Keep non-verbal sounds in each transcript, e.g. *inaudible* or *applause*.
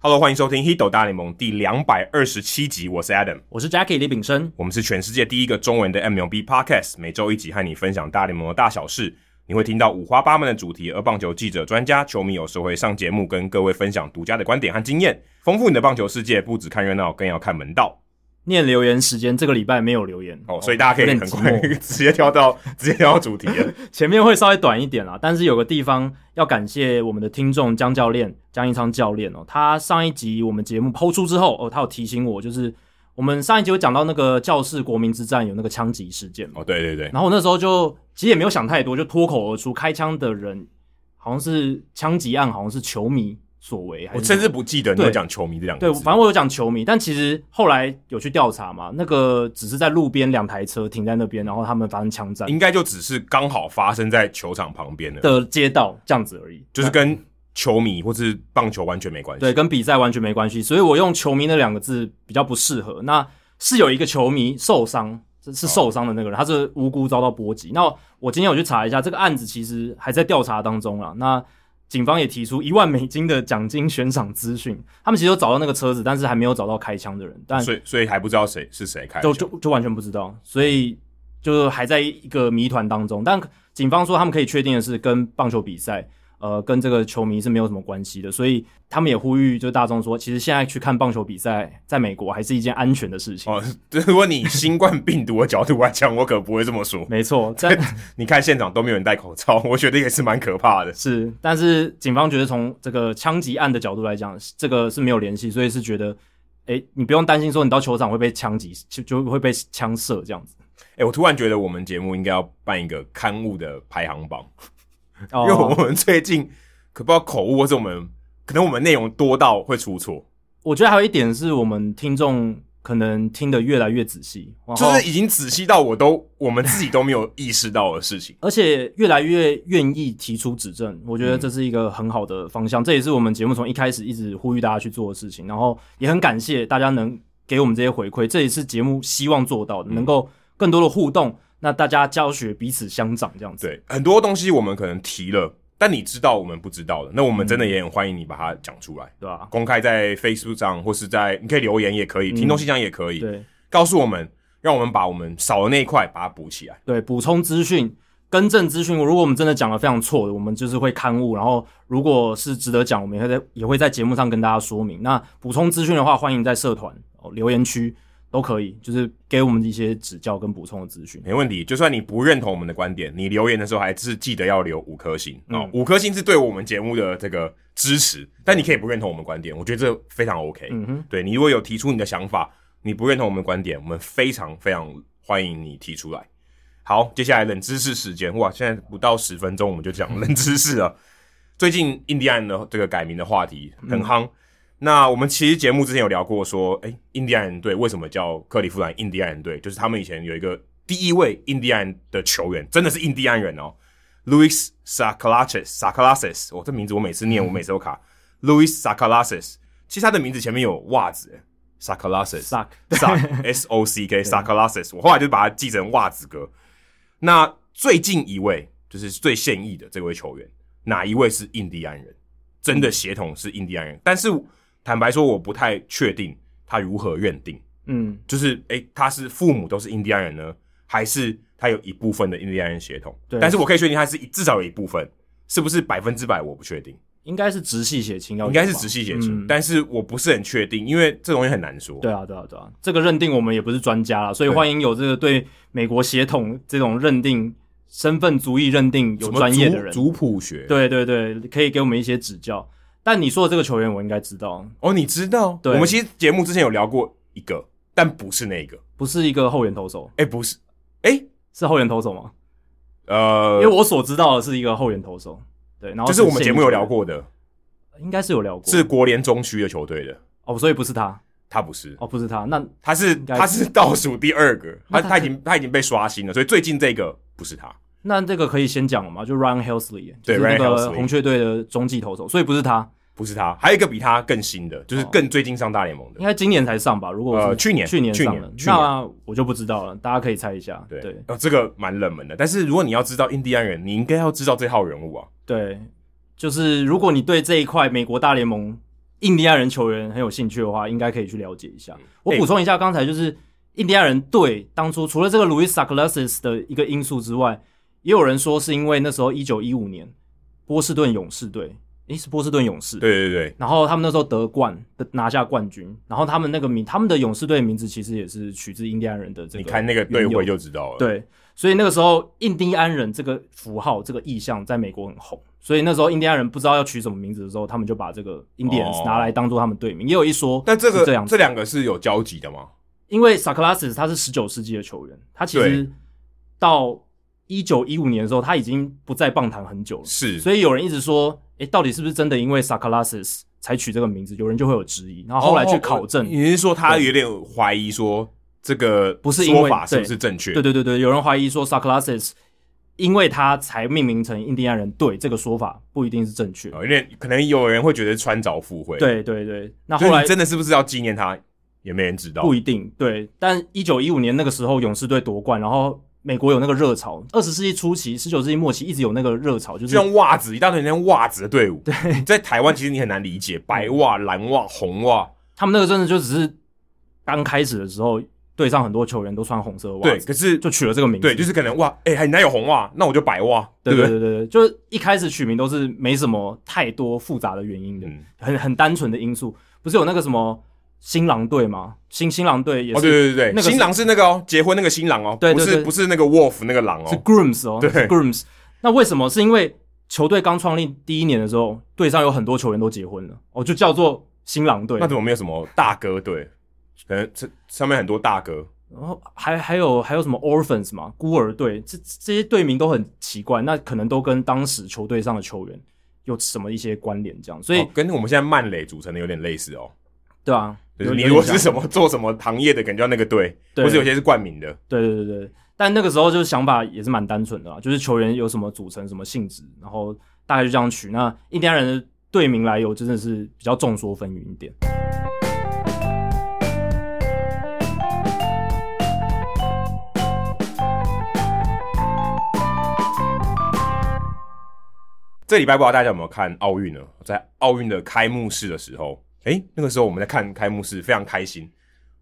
Hello，欢迎收听《h i d o 大联盟》第两百二十七集，我是 Adam，我是 Jackie 李炳生，我们是全世界第一个中文的 MLB Podcast，每周一集和你分享大联盟的大小事。你会听到五花八门的主题，而棒球记者、专家、球迷有时候会上节目，跟各位分享独家的观点和经验，丰富你的棒球世界。不只看热闹，更要看门道。念留言时间，这个礼拜没有留言哦，所以大家可以有很点寂快 *laughs* 寞直接跳到直接跳到主题了。前面会稍微短一点啦，但是有个地方要感谢我们的听众江教练江一昌教练哦，他上一集我们节目抛出之后哦，他有提醒我，就是我们上一集有讲到那个教室国民之战有那个枪击事件嘛，哦，对对对，然后我那时候就其实也没有想太多，就脱口而出，开枪的人好像是枪击案，好像是球迷所为，还我是甚至不记得你有对讲球迷这两对，个字。反正我有讲球迷，但其实后来有去调查嘛，那个只是在路边两台车停在那边，然后他们发生枪战应该就只是刚好发生在球场旁边的，的街道这样子而已，就是跟球迷或是棒球完全没关系。对，跟比赛完全没关系，所以我用球迷那两个字比较不适合。那是有一个球迷受伤，是哦是受伤的那个人，他是无辜遭到波及。那我今天有去查一下，这个案子其实还在调查当中啦。那警方也提出一万美金的奖金悬赏资讯，他们其实有找到那个车子，但是还没有找到开枪的人，但所以所以还不知道谁是谁开的就球。就就完全不知道，所以就是还在一个谜团当中。但警方说他们可以确定的是，跟棒球比赛，呃，跟这个球迷是没有什么关系的，所以他们也呼吁就是大众说，其实现在去看棒球比赛，在美国还是一件安全的事情。哦， *laughs* 如果你新冠病毒的角度来讲，我可不会这么说。没错，但 *laughs* 你看现场都没有人戴口罩，我觉得也是蛮可怕的。是，但是警方觉得从这个枪击案的角度来讲，这个是没有联系，所以是觉得，诶，你不用担心说你到球场会被枪击，就就会被枪射这样子。哎、我突然觉得我们节目应该要办一个刊物的排行榜，*laughs* 因哦为我们最近可不知道口误，或者我们可能我们内容多到会出错，我觉得还有一点是我们听众可能听得越来越仔细，然后就是已经仔细到我都我们自己都没有意识到的事 *laughs* 情。而且越来越愿意提出指正，我觉得嗯这是一个很好的方向，这也是我们节目从一开始一直呼吁大家去做的事情。然后也很感谢大家能给我们这些回馈，这也是节目希望做到的，嗯能够更多的互动，那大家教学彼此相长这样子。对，很多东西我们可能提了，但你知道我们不知道的，那我们真嗯的也很欢迎你把它讲出来，对吧？公开在 Facebook 上，或是在你可以留言也可以，听众信箱也可以。嗯对告诉我们，让我们把我们少的那一块把它补起来。对，补充资讯、更正资讯，如果我们真的讲了非常错的，我们就是会刊物，然后如果是值得讲，我们也会在也会在节目上跟大家说明。那补充资讯的话，欢迎在社团、哦、留言区都可以，就是给我们一些指教跟补充的资讯。没问题，就算你不认同我们的观点，你留言的时候还是记得要留五颗星啊、嗯哦五颗星是对我们节目的这个支持，但你可以不认同我们观点，我觉得这非常 OK。嗯哼，对你如果有提出你的想法，你不认同我们的观点，我们非常非常欢迎你提出来。好，接下来冷知识时间，哇，现在不到十分钟我们就讲冷知识了。最近印第安的这个改名的话题很夯，那我们其实节目之前有聊过说，诶，印第安人队为什么叫克利夫兰印第安人队？就是他们以前有一个第一位印第安人的球员，真的是印第安人哦，Louis Sacalaches Sacalaces，我、这名字我每次念我每次都卡，Louis Sacalaces，其实他的名字前面有袜子，Sacalaces。 suck。 *laughs* Sock S O C K Sockalasis，我后来就把它记成袜子哥。那最近一位就是最现役的这位球员，哪一位是印第安人？真的血统是印第安人，嗯但是坦白说，我不太确定他如何认定，嗯，就是诶、他是父母都是印第安人呢，还是他有一部分的印第安人血统？对但是我可以确定他是一至少有一部分，是不是百分之百我不确定，应该是直系血亲要有应吧，该是直系血亲，嗯但是我不是很确定，因为这东西很难说。对啊，对啊，对啊，这个认定我们也不是专家啦，所以对欢迎有这个对美国血统这种认定、身份足以认定有什么专业族的人。族谱学，对对对，可以给我们一些指教。但你说的这个球员，我应该知道，哦，你知道？对我们其实节目之前有聊过一个，但不是那个。不是一个后援投手，哎、不是，哎、是后援投手吗？呃，因为我所知道的是一个后援投手，对，然后就是我们现役节目有聊球员，过的，应该是有聊过，是国联中区的球队的。哦，所以不是他，他不是，哦，不是他，那他是该他是倒数第二个，他那他他已经他已经被刷新了，所以最近这个不是他，那这个可以先讲了嘛？就 Ryan Helsley，对就是那 Ryan 个 Helsley 红雀队的中继投手，所以不是他，不是他，还有一个比他更新的，哦就是更最近上大联盟的应，该今年才上吧？如果我是呃去年去年去上年的，去年那我就不知道了，大家可以猜一下。对，对哦，这个蛮冷门的。但是如果你要知道印第安人，你应该要知道这号人物啊。对，就是如果你对这一块美国大联盟印第安人球员很有兴趣的话，应该可以去了解一下。我哎补充一下，刚才就是印第安人队当初除了这个 Louis s a c l a s i s 的一个因素之外，也有人说是因为那时候一九一五年波士顿勇士队，诶，是波士顿勇士，对对对，然后他们那时候得冠，得拿下冠军。然后他们那个名，他们的勇士队名字其实也是取自印第安人的这个。你看那个队徽就知道了。，对，所以那个时候印第安人这个符号、这个意象在美国很红。所以那时候印第安人不知道要取什么名字的时候，他们就把这个 Indians 哦拿来当做他们队名。也有一说，但这是个这样子，两个是有交集的吗？因为 s a k l a s 他是十九世纪的球员，他其实对到一九一五年的时候，他已经不在棒坛很久了。是，所以有人一直说，诶，到底是不是真的因为 s a k l a s 才取这个名字？有人就会有质疑，然后后来去考证，哦你是说他有点怀疑说这个不是因为说法是不是正确？对对对对，有人怀疑说 s a k l a s 因为他才命名成印第安人队，这个说法不一定是正确。哦，有点可能有人会觉得穿凿附会。，对对对，那所后以来你真的是不是要纪念他，也没人知道。不一定对，但一九一五年那个时候勇士队夺冠，然后美国有那个热潮，二十世纪初期、十九世纪末期一直有那个热潮，就就是像袜子一大堆人像袜子的队伍，对，在台湾其实你很难理解，白袜、蓝袜、红袜，他们那个真的就只是刚开始的时候，队上很多球员都穿红色的袜对，子，可是就取了这个名字。对，就是可能哇，哎，你那有红袜，那我就白袜，对不对对对对，就是一开始取名都是没什么太多复杂的原因的，嗯很很单纯的因素。不是有那个什么新郎队吗？新新郎队也是、哦，对对对那对，个是新郎是那个哦，结婚那个新郎哦，对对不对是不是那个 wolf 那个狼是哦， grooms 哦，对是 grooms。那为什么？是因为球队刚创立第一年的时候，队上有很多球员都结婚了，哦，就叫做新郎队。那怎么没有什么大哥队？可能这上面很多大哥，然后还还有还有什么 orphans 嘛，孤儿队，这这些队名都很奇怪，那可能都跟当时球队上的球员有什么一些关联，这样，所以、哦跟我们现在曼垒组成的有点类似哦。对啊，就是有你有如果点像是什么做什么行业的，感觉叫那个队，对或者有些是冠名的，对对对对，但那个时候就是想法也是蛮单纯的啦，就是球员有什么组成什么性质，然后大概就这样取。那印第安人的队名来由真的是比较众说纷纭一点。这礼拜不知道大家有没有看奥运呢？在奥运的开幕式的时候，诶，那个时候我们在看开幕式，非常开心。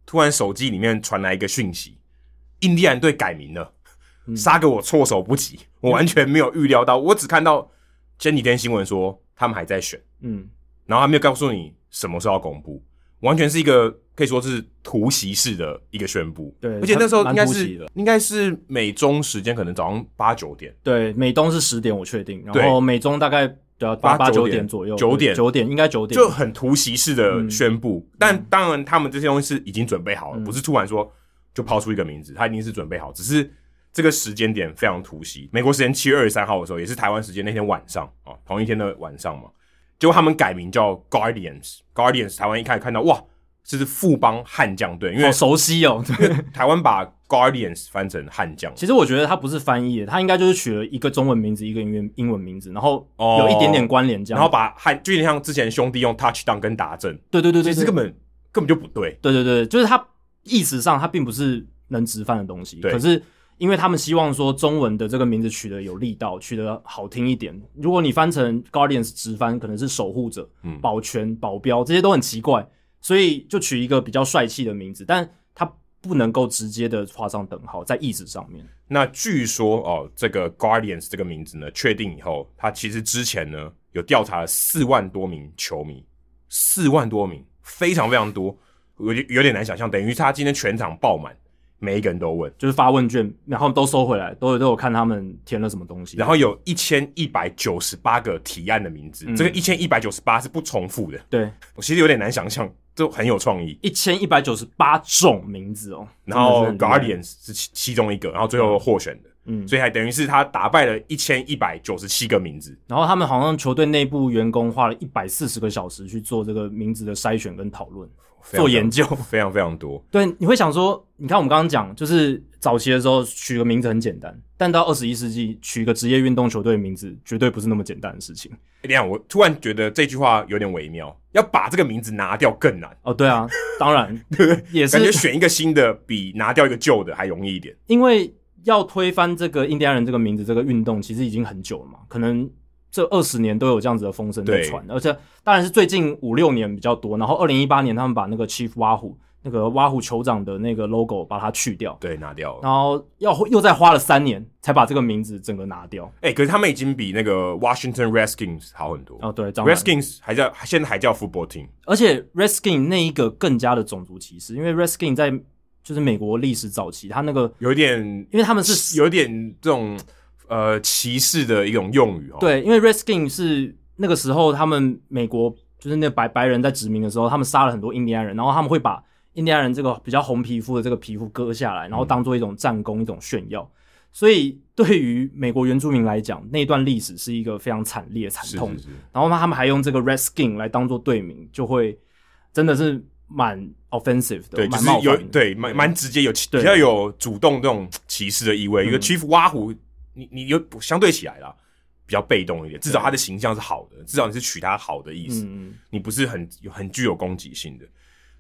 突然手机里面传来一个讯息，印第安队改名了，嗯杀给我措手不及，我完全没有预料到。我只看到前几天新闻说他们还在选，嗯，然后他没有告诉你什么时候要公布，完全是一个可以说是突袭式的一个宣布。对而且那时候应该蛮突袭是的应该是美中时间可能早上八九点。对，美东是十点我确定，然后对美中大概对啊八八八九九点点左右，九点九点应该九点就很突袭式的宣布。嗯但当然，他们这些东西是已经准备好了，不是突然说就抛出一个名字，他一定是准备好，只是这个时间点非常突袭。美国时间七月二十三号的时候，也是台湾时间那天晚上啊，同一天的晚上嘛，结果他们改名叫 Guardians。Guardians 台湾一开始看到哇，这是富邦悍将队，因为好熟悉哦。对台湾把 Guardians 翻成悍将。 *laughs* 其实我觉得他不是翻译的，他应该就是取了一个中文名字，一个英文英文名字，然后哦有一点点关联这样。然后把悍就有点像之前兄弟用 touchdown 跟达阵，对对对对，其实对根本根本就不对。对对对，就是它意识上它并不是能直翻的东西，对可是因为他们希望说中文的这个名字取得有力道，取得好听一点。如果你翻成 Guardians 直翻，可能是守护者、嗯保全、保镖，这些都很奇怪，所以就取一个比较帅气的名字，但它不能够直接的画上等号在意识上面。那据说哦，这个 Guardians 这个名字呢，确定以后，他其实之前呢有调查了四万多名球迷，四万多名，非常非常多，有点有点难想象，等于他今天全场爆满，每一个人都问，就是发问卷，然后都收回来，都有都有看他们填了什么东西。然后有一千一百九十八个提案的名字，嗯这个一千一百九十八是不重复的，对我其实有点难想象，就很有创意。一千一百九十八种名字哦，然后真的是很厉害 Guardians 是其其中一个，然后最后获选的。嗯所以还等于是他打败了一千一百九十七个名字。然后他们好像球队内部员工花了一百四十个小时去做这个名字的筛选跟讨论，非常做研究。非常非常多，对，你会想说，你看我们刚刚讲，就是早期的时候取个名字很简单，但到二十一世纪取个职业运动球队的名字，绝对不是那么简单的事情。欸等一下我突然觉得这句话有点微妙，要把这个名字拿掉更难，哦，对啊，*laughs* 当然也感觉是选一个新的比拿掉一个旧的还容易一点。因为要推翻这个印第安人这个名字这个运动，其实已经很久了嘛，可能这二十年都有这样子的风声在对传，而且当然是最近五六年比较多，然后二零一八年他们把那个 Chief 挖虎那个挖虎酋长的那个 logo 把它去掉，对，拿掉了。然后要又再花了三年才把这个名字整个拿掉。哎、可是他们已经比那个 Washington Redskins 好很多。哦，对，当然 Redskins 还叫现在还叫 Football Team，而且 Redskin 那一个更加的种族歧视，因为 Redskin 在就是美国历史早期，他那个有点因为他们是有点这种呃歧视的一种用语哦。，对，因为 Redskin 是那个时候他们美国就是那白白人在殖民的时候，他们杀了很多印第安人，然后他们会把印第安人这个比较红皮肤的这个皮肤割下来，然后当做一种战功、一种炫耀。所以对于美国原住民来讲，那段历史是一个非常惨烈、惨是痛的是是。然后他们还用这个 Redskin 来当做队名，就会真的是蛮 offensive 的，对，就蛮是冒有犯的。对蛮蛮直接有对嗯比较有主动这种歧视的意味。一个 Chief 挖虎，你你有相对起来啦，比较被动一点，至少他的形象是好的，至少你是取他好的意思。嗯，你不是很有很具有攻击性的。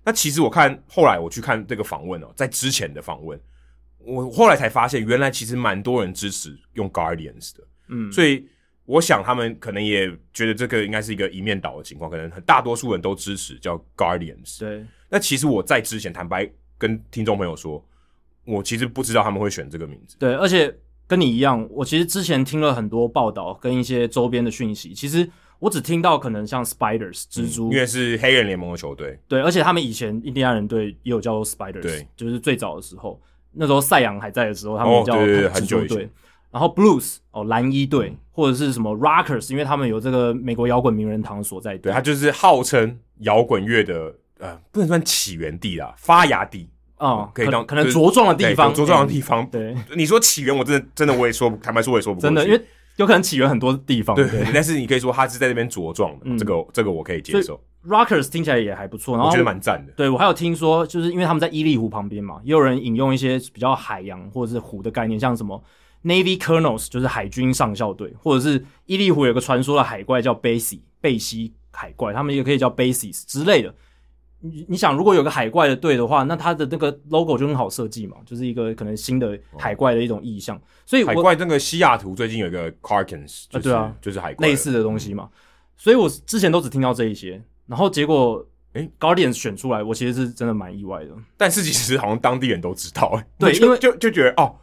那其实我看后来我去看这个访问哦，在之前的访问，我后来才发现，原来其实蛮多人支持用 Guardians 的，嗯所以我想他们可能也觉得这个应该是一个一面倒的情况，可能很大多数人都支持叫 Guardians。对，那其实我在之前坦白跟听众朋友说，我其实不知道他们会选这个名字，对，而且跟你一样，我其实之前听了很多报道跟一些周边的讯息，其实我只听到可能像 spiders 蜘蛛，嗯因为是黑人联盟的球队，对，而且他们以前印第安人队也有叫做 spiders，对，就是最早的时候，那时候赛扬还在的时候，他们哦叫对对对蜘很蛛久以前嗯队。然后 blues 哦蓝衣队、或者是什么 rockers，因为他们有这个美国摇滚名人堂所在地，对，它就是号称摇滚乐的呃，不能算起源地啦，发芽地。嗯啊、可以当可能就是茁壮的地方，嗯对茁壮的地方。对，你说起源，我真的真的我也说不，坦白说我也说不过真的，去因为有可能起源很多地方。对，但是你可以说他是在那边茁壮的，嗯这个这个我可以接受， ，rockers 听起来也还不错，然后我觉得蛮赞的。对我还有听说，就是因为他们在伊利湖旁边嘛，也有人引用一些比较海洋或者是湖的概念，像什么 Navy Colonels，就是海军上校队，或者是伊利湖有个传说的海怪叫 Basie 贝西海怪，他们也可以叫 Basies 之类的。你你想，如果有个海怪的队的话，那它的那个 logo 就很好设计嘛，就是一个可能新的海怪的一种意象。所以哦海我怪那个西雅图最近有一个 Carkins，就是、对啊就是海怪类似的东西嘛。所以我之前都只听到这一些，然后结果诶诶 Guardian 选出来，我其实是真的蛮意外的。但是其实好像当地人都知道、欸 *laughs* 对就因为就就觉得哦，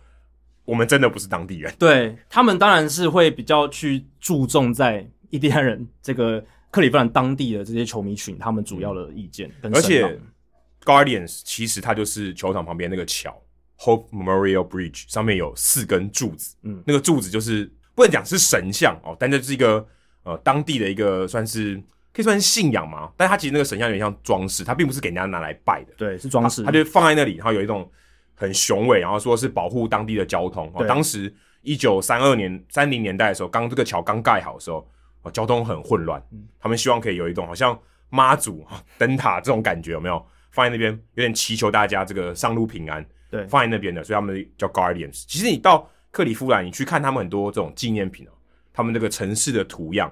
我们真的不是当地人，对他们当然是会比较去注重在印第安人这个克利夫兰当地的这些球迷群他们主要的意见跟而声浪且 Guardians 其实它就是球场旁边那个桥 Hope Memorial Bridge 上面有四根柱子，嗯嗯，那个柱子就是不能讲是神像哦，但这是一个呃当地的一个算是可以算是信仰嘛，但它其实那个神像有点像装饰，它并不是给人家拿来拜的，对是装饰，它就放在那里，然后有一种很雄伟，然后说是保护当地的交通。哦对，当时一九三二年、三零年代的时候，刚这个桥刚盖好的时候，哦，交通很混乱，嗯他们希望可以有一种好像妈祖哦灯塔这种感觉，有没有？放在那边有点祈求大家这个上路平安，对放在那边的，所以他们叫 Guardians。其实你到克利夫兰，你去看他们很多这种纪念品哦，他们这个城市的图样，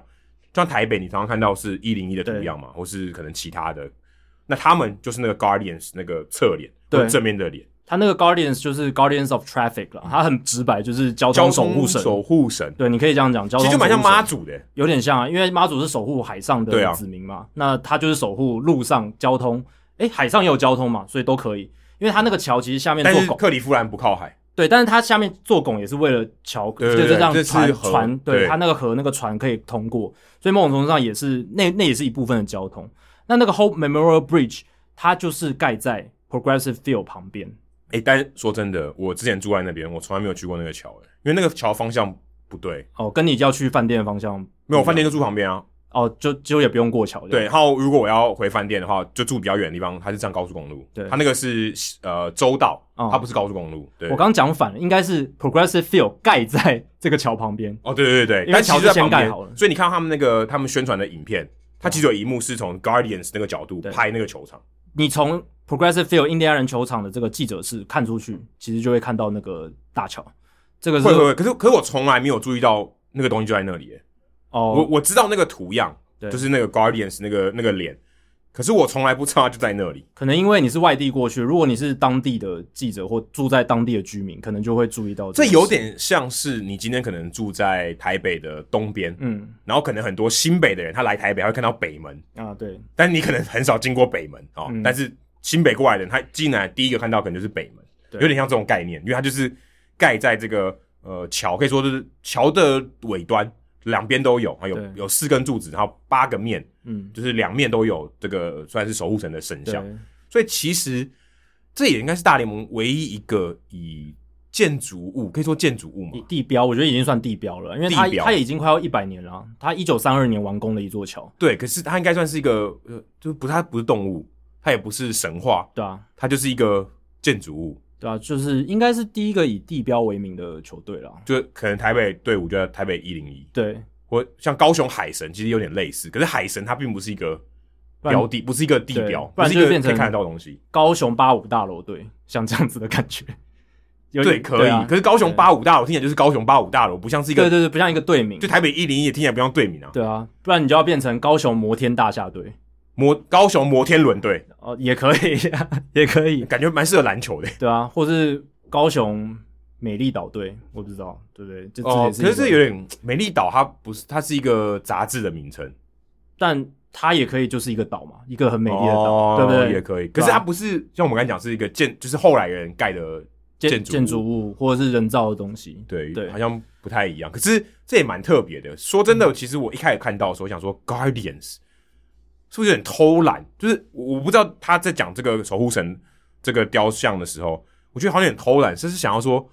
就像台北你常常看到是一零一的图样嘛，或是可能其他的，那他们就是那个 Guardians 那个侧脸，对或者正面的脸，他那个 Guardians 就是 Guardians of Traffic 了，他很直白，就是交嗯交通哦守护神。守护神，对，你可以这样讲，交其通实就蛮像守护神妈祖的，有点像啊，因为妈祖是守护海上对的啊子民嘛，那他就是守护陆上交通，诶，海上也有交通嘛，所以都可以。因为他那个桥其实下面但做是拱，克利夫兰不靠海，对，但是它下面做拱也是为了桥，对对就是对让这是船河船，对对它那个河那个船可以通过，所以某种程度上也是那那也是一部分的交通。那那个 Hope Memorial Bridge 它就是盖在 Progressive Field 旁边，诶，但是说真的，我之前住在那边，我从来没有去过那个桥，诶因为那个桥方向不对，哦，跟你要去饭店的方向没有，我饭店就住旁边啊，哦，就就也不用过桥。对，，然后如果我要回饭店的话，就住比较远的地方，它是上高速公路，对它那个是呃州道，哦它不是高速公路，对，我刚刚讲反了，应该是 Progressive Field 盖在这个桥旁边。哦，对对对因为对，但其桥实是在先旁盖边好了所以你看到他们那个他们宣传的影片，它其实有一幕是从 Guardians 那个角度对拍那个球场，你从 Progressive Field 印第安人球场的这个记者室看出去，其实就会看到那个大桥。这个是会会会，可是可是我从来没有注意到那个东西就在那里耶，我哦，我知道那个图样，对就是那个 Guardians 那个那个脸，可是我从来不知道它就在那里，可能因为你是外地过去，如果你是当地的记者或住在当地的居民，可能就会注意到这个有事点像是你今天可能住在台北的东边，嗯然后可能很多新北的人他来台北他会看到北门。啊，对，但你可能很少经过北门哦，嗯但是新北过来的人，他进来第一个看到可能就是北门，对有点像这种概念，因为它就是盖在这个呃桥，可以说就是桥的尾端，两边都有，啊有对有四根柱子，然后八个面，嗯，就是两面都有这个算是守护神的神对像，所以其实这也应该是大联盟唯一一个以建筑物可以说建筑物嘛地，地标，我觉得已经算地标了，因为它地标它已经快要一百年了啊，它一九三二年完工的一座桥，对，可是它应该算是一个呃，就是不它不是动物，它也不是神话，对啊，它就是一个建筑物。对啊，就是应该是第一个以地标为名的球队了。啊就可能台北队伍就在台北一零一，对，或像高雄海神，其实有点类似。可是海神它并不是一个不然标的，不是一个地标，对不然是一个就变成可以看得到的东西。高雄八五大楼队，像这样子的感 *laughs* 觉，有对，点可以。啊可是高雄八五大楼听起来就是高雄八五大楼，不像是一对个对对，不像一个队名就，台北一零一也听起来不像队名啊。对啊，不然你就要变成高雄摩天大厦队，摩高雄摩天轮队哦，也可以， *laughs* 也可以，感觉蛮适合篮球的对啊，或是高雄美丽岛队，我不知道，对不 *laughs* 对？这这哦也。是一可个，是这有点美丽岛，它不是它是一个杂志的名称，但它也可以就是一个岛嘛，一个很美丽的岛，哦对不对？也可以。可对啊是它不是像我们刚才讲是一个建，就是后来人盖的建建筑物建筑物或者是人造的东西，对，对好像不太一样。可是这也蛮特别的。说真嗯的，其实我一开始看到的时候，想说 Guardians 是不是有点偷懒？就是我不知道他在讲这个守护神这个雕像的时候，我觉得好像有点偷懒，甚至想要说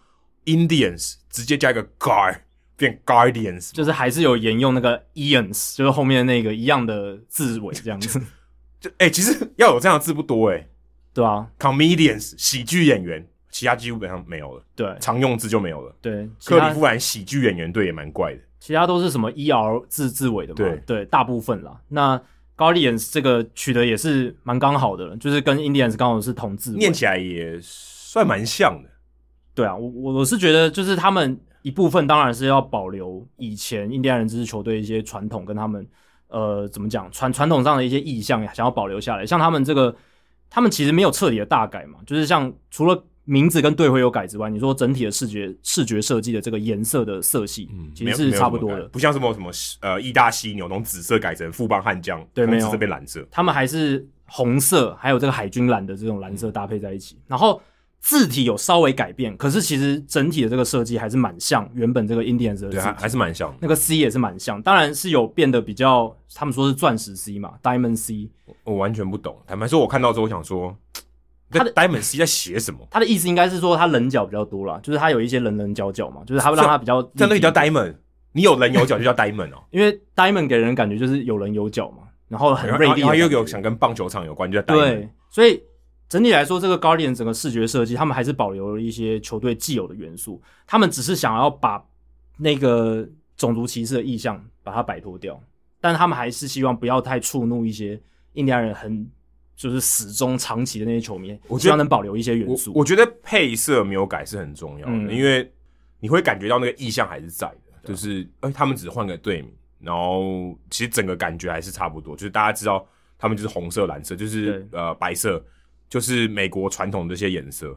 Indians 直接加一个 Guard 变 Guardians。就是还是有沿用那个 Ians，就是后面那个一样的字尾这样 *laughs* 子，就哎、其实要有这样的字不多哎、对啊， Comedians 喜剧演员，其他基本上没有了，对常用字就没有了。对，其克他里夫兰喜剧演员队也蛮怪的，其他都是什么 ER 字字尾的嘛，对大部分啦。那 Guardians 这个取的也是蛮刚好的了，就是跟 Indians 刚好是同字尾念起来也算蛮像的。对啊，我我我是觉得就是他们一部分当然是要保留以前印第安人这支球队一些传统，跟他们呃怎么讲传传统上的一些意向想要保留下来。像他们这个，他们其实没有彻底的大改嘛，就是像除了名字跟队徽有改之外，你说整体的视觉视觉设计的这个颜色的色系，嗯其没实有是没有差什不么多改的。不像什么什么呃意大犀牛从紫色改成富邦悍将，对从没有紫色变蓝色。他们还是红色，还有这个海军蓝的这种蓝嗯色搭配在一起。然后字体有稍微改变，可是其实整体的这个设计还是蛮像原本这个 Indians 的字对，啊还体。还是蛮像的。那个 C 也是蛮像，当然是有变得比较，他们说是钻石 C 嘛，Diamond C，我完全不懂，坦白说，我看到之后我想说，在他的 Diamond C 在写什么？它的意思应该是说它棱角比较多啦，就是它有一些棱棱角角嘛，就是它会让它比较立体这样东西叫 Diamond，你有棱有角就叫 Diamond 哦。因为 Diamond 给人感觉就是有棱有角嘛，然后 *laughs* 很然后锐然后利的然后又感觉有想跟棒球场有关，就叫 Diamond。对，所以整体来说，这个 Guardian 整个视觉设计，他们还是保留了一些球队既有的元素，他们只是想要把那个种族歧视的意向把它摆脱掉，但他们还是希望不要太触怒一些印第安人很就是始终长期的那些球迷，我觉得希望能保留一些元我素。我觉得配色没有改是很重要的，嗯啊因为你会感觉到那个意象还是在的，就是哎、他们只是换个队名，然后其实整个感觉还是差不多，就是大家知道他们就是红色、蓝色，就是呃白色，就是美国传统这些颜色，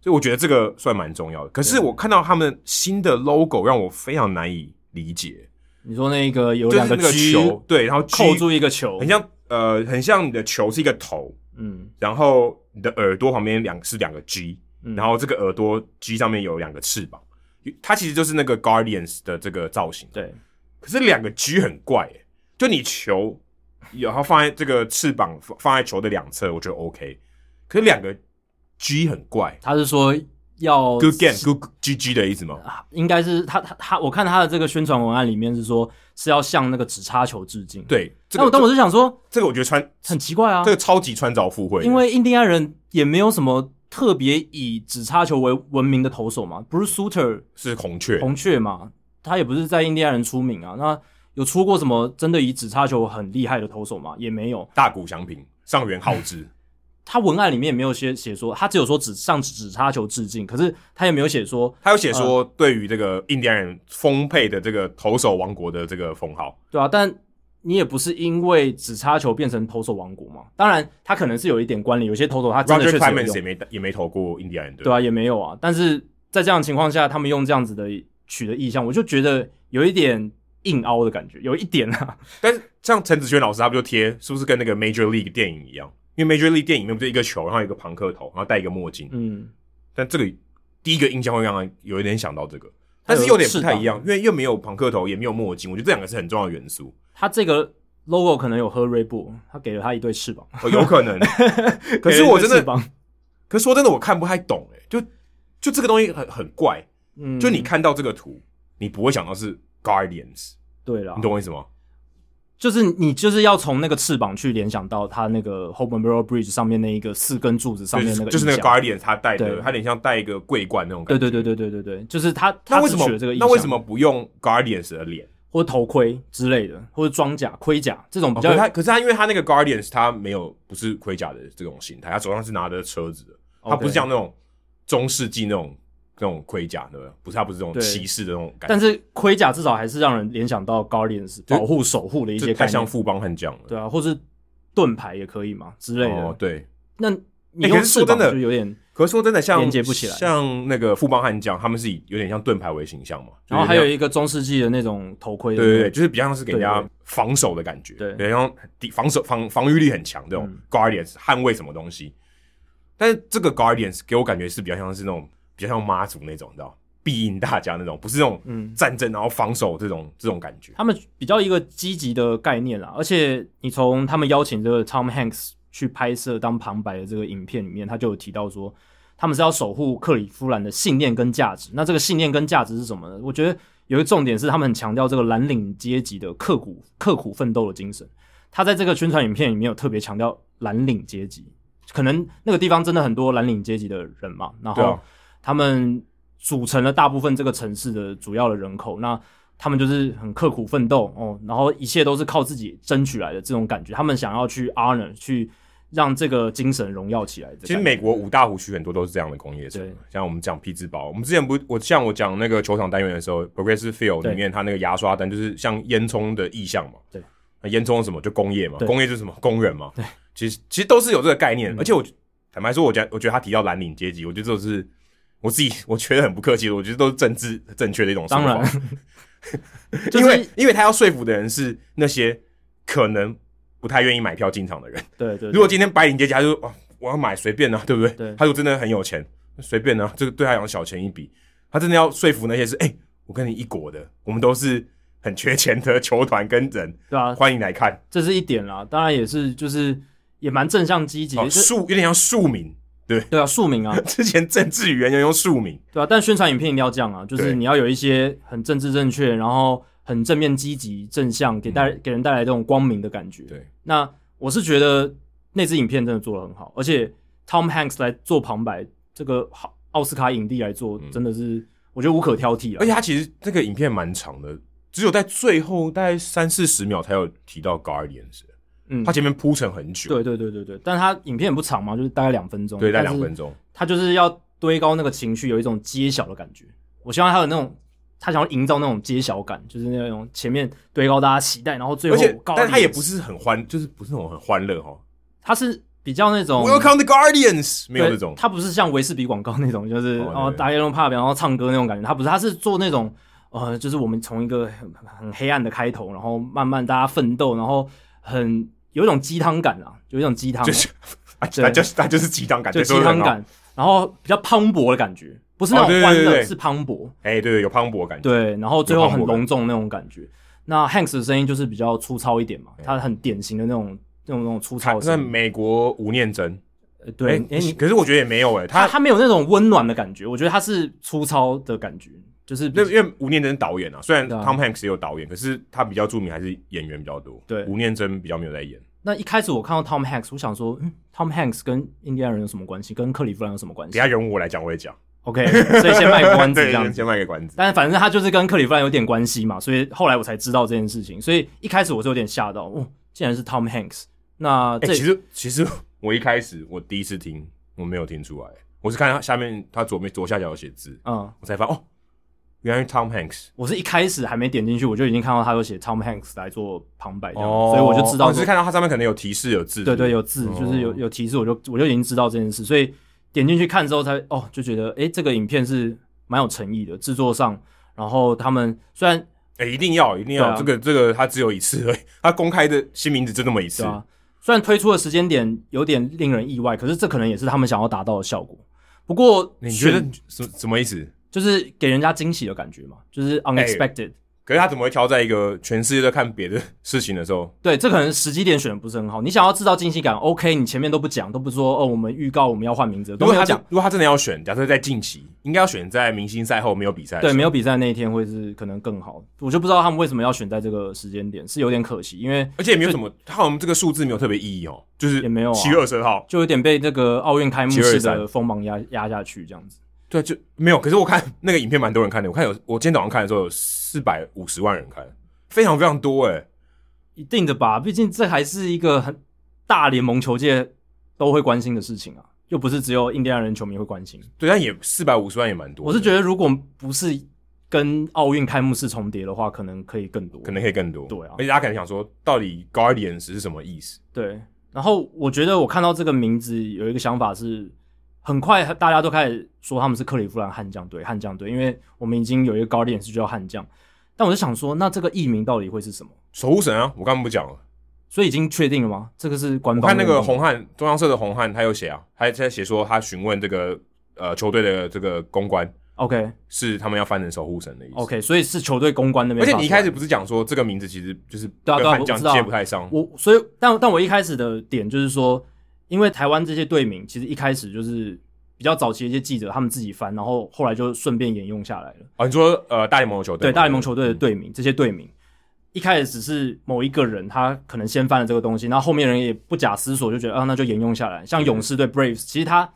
所以我觉得这个算蛮重要的。可是我看到他们新的 logo 让我非常难以理解，你说那个有就是两那个 G 球，对，然后 G, 扣住一个球很，像呃很像你的球是一个头，嗯，然后你的耳朵旁边两是两个 G，、嗯然后这个耳朵 G 上面有两个翅膀，它其实就是那个 Guardians 的这个造型。，对，可是两个 G 很怪、欸，就你球，然后放在这个翅膀放放在球的两侧，我觉得 OK，可是两个 G 很怪，哦他是说啊要 Good game, good GG 的意思吗？应该是他他他，我看他的这个宣传文案里面是说是要向那个直插球致敬。，对，这那我个但我就想说这个我觉得穿很奇怪啊这，个超级穿凿附会的，因为印第安人也没有什么特别以直插球为闻名的投手嘛，不是 Suter 是孔雀，红雀嘛，他也不是在印第安人出名啊。那有出过什么真的以直插球很厉害的投手吗？也没有。大谷翔平、上元浩之，他文案里面也没有写写说，他只有说只向直插球致敬，可是他也没有写说他有写说嗯对于这个印第安人丰沛的这个投手王国的这个封号，对啊，但你也不是因为只插球变成投手王国嘛？当然，他可能是有一点关联，有些投手他啊真的 Roger 确 c l e m e n 实 s 有也用，没也没投过印第安人队，对啊，也没有啊。但是在这样的情况下，他们用这样子的取的意象，我就觉得有一点硬凹的感觉，有一点啊。但是像陈子轩老师，他不就贴是不是跟那个 Major League 电影一样？因为 Major League 电影里面不就一个球，然后一个庞克头，然后戴一个墨镜。嗯，但这个第一个印象会让人有一点想到这个，它但有是有点不太翅膀一样，因为又没有庞克头，也没有墨镜。我觉得这两个是很重要的元素，他这个 logo 可能有喝 r e b 他给了他一对翅膀，哦、有可 *laughs* 能。 *laughs* 可给是了一我对真的翅膀，可是说真的，我看不太懂、欸，就就这个东西很很怪。嗯，就你看到这个图，你不会想到是 Guardians，对了你，懂我意思吗？就是你就是要从那个翅膀去联想到他那个 Hope Memorial Bridge 上面那一个四根柱子上面就那是个就是那意个象 Guardians，他戴的，对他有点像戴一个桂冠那种感觉。对对对对对对对，就是他那他为只什取么了这个意那象为什么不用 Guardians 的脸？或者头盔之类的，或者装甲、盔甲这种比哦、较可是他，可是他，因为他那个 Guardians 他没有不是盔甲的这种形态，他手上是拿着车子的，他 OK 不是像那种中世纪那种那种盔甲，对不对？不是，他不是这种对骑士的那种感觉，但是盔甲至少还是让人联想到 Guardians 就保护、守护的一这些太概像念，富邦悍将了。对啊，或是盾牌也可以嘛之类的。哦，对。那你欸用可是说翅膀真的就有点，可是说真的像，连接不起来像那个富邦悍将，他们是以有点像盾牌为形象嘛，然后还就有是一个中世纪的那种头盔的对那对种，对，就是比较像是给人对家对防守的感觉，对嗯比较像抵防守防防御力很强这种 Guardians 捍卫什么东西。但是这个 Guardians 给我感觉是比较像是那种比较像妈祖那种，你知道，庇应大家那种，不是那种嗯战争然后防守这种这种感觉。他们比较一个积极的概念啦。而且你从他们邀请这个 Tom Hanks 去拍摄当旁白的这个影片里面，他就有提到说，他们是要守护克里夫兰的信念跟价值。那这个信念跟价值是什么呢？我觉得有一个重点是，他们很强调这个蓝领阶级的刻苦刻苦奋斗的精神。他在这个宣传影片里面有特别强调蓝领阶级，可能那个地方真的很多蓝领阶级的人嘛，然对后啊他们组成了大部分这个城市的主要的人口，那他们就是很刻苦奋斗哦，然后一切都是靠自己争取来的这种感觉，他们想要去 honor 去让这个精神荣耀起来的感觉。其实美国五大湖区很多都是这样的工业对城，像我们讲匹兹堡，我们之前不我像我讲那个球场单元的时候，Progressive Field 对里面它那个牙刷单就是像烟囱的意象嘛，对，那烟囱是什么就工业嘛，对嗯工业就是什么工人嘛，对，其实其实都是有这个概念，而且我坦白说，我觉得我觉得他提到蓝领阶级，我觉得这是我自己 *laughs* 我觉得很不客气的，我觉得都是政治正确的一种说法，当然 *laughs* 就是因为因为他要说服的人是那些可能不太愿意买票进场的人。对对对如果今天白领阶级，他就哦，我要买随便啊，对不对？对他如果真的很有钱，随便啊，这个对他来讲小钱一笔。他真的要说服那些是，哎、我跟你一国的，我们都是很缺钱的球团跟人，对啊，欢迎来看。这是一点啦。当然也是就是也蛮正向积极，哦，就是庶有点像庶民， *laughs* 对啊，庶民啊，之前政治语言要用庶民，对啊，但宣传影片一定要这样啊，就是对你要有一些很政治正确，然后很正面积极正向，给带、给人带来这种光明的感觉。嗯对，那我是觉得那支影片真的做的很好，而且 Tom Hanks 来做旁白，这个好奥斯卡影帝来做，真的是、我觉得无可挑剔嗯而了。且他其实这个影片蛮长的，只有在最后大概三四十秒才有提到 Guardians，嗯他前面铺陈很久，对对对对对，但他影片也不长嘛，就是大概两分钟，对，在但两是分钟，他就是要堆高那个情绪，有一种揭晓的感觉。我希望他有那种，他想要营造那种揭晓感，就是那种前面堆高大家期待，然后最而后且高但他也不是，是很欢，就是不是那种很欢乐哈。他是比较那种 Welcome to Guardians，没有哦对那种。他不是像维士比广告那种，就是哦哦对打 yellow pub 然后唱歌那种感觉，他不是，他是做那种呃，就是我们从一个很很黑暗的开头，然后慢慢大家奋斗，然后很有一种鸡汤感啊，有一种鸡 *laughs* 汤，就是啊，对他就是他就是鸡汤感，就对鸡汤。感，然后比较磅礴的感觉，不是那哦种对对欢对乐，对是磅礴。哎、对对，有磅礴感觉。对，然后最后很磅礴感隆重那种感觉。那 Hanks 的声音就是比较粗糙一点嘛，他很典型的那种那种那种粗糙看的，那声音。美国吴念真，呃对，哎、哎、你可是我觉得也没有哎、他他他没有那种温暖的感觉，我觉得他是粗糙的感觉，就是那因为吴念真是导演啊，虽然对啊 Tom Hanks 也有导演，可是他比较著名还是演员比较多。对吴念真比较没有在演。那一开始我看到 Tom Hanks，我想说，嗯，Tom Hanks 跟印第安人有什么关系？跟克利夫兰有什么关底系下人物我来讲，我也讲。 ？OK，所以先卖 *laughs* 关子对这样子。先卖个关子。但反正他就是跟克利夫兰有点关系嘛，所以后来我才知道这件事情。所以一开始我是有点吓到，哦，竟然是 Tom Hanks。那哎、这、其实其实我一开始我第一次听，我没有听出来，我是看他下面他左面左下角有写字，嗯，我才发哦，原来是 Tom Hanks。我是一开始还没点进去，我就已经看到他有写 Tom Hanks 来做旁白这样，哦所以我就知道我只哦说是看到他上面可能有提示有字。对对，是不是有字，就是有哦有提示，我就我就已经知道这件事，所以点进去看之后才哦，就觉得诶，这个影片是蛮有诚意的，制作上，然后他们虽然哎、一定要一定要、对啊这个这个他只有一次而已，他公开的新名字就这么一次。对啊，虽然推出的时间点有点令人意外，可是这可能也是他们想要达到的效果。不过你觉得选什什么意思？就是给人家惊喜的感觉嘛，就是哎 unexpected、可是他怎么会挑在一个全世界都看别的事情的时候？对，这可能时机点选的不是很好。你想要制造惊喜感，OK，你前面都不讲，都不说哦，我们预告我们要换名字，如都果没有他讲。如果他真的要选，假设在近期，应该要选在明星赛后没有比赛。对，没有比赛那一天会是可能更好，我就不知道他们为什么要选在这个时间点，是有点可惜，因为而且也没有什么，他好像这个数字没有特别意义哦，就是也没有啊七月二十号，就有点被这个奥运开幕式的723锋芒压压下去这样子。对，就没有。可是我看那个影片蛮多人看的，我看有我今天早上看的时候有四百五十万人看，非常非常多哎、一定的吧，毕竟这还是一个很大联盟球界都会关心的事情啊，又不是只有印第安人球迷会关心。对，但也四百五十万也蛮多的，我是觉得如果不是跟奥运开幕式重叠的话，可能可以更多。可能可以更多，对啊而且大家可能想说，到底 Guardians 是什么意思？对。然后我觉得我看到这个名字有一个想法是，很快大家都开始说他们是克利夫兰悍将队，悍将队，因为我们已经有一个高点是叫悍将。但我就想说，那这个译名到底会是什么？守护神啊，我刚刚不讲了。所以已经确定了吗？这个是官我方看那认个定红汉中央社的红汉，他有写啊，他在写说他询问这个呃球队的这个公关，OK 是他们要翻成守护神的意思。 OK，所以是球队公关那而边发出且来的。你一开始不是讲说这个名字其实就是对啊跟对啊悍我将知道啊接不太上，我所以，但但我一开始的点就是说，因为台湾这些队名其实一开始就是比较早期的一些记者他们自己翻，然后后来就顺便沿用下来了。啊，你说呃大联盟的球队对吗，大联盟球队的嗯队名，这些队名一开始只是某一个人他可能先翻了这个东西，然后后面人也不假思索就觉得啊，那就沿用下来。像勇士队 Braves，其实他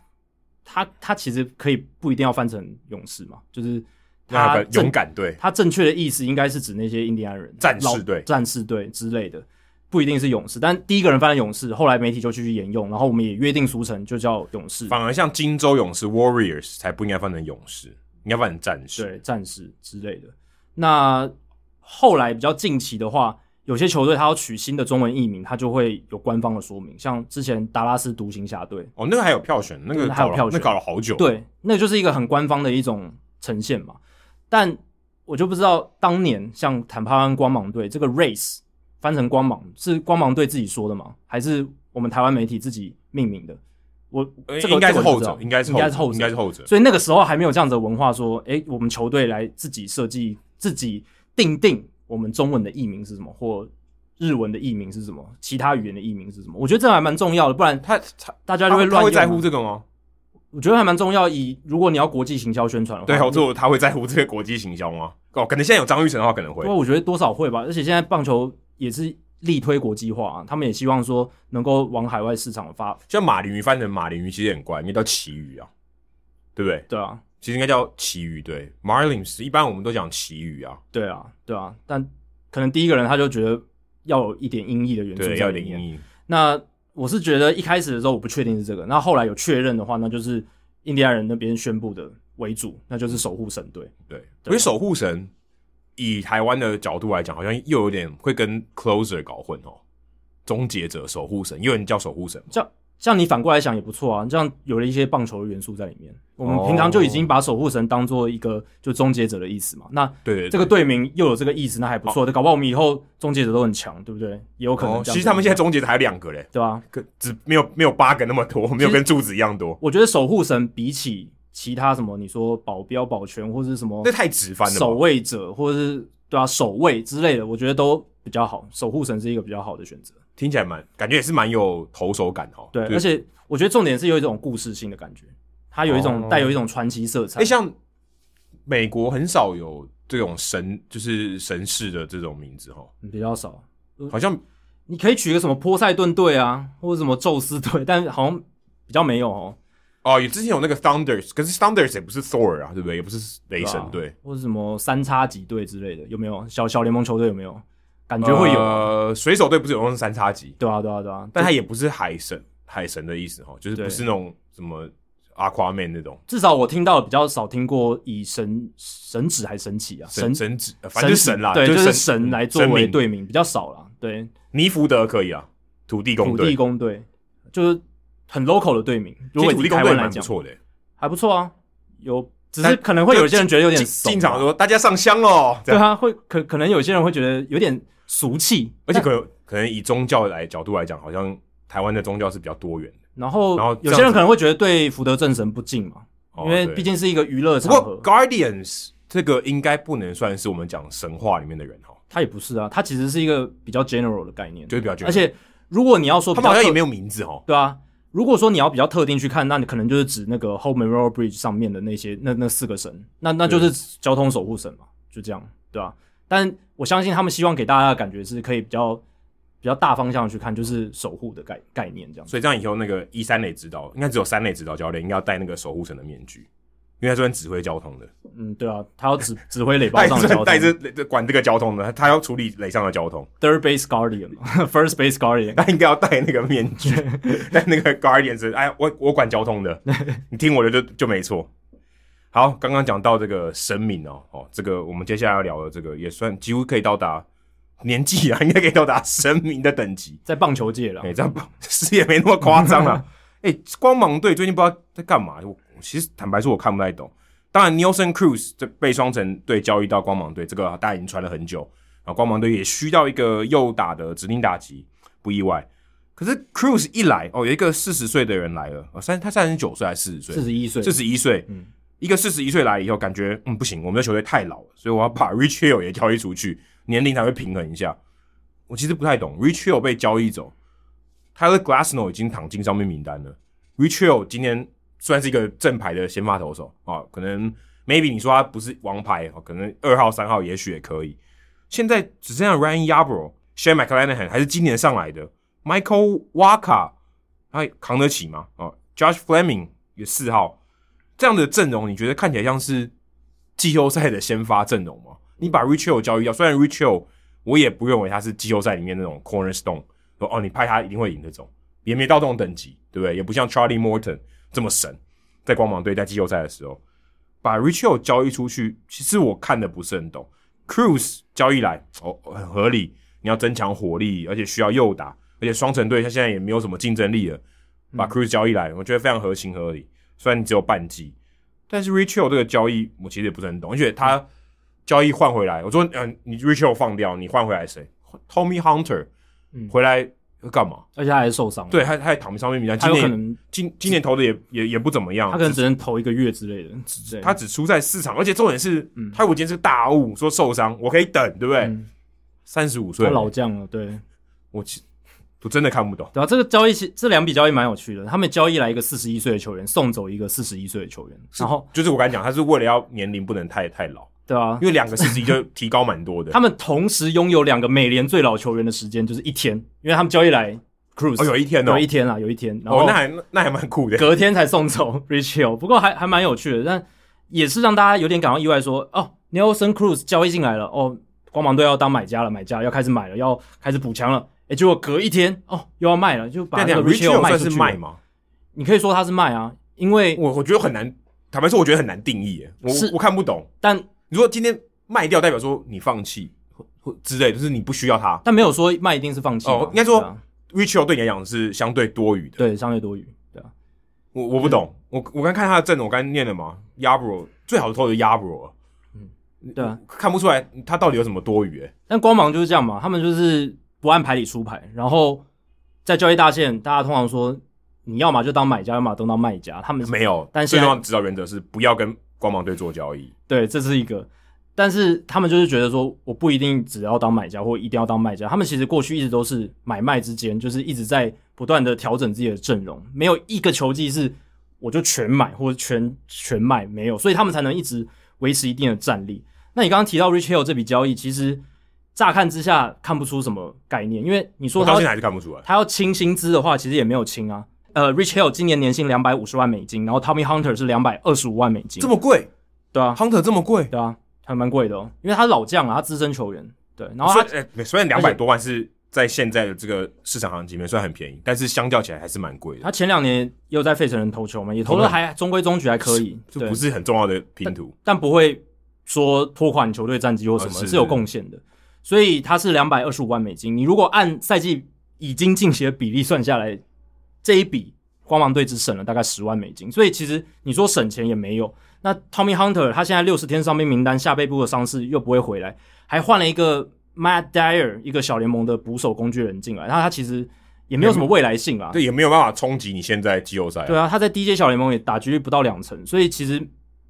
他他其实可以不一定要翻成勇士嘛，就是那他个正勇敢队，它正确的意思应该是指那些印第安人、战士老队战士队之类的，不一定是勇士。但第一个人翻了勇士，后来媒体就继续沿用，然后我们也约定俗成就叫勇士，反而像金州勇士 Warriors 才不应该翻成勇士，应该翻成战士。对战士之类的。那后来比较近期的话，有些球队它要取新的中文译名，它就会有官方的说明，像之前达拉斯独行侠队，哦，那个还有票选，那个对还有搞了票选那搞了好久。，对，那就是一个很官方的一种呈现嘛。但我就不知道当年像坦帕湾光芒队这个 race 翻成光芒是光芒队自己说的吗？还是我们台湾媒体自己命名的？我这个呃应该这是个我后不知道者，应该是应该是后应该者是。后者。所以那个时候还没有这样子的文化说，诶，我们球队来自己设计、自己定定我们中文的译名是什么，或日文的译名是什么，其他语言的译名是什么。我觉得这还蛮重要的，不然他他大家他就会会乱他会用啊在乎这个吗？我觉得还蛮重要。以如果你要国际行销宣传的话，对，好，这他会在乎这个国际行销吗？哦，可能现在有张玉成的话，可能会不过。我觉得多少会吧。而且现在棒球也是力推国际化、啊，他们也希望说能够往海外市场发，像马林鱼翻成马林鱼，其实也很怪，应该叫旗鱼啊，对不对？对啊，其实应该叫旗鱼，对。Marlins 一般我们都讲旗鱼啊，对啊，对啊。但可能第一个人他就觉得要有一点音译的元素对，在要有里点面。音译。那我是觉得一开始的时候我不确定是这个，那后来有确认的话，那就是印第安人那边宣布的为主，那就是守护神队。对，我觉得守护神以台湾的角度来讲，好像又有点会跟 closer 搞混哦，终结者、守护神，也有人叫守护神嘛。这样像你反过来想也不错啊，这样有了一些棒球的元素在里面。我们哦平常就已经把守护神当做一个就终结者的意思嘛，那对对对，这个队名又有这个意思，那还不错。搞不好我们以后终结者都很强，对不对？也有可能哦，这样子、其实他们现在终结者还有两个嘞，对吧？可只没有没有八个那么多，没有跟柱子一样多，我觉得守护神比起其他什么你说保镖、保全或是什么那太直翻了守吧。卫者，或者是对啊守卫之类的，我觉得都比较好。守护神是一个比较好的选择。听起来蛮感觉也是蛮有投手感哦。对，就是而且我觉得重点是有一种故事性的感觉，它有一种哦带有一种传奇色彩哎、。像美国很少有这种神，就是神士的这种名字哈，嗯比较少。好像你可以取个什么波塞顿队啊，或者什么宙斯队，但好像比较没有哦。哦，也之前有那个 Thunders，可是 Thunders 也不是 Thor 啊，对不对？也不是雷神吧队，或者什么三叉戟队之类的，有没有？小小联盟球队有没有？感觉会有，呃，水手队不是有用三叉戟，对啊，对啊，对啊。但但它也不是海神，海神的意思哈，就是对不是那种什么 Aquaman 那种至少我听到的比较少听过以神神指还神起啊，神神神指，呃反正就是指神啦，对，就是神神来作神为明。队名比较少啦。对，尼福德可以啊，土地公土地队，公队就是很 local 的队名，如其实果以土地公台队湾来蛮不讲，错的欸，还不错啊。有，只是但可能会有些人觉得有点进怂啊进场说大家上香喽，这对样，啊，会可可能有些人会觉得有点俗气，而且可能可能以宗教来角度来讲，好像台湾的宗教是比较多元的，然后然后这样有些人可能会觉得对福德正神不敬嘛，哦因为对毕竟是一个娱乐不场合过，Guardians 这个应该不能算是我们讲神话里面的人哦哈，它也不是啊，它其实是一个比较 general 的概念，就是比较觉而得且如果你要说他比们好较像也特没有名字哦哈。对啊，如果说你要比较特定去看，那你可能就是指那个 Home Memorial Bridge 上面的那些那那四个神，那那就是交通守护神嘛，就这样，对啊。但我相信他们希望给大家的感觉是可以比较比较大方向去看，就是守护的概概念这样子。所以这样以后那个一三类指导，应该只有三类指导教练应该要戴那个守护神的面具，因为他专门指挥交通的，嗯，对啊，他要指指挥垒包他上的交是通 *laughs* 带这这管这个交通的，他要处理垒上的交通， third base guardian 嘛 *laughs* first base guardian，他应该要戴那个面具，戴那个 Guardians，哎，我我管交通的，你听我的就就没错。好，刚刚讲到这个神明哦，哦，这个我们接下来要聊的这个也算几乎可以到达年纪啊，应该可以到达神明的等级。在棒球界了哎、，这样不 *laughs* 是也没那么夸张啦。哎、光芒队最近不知道在干嘛，我我其实坦白说，我看不太懂。当然，Nelson Cruz 这被双城队交易到光芒队，这个大家已经传了很久啊。光芒队也需要一个右打的指定打击，不意外。可是 Cruz 一来，哦，有一个四十岁的人来了，哦，三他三十九岁还是四十岁？四十一岁四，十一岁，嗯一个四十一岁来以后，感觉嗯不行，我们的球队太老了，所以我要把 Rich Hill 也交易出去，年龄才会平衡一下。我其实不太懂，Rich Hill 被交易走，Tyler Glasnow 已经躺进上面名单了。Rich Hill 今天算是一个正牌的先发投手啊，可能 maybe 你说他不是王牌，啊可能二号、三号也许也可以。现在只剩下 Ryan Yarbrough、Shane McClanahan 还是今年上来的 Michael Waka，他扛得起吗？啊，Josh Fleming 也四号。这样的阵容，你觉得看起来像是季后赛的先发阵容吗？你把 Richo 交易掉，虽然 Richo 我也不认为他是季后赛里面那种 cornerstone，说哦你派他一定会赢那种，也没到这种等级，对不对？也不像 Charlie Morton 这么神，在光芒队在季后赛的时候，把 Richo 交易出去，其实我看的不是很懂。Cruz 交易来哦很合理，你要增强火力，而且需要右打，而且双城队他现在也没有什么竞争力了，嗯把 Cruz 交易来，我觉得非常合情合理。虽然你只有半季，但是 Richo 这个交易我其实也不是很懂，而且他交易换回来，我说，嗯、你 Richo 放掉，你换回来谁？Tommy Hunter 嗯回来要干嘛？而且他还受伤，，对，他他也躺上面名单，他今有可年能今今年投的也也也不怎么样，他可能只能投一个月之类的，对他只出赛四场，而且重点是，他如果今天是个大物，说受伤，我可以等，对不对嗯？三十五岁他，老将了，对，我其我真的看不懂。对啊，这个交易其这两笔交易蛮有趣的，他们交易来一个四十一岁的球员，送走一个四十一岁的球员，然后就是我刚才讲，他是为了要年龄不能太太老，对啊因，为两个四十一就提高蛮多的。 *laughs* 他们同时拥有两个美联最老球员的时间，就是一天，因为他们交易来 Cruz，哦，有一天哦有，一天啊，有一天，然哦后，那还那那还蛮酷的。隔天才送走 Rich Hill，不过还还蛮有趣的，但也是让大家有点感到意外说，哦，Nelson Cruz 交易进来了，哦，光芒队要当买家了，买家要开始买了，要开始补强了，诶，结果隔一天哦又要卖了，就把但那讲个 Rich Rich Hill Hill 算卖是出去卖了。吗？你可以说他是卖啊，因为我我觉得很难，坦白说，我觉得很难定义耶。我是我看不懂。但如果今天卖掉，代表说你放弃或或之类，就是你不需要他。但没有说卖一定是放弃嘛哦应该说对啊 Rich Hill 对你来讲是相对多余的。对相对多余，对啊，我我不懂。我我刚看他的阵容，我刚念了嘛 y a b r o 最好的投的 y a b r o 对啊，看不出来他到底有什么多余耶。欸但光芒就是这样嘛，他们就是不按牌理出牌，然后在交易大线，大家通常说你要么就当买家，要么都当卖家，他们没有，但最现在重要的指导原则是不要跟光芒队做交易。对这是一个，但是他们就是觉得说，我不一定只要当买家或一定要当卖家，他们其实过去一直都是买卖之间，就是一直在不断的调整自己的阵容，没有一个球季是我就全买或者全全卖没有，所以他们才能一直维持一定的战力。那你刚刚提到 Rich Hill 这笔交易，其实乍看之下看不出什么概念，因为你说我他到要现在还是看不出来。他要清薪资的话，其实也没有清啊。呃，Rich Hill 今年年薪两百五十万美金，然后 Tommy Hunter 是两百二十五万美金这，么贵对啊， ，Hunter 这么贵，对啊，还蛮贵的哦，因为他是老将啊，他资深球员，对，然后虽他然哎虽然两百多万是在现在的这个市场行情里面算很便宜，但是相较起来还是蛮贵的，他前两年也有在费城人投球嘛，也投的还中规中矩，还可以，就对不，是很重要的拼图。但不会说拖垮你球队战绩或什么，啊是是有贡献的。所以他是两百二十五万美金，你如果按赛季已经进行的比例算下来，这一笔光芒队只省了大概十万美金，所以其实你说省钱也没有。那 Tommy Hunter 他现在六十天伤病名单，下背部的伤势又不会回来，还换了一个 Matt Dyer 一个小联盟的捕手工具人进来，那他其实也没有什么未来性啊啦，对，也没有办法冲击你现在季后赛、啊。对啊，他在 DJ 小联盟也打击率不到两成，所以其实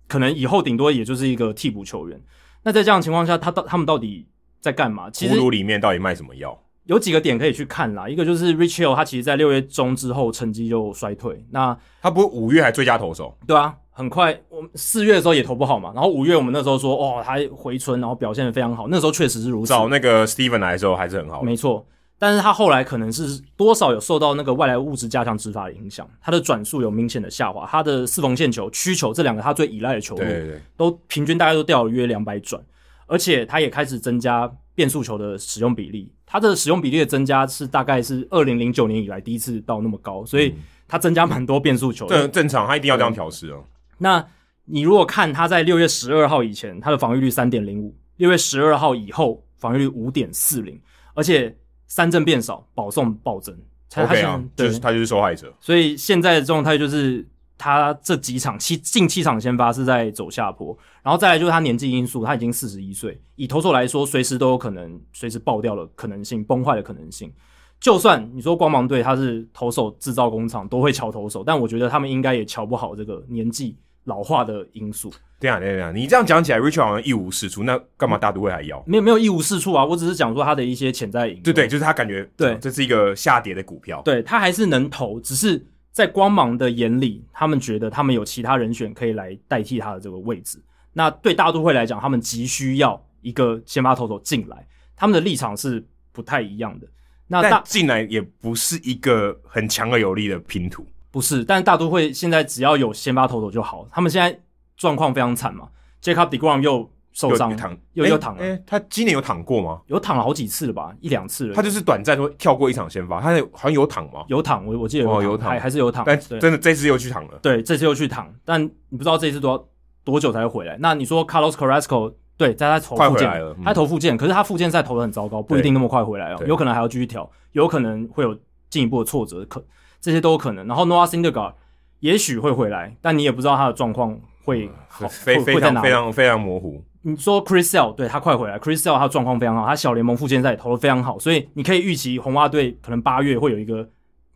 可能以后顶多也就是一个替补球员。那在这样的情况下，他到他们到底在干嘛？其葫实芦里面到底卖什么药？有几个点可以去看啦，一个就是 Rich Hill 他其实在六月中之后成绩就衰退，那他不是五月还最佳投手，对啊，很快我们四月的时候也投不好嘛，然后五月我们那时候说哦他回春，然后表现的非常好，那时候确实是如此，找那个 Steven 来的时候还是很好的。没错。但是他后来可能是多少有受到那个外来物质加强执法的影响，他的转速有明显的下滑，他的四缝线球、曲球这两个他最依赖的球路对对对，都平均大概都掉了约两百转，而且他也开始增加变速球的使用比例。他的使用比例的增加是大概是二零零九年以来第一次到那么高，所以他增加蛮多变速球这的。很正常，他一定要这样调试嗯哦。那你如果看他在六月十二号以前，他的防御率三点零五；六月十二号以后，防御率五点四零，而且三振变少，保送暴增。才他 OK 现啊在，对就是他就是受害者。所以现在的状态就是他这几场七近七场先发是在走下坡，然后再来就是他年纪因素，他已经四十一岁，以投手来说，随时都有可能随时爆掉的可能性，崩坏的可能性。就算你说光芒队他是投手制造工厂，都会瞧投手，但我觉得他们应该也瞧不好这个年纪老化的因素。对啊，对啊，你这样讲起来，Richard 好像一无是处，那干嘛大都会还要？没有没有一无是处啊，我只是讲说他的一些潜在影。对对，就是他感觉对这是一个下跌的股票。对他还是能投，只是在光芒的眼里，他们觉得他们有其他人选可以来代替他的这个位置。那对大都会来讲，他们急需要一个先发投手进来，他们的立场是不太一样的。那但大进来也不是一个很强而有力的拼图。不是，但大都会现在只要有先发投手就好，他们现在状况非常惨嘛。Jacob Degrom 又受伤又躺，又诶又躺了诶他今年有躺过吗？有躺了好几次了吧，一两次了。他就是短暂说跳过一场先发，他有好像有躺吗？有躺，我我记得有哦有躺还还是有躺，但对真的这次又去躺了。对，这次又去躺，但你不知道这次多多久才会回来。那你说 Carlos Carrasco 对，在他投快附回件来了嗯他投附件，可是他附件赛投的很糟糕，不一定那么快回来哦，对有可能还要继续调，有可能会有进一步的挫折，可这些都有可能。然后 Noah Syndergaard 也许会回来，但你也不知道他的状况嗯会好，非会非会在常哪非里。常非常模糊，你说 Chris Sale 对他快回来，Chris Sale 他状况非常好，他小联盟附件赛也投的非常好，所以你可以预期红袜队可能八月会有一个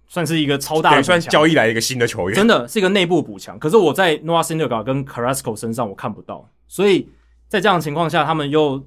算是一个超大对，的算补强交易来一个新的球员，真的是一个内部补强。可是我在 Noah s i n d e r g a 跟 Carrasco 身上我看不到，所以在这样的情况下，他们又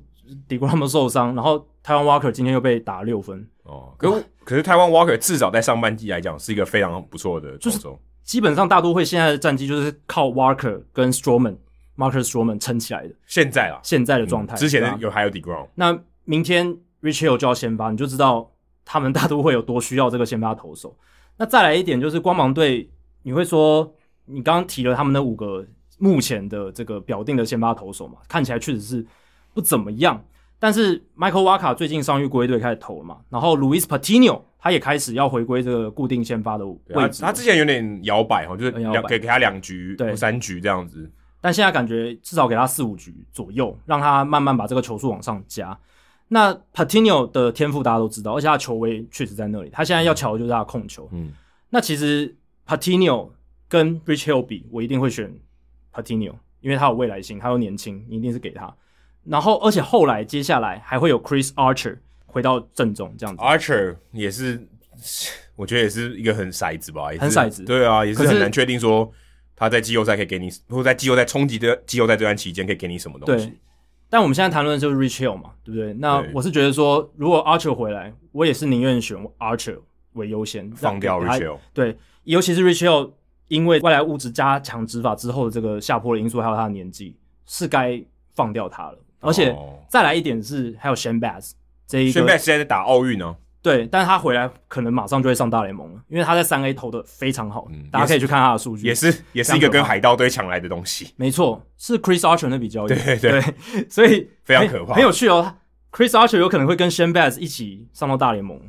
d e g r a m 受伤，然后 t y w a n Walker 今天又被打六分，哦，可是 *laughs* 可是台湾 Walker 至少在上半季来讲是一个非常不错的投手，基本上大都会现在的战绩就是靠 Walker 跟 Stroman、Marcus Stroman 撑起来的现在啦，现在的状态。嗯之前对啊的有还有 Degrom，那明天 Rich Hill 就要先发，你就知道他们大都会有多需要这个先发投手。 *laughs* 那再来一点就是光芒队，你会说你刚刚提了他们那五个目前的这个表定的先发投手嘛，看起来确实是不怎么样。但是 Michael Waka 最近伤愈归队开始投了嘛，然后 Luis Patino 他也开始要回归这个固定先发的对啊他位置了，他之前有点摇摆哈，就是很摇两摆给给他两局对三局这样子，但现在感觉至少给他四五局左右，让他慢慢把这个球数往上加。那 Patino 的天赋大家都知道，而且他的球威确实在那里。他现在要瞧的就是他的控球。嗯，那其实 Patino 跟 Rich Hill 比，我一定会选 Patino，因为他有未来性，他又年轻，你一定是给他。然后，而且后来接下来还会有 Chris Archer 回到正中这样子。 Archer 也是，我觉得也是一个很骰子吧，也是很骰子对啊，也是可很是难确定说他在季后赛可以给你，或者在季后赛冲击的季后赛这段期间可以给你什么东对西。但我们现在谈论的就是 Rich Hill 嘛，对不对？那对我是觉得说，如果 Archer 回来，我也是宁愿选 Archer 为优先，放掉让 Richel，对，尤其是 Rich Hill，因为外来物质加强执法之后的这个下坡的因素，还有他的年纪，是该放掉他了。而且、哦再来一点是，还有 Shane Bass 这一现在个，嗯现在在打奥运啊呢，对，但是他回来可能马上就会上大联盟了，因为他在三 A 投的非常好，嗯大家可以去看他的数据。也是也是一个跟海盗队抢来的东西，没错，是 Chris Archer 那笔交易，对对所以非常很可怕很有趣哦。Chris Archer 有可能会跟 Shane Bass 一起上到大联盟，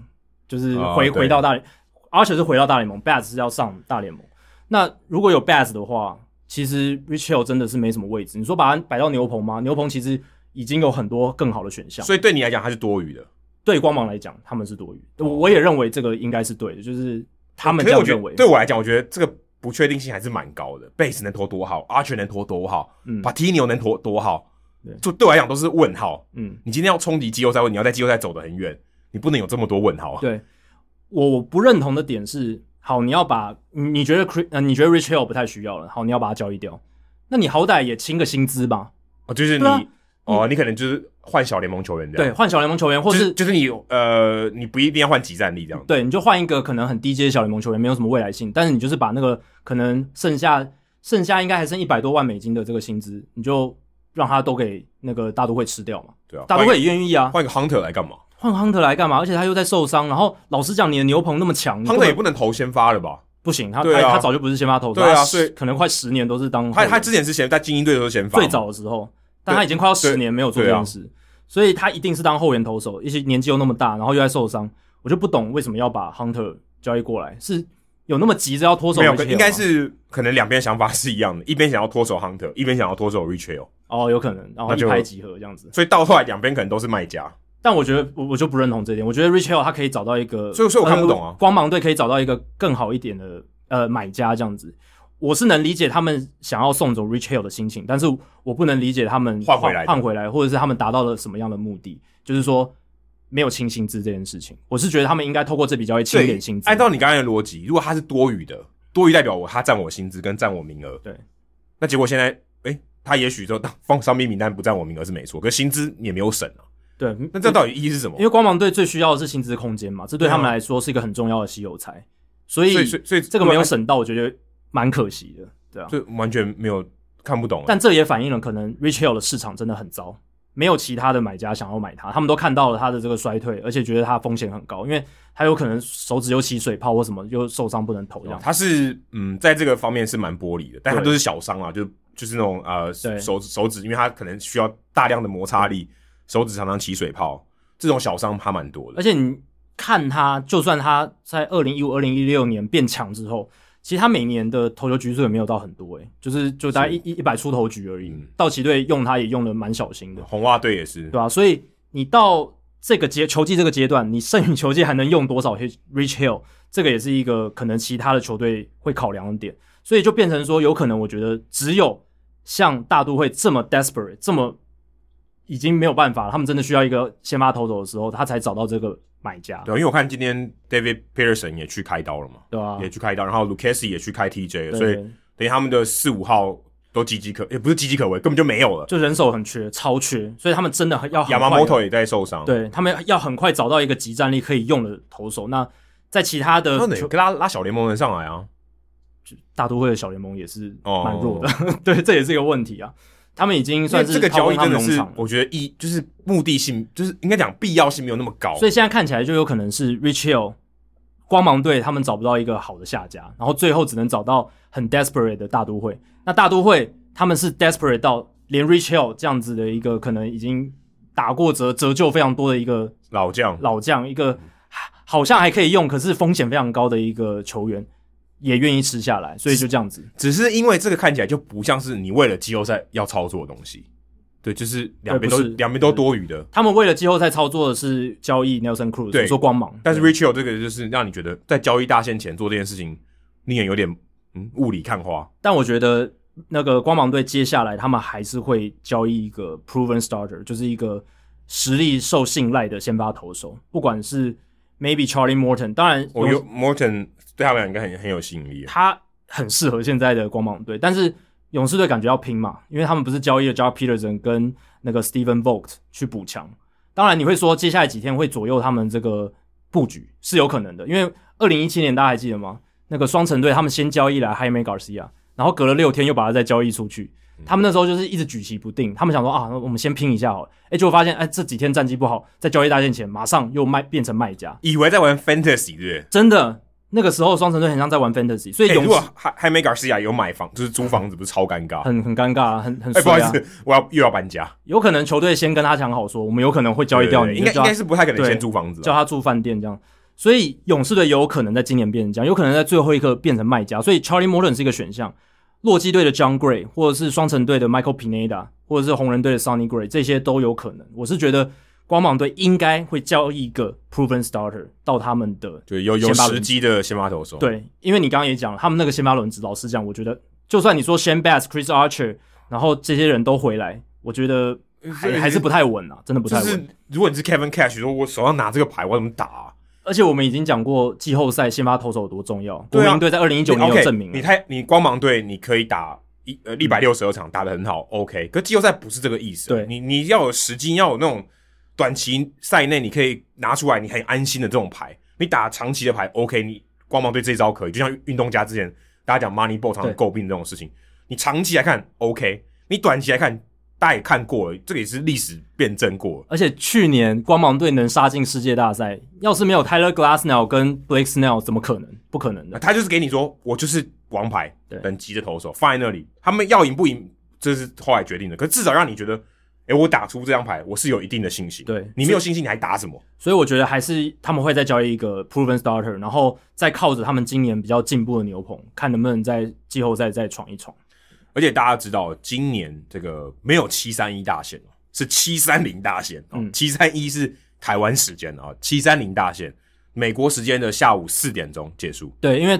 就是啊回、对回到大联，Archer 是回到大联盟，Bass 是要上大联盟。那如果有 Bass 的话，其实 Rich Hill 真的是没什么位置。你说把它摆到牛棚吗？牛棚其实已经有很多更好的选项。所以对你来讲它是多余的。对光芒来讲，他们是多余。我我也认为这个应该是对的，就是他们可这是样我觉认为得。对我来讲，我觉得这个不确定性还是蛮高的。贝斯能投多好，Archer 能投多好嗯，Patino E 能投多好对，就对我来讲都是问号。嗯，你今天要冲击季后赛，你要在季后赛走得很远，你不能有这么多问号啊。对，我我不认同的点是，好，你要把你你觉得 Chris，呃，你觉得 Rich Hill 不太需要了，好，你要把它交易掉，那你好歹也清个薪资吧，哦，就是你对啊哦，你可能就是换小联盟球员这对，样，换小联盟球员，或、啊就是嗯是就是你呃，你不一定要换集战力这样。对，你就换一个可能很低阶的小联盟球员，没有什么未来性，但是你就是把那个可能剩下剩下应该还剩一百多万美金的这个薪资，你就让他都给那个大都会吃掉嘛，对啊，大都换会一也愿意啊个，换一个 Hunter 来干嘛换 Hunter 来干嘛？而且他又在受伤，然后老实讲，你的牛棚那么强你根？Hunter 也本不能投先发了吧？不行，他、对啊他他早就不是先发投手，对啊他所以可能快十年都是当他后他援之前是先在精英队的时候先发嘛，最早的时候，但他已经快要十年没有做这啊件事，所以他一定是当后援投手，一些年纪又那么大，然后又在受伤，我就不懂为什么要把 Hunter 交易过来，是有那么急着要脱手没有， Rich Hill 吗应该是可能两边想法是一样的，一边想要脱手 Hunter，一边想要脱手 Richel，哦，有可能，然后那一就拍即合这样子。所以到后来两边可能都是卖家。但我觉得我我就不认同这一点，我觉得 Rich Hill 他可以找到一个，所以所以我看不懂啊呃光芒队可以找到一个更好一点的呃买家这样子。我是能理解他们想要送走 Rich Hill 的心情，但是我不能理解他们换回来的换回来，或者是他们达到了什么样的目的，就是说没有清薪资这件事情。我是觉得他们应该透过这笔交易清一点薪资。按照你刚才的逻辑，如果他是多余的，多余代表我他占我薪资跟占我名额。对，那结果现在，诶、他也许就当放伤病名单不占我名额是没错，可是薪资也没有省啊。对，那这到底意义是什么因？为光芒队最需要的是薪资空间嘛，这对对啊他们来说是一个很重要的稀有财，所以所以所以所以啊这个没有省到，我觉得蛮可惜的。对啊，就完全没有看不懂、啊。但这也反映了可能 Rich Hill 的市场真的很糟，没有其他的买家想要买它，他们都看到了它的这个衰退，而且觉得它风险很高，因为它有可能手指又起水泡或什么，又受伤不能投这样。他是嗯，在这个方面是蛮玻璃的，但他啊对都是小伤啊，就是就是那种呃对手手指，因为他可能需要大量的摩擦力，手指常常起水泡，这种小伤他蛮多的而。且你看它，就算它在二零一五、二零一六年变强之后，其实它每年的投球局数也没有到很多、欸，就是就大概一一一百出头局而已嗯。道奇队用它也用的蛮小心的，红袜队也是对，啊吧、所以你到这个阶球季这个阶段，你剩余球季还能用多少 Hitch- Rich Hill，这个也是一个可能其他的球队会考量的点，所以就变成说，有可能我觉得只有像大都会这么 desperate，这么已经没有办法了，他们真的需要一个先发投手的时候，他才找到这个买家，对，因为我看今天 David Peterson 也去开刀了嘛，对吧、也去开刀，然后 Lucas 也去开 TJ 了，啊对所以对等于他们的四五号都岌岌可，也不是岌岌可危，根本就没有了。就人手很缺，超缺，所以他们真的很要很亚麻快 m o 地 t o 也在受伤，，对他们要很快找到一个集战力可以用的投手，那在其他的那等球于拉拉小联盟人上来啊，大都会的小联盟也是哦蛮弱的， *laughs* 对，这也是一个问题啊。他们已经所以算是这个掏交空易他真们的农是场了，我觉得意就是目的性，就是应该讲必要性没有那么高，所以现在看起来就有可能是 Rich Hill 光芒队他们找不到一个好的下家，然后最后只能找到很 desperate 的大都会。那大都会他们是 desperate 到连 Rich Hill 这样子的一个可能已经打过折折旧非常多的一个老将老将，一个好像还可以用，可是风险非常高的一个球员，也愿意吃下来，所以就这样子。只是因为这个看起来就不像是你为了季后赛要操作的东西，对，就是两边都对不是两边都多余的。他们为了季后赛操作的是交易 Nelson Cruz，对你说光芒，但是 Richel 这个就是让你觉得在交易大限前做这件事情，令人有点嗯雾里看花。但我觉得那个光芒队接下来他们还是会交易一个 proven starter，就是一个实力受信赖的先发投手，不管是 maybe Charlie Morton，当然我有 Morton 对他们俩应该很很有吸引力啊。他很适合现在的光芒队，但是勇士队感觉要拼嘛，因为他们不是交易了 Josh Peterson 跟那个 Steven Vogt 去补强。当然，你会说接下来几天会左右他们这个布局是有可能的，因为二零一七年大家还记得吗？那个双城队他们先交易来 Jaime Garcia，然后隔了六天又把他再交易出去。嗯他们那时候就是一直举棋不定，他们想说啊，那我们先拼一下好了。哎、结果发现哎、这几天战绩不好，在交易大限前马上又卖变成卖家，以为在玩 fantasy 对不对？真的。那个时候双城队很像在玩 fantasy，所以哎、哎勇如士、果还还没 Garcia 有买房，就是租房子，不是超尴尬？很很尴尬、啊，很很、哎、衰不好意啊思，我要又要搬家，有可能球队先跟他讲好说，我们有可能会交易掉对你，应该就叫应他该是不太可能对先租房子叫啊。他住饭店这样。所以勇士队有可能在今年变成这样，有可能在最后一刻变成卖家。所以 Charlie Morton 是一个选项，洛基队的 John Gray，或者是双城队的 Michael Pineda，或者是红人队的 Sonny Gray，这些都有可能。我是觉得光芒队应该会交易一个 proven starter 到他们的就有有先发轮时机的先发投手，，对，因为你刚刚也讲了，他们那个先发轮值，老实讲，我觉得就算你说 Shane Bass、Chris Archer，然后这些人都回来，我觉得还是还是不太稳啊，真的不就太稳。是如果你是 Kevin Cash，你说我手上拿这个牌，我要怎么打、啊？而且我们已经讲过季后赛先发投手有多重要，对国啊民队在二零一九年 o 有 k 证明你了。嗯太你光芒队你可以打一呃一百六十二场打得很好，OK。可季后赛不是这个意思，对你你要有时机，要有那种短期赛内你可以拿出来，你很安心的这种牌。你打长期的牌，OK，你光芒队这一招可以，就像运动家之前大家讲 Money Ball 常对常诟病这种事情，你长期来看 OK，你短期来看大家也看过了，这个也是历史辩证过了。而且去年光芒队能杀进世界大赛，要是没有 Tyler Glassnell 跟 Blake Snell，怎么可能？不可能的。他就是给你说，我就是王牌对，等级的投手放在那里，他们要赢不赢，这是后来决定的。可是至少让你觉得，诶、我打出这张牌，我是有一定的信心。对你没有信心，你还打什么？所以我觉得还是他们会再交易一个 proven starter，然后再靠着他们今年比较进步的牛棚，看能不能在季后赛再闯一闯。而且大家知道，今年这个没有七三一大限哦，是七三零大限。哦嗯七三一是台湾时间啊，七三零大限，美国时间的下午四点钟结束。对，因为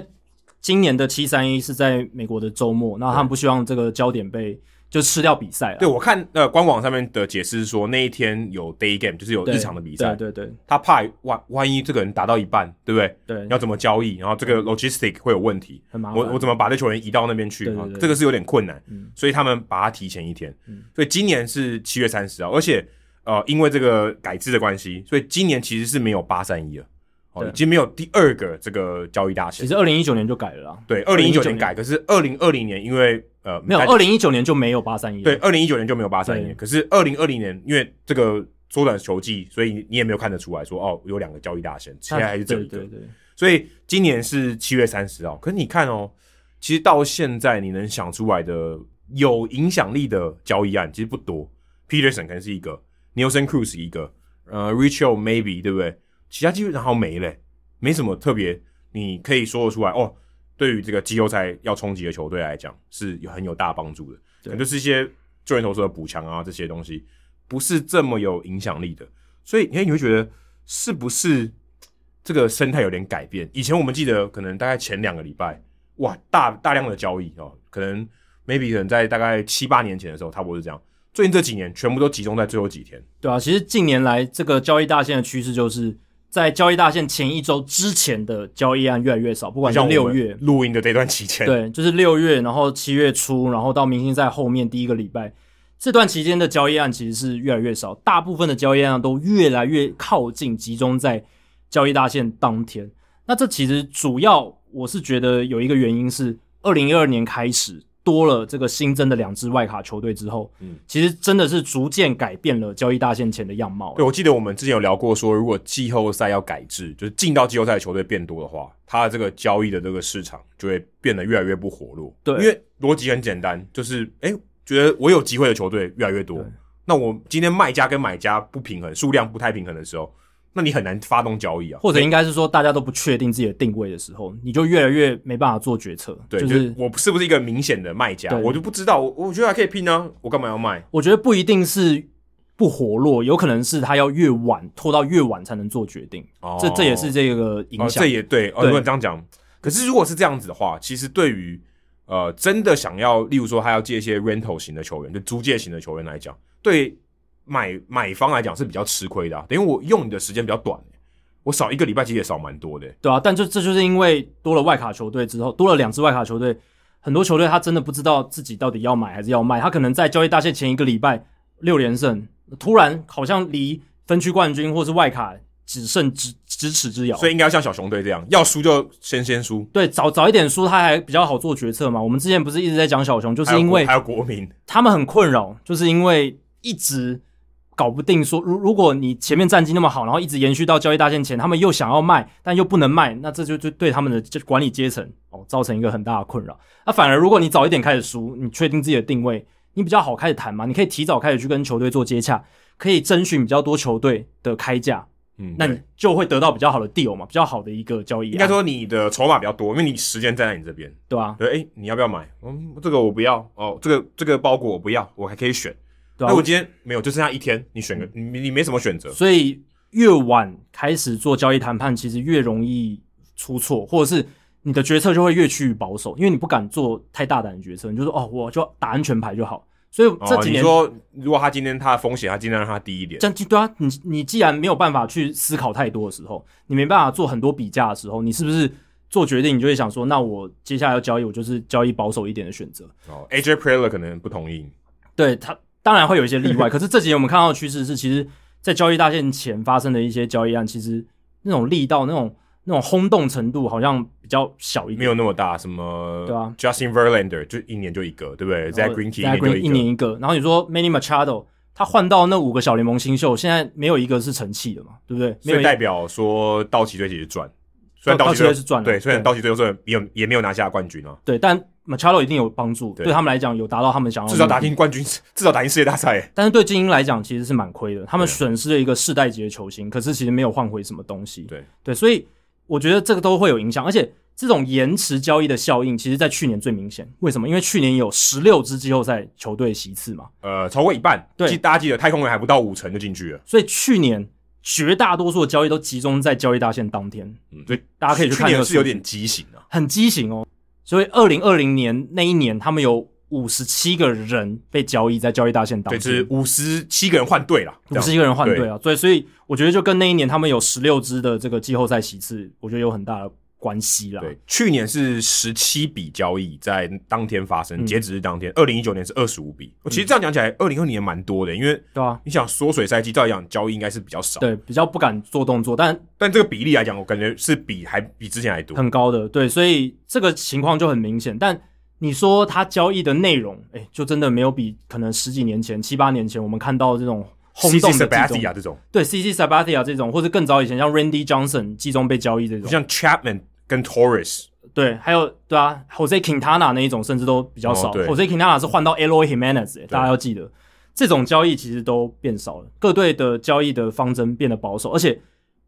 今年的七三一是在美国的周末，那他们不希望这个焦点被就吃掉比赛了。对我看呃官网上面的解释是说，那一天有 day game，就是有对，一场的比赛，对对他怕万万一这个人打到一半，对不对？对对，要怎么交易，然后这个 logistic 会有问题，很嗯麻烦。我我怎么把这球员移到那边去对对啊对这个是有点困难，嗯所以他们把它提前一天。嗯所以今年是七月三十号，而且呃，因为这个改制的关系，所以今年其实是没有八三一了，哦，对已经没有第二个这个交易大其限。实二零一九年就改了啦，对，二零一九2019年改，可是二零二零年因为呃没有大家二零一九年就没有八三一。对，二零一九年就没有八三对一，可是二零二零年因为这个缩短球季，所以你也没有看得出来说哦有两个交易大限，那，现在还是只有一个对。对对，所以今年是七月三十号，可是你看哦，其实到现在你能想出来的有影响力的交易案其实不多，Peterson 可能是一个，Nelson Cruz 一个，呃，Richel maybe 对不对？其他基本上好像没嘞、没什么特别，你可以说得出来哦。对于这个季后赛要冲击的球队来讲，是有很有大帮助的，可对能就是一些救援投手的补强啊这些东西，不是这么有影响力的。所以你看，你会觉得是不是这个生态有点改变？以前我们记得，可能大概前两个礼拜，哇，大大量的交易哦，可能 maybe 可能在大概七八年前的时候，差不多是这样。最近这几年，全部都集中在最后几天。对啊，其实近年来这个交易大限的趋势就是。在交易大限前一周之前的交易案越来越少，不管是像我六们月，录音的这段期间，对，就是六月，然后七月初，然后到明星赛后面第一个礼拜，这段期间的交易案其实是越来越少，大部分的交易案都越来越靠近，集中在交易大限当天。那这其实主要我是觉得有一个原因是，二零一二年开始多了这个新增的两支外卡球队之后，嗯嗯，其实真的是逐渐改变了交易大限前的样貌了。对，我记得我们之前有聊过说，如果季后赛要改制，就是进到季后赛的球队变多的话，它的这个交易的这个市场就会变得越来越不活络。对因为逻辑很简单，就是哎、诶觉得我有机会的球队越来越多对，那我今天卖家跟买家不平衡，数量不太平衡的时候，那你很难发动交易啊。或者应该是说，大家都不确定自己的定位的时候，你就越来越没办法做决策。对，就就是是我是不是一个明显的卖家，对我就不知道，我我觉得还可以拼啊，我干嘛要卖？我觉得不一定是不活络，有可能是他要越晚拖到越晚才能做决定，哦这这也是这个影哦，响。这也对。哦，对如果你这样讲，可是如果是这样子的话，其实对于呃真的想要，例如说他要借一些 rental 型的球员，就租借型的球员来讲，对买买方来讲是比较吃亏的、啊，等于我用你的时间比较短、欸我少一个礼拜其实也少蛮多的、欸对啊，但就这就是因为多了外卡球队之后，多了两支外卡球队，很多球队他真的不知道自己到底要买还是要卖，他可能在交易大限前一个礼拜六连胜，突然好像离分区冠军或是外卡只剩咫咫尺之遥。所以应该要像小熊队这样，要输就先先输，对，早早一点输，他还比较好做决策嘛。我们之前不是一直在讲小熊，就还是有因国为还有国民，他们很困扰，就是因为一直搞不定说，如如果你前面战绩那么好，然后一直延续到交易大限前，他们又想要卖，但又不能卖，那这就就对他们的这管理阶层哦造成一个很大的困扰。那反而如果你早一点开始输，你确定自己的定位，你比较好开始谈嘛，你可以提早开始去跟球队做接洽，可以征询比较多球队的开价，嗯，那对你就会得到比较好的 deal 嘛，比较好的一个交易案，应该说你的筹码比较多，因为你时间站在你这边。对啊，对，哎、你要不要买？嗯，这个我不要哦，这个这个包裹我不要，我还可以选。对啊嗯那我今天没有，就剩下一天，你选个你你没什么选择。所以越晚开始做交易谈判，其实越容易出错，或者是你的决策就会越趋于保守，因为你不敢做太大胆的决策，你就说哦，我就打安全牌就好。所以这哦，几你年，说如果他今天他的风险，他尽量让他低一点这。样对啊，你你既然没有办法去思考太多的时候，你没办法做很多比价的时候，你是不是做决定，你就会想说，那我接下来要交易，我就是交易保守一点的选择。哦，AJ Preller 可能不同意。对他当然会有一些例 *laughs* 外，可是这几年我们看到的趋势是，其实，在交易大限前发生的一些交易案，其实那种力道、那种那种轰动程度好像比较小一点，没有那么大，什么对啊，Justin Verlander 就一年就一个，对不对然？Zach 后 Greinke 一 Zach 年就 Greinke 一年一个，一个，然后你说 Manny Machado，他换到那五个小联盟新秀，现在没有一个是成器的嘛，对不对？没所有以一代表说道奇队其实赚，虽然道道奇队是赚了对，虽然对道奇队虽然也有也没有拿下冠军啊，对，但 Machado 一定有帮助，对对他们来讲有达到他们想要的至少打目的进冠军， *laughs* 至少打进世界大赛。但是对精英来讲，其实是蛮亏的。他们对啊损失了一个世代级的球星，可是其实没有换回什么东西。对对，所以我觉得这个都会有影响。而且这种延迟交易的效应，其实在去年最明显。为什么？因为去年有十六支季后赛球队席次嘛，呃，超过一半，对记大家记得太空人还不到五成就进去了，所以去年绝大多数的交易都集中在交易大限当天，嗯，所以大家可以去看去那年个是有数据点畸形啊，很畸形哦。所以二零二零年那一年，他们有五十七个人被交易在交易大限当对，天，就是五十七个人换队啦，五这十样一个人换队啊，所以所以我觉得就跟那一年他们有十六支的这个季后赛席次，我觉得有很大的关系啦。对，去年是十七笔交易在当天发生，嗯截止日当天，二零一九年是二十五笔。我其实这样讲起来，二零二年蛮多的，因为对啊，你想缩水赛季，照理讲交易应该是比较少，对，比较不敢做动作，但但这个比例来讲，我感觉是比还比之前还多。很高的，对，所以这个情况就很明显。但你说他交易的内容，哎、就真的没有比可能十几年前、七八年前我们看到这种轰 C C 动 s 的 a b a 集 t i 中， a 这种，对 C C Sabathia 这种，或者更早以前像 Randy Johnson 集中被交易这不种，像 Chapman 跟 Torres，对，还有对啊，Jose Quintana 那一种甚至都比较少。哦对 Jose Quintana 是换到 Eloy Jimenez，欸、大家要记得，这种交易其实都变少了，各队的交易的方针变得保守，而且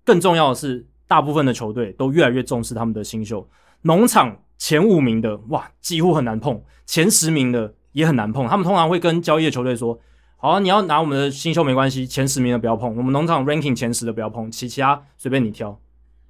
更重要的是，大部分的球队都越来越重视他们的新秀。农场前五名的哇，几乎很难碰；前十名的也很难碰。他们通常会跟交易的球队说：“好、啊，你要拿我们的新秀没关系，前十名的不要碰，我们农场 ranking 前十的不要碰，其其他随便你挑。”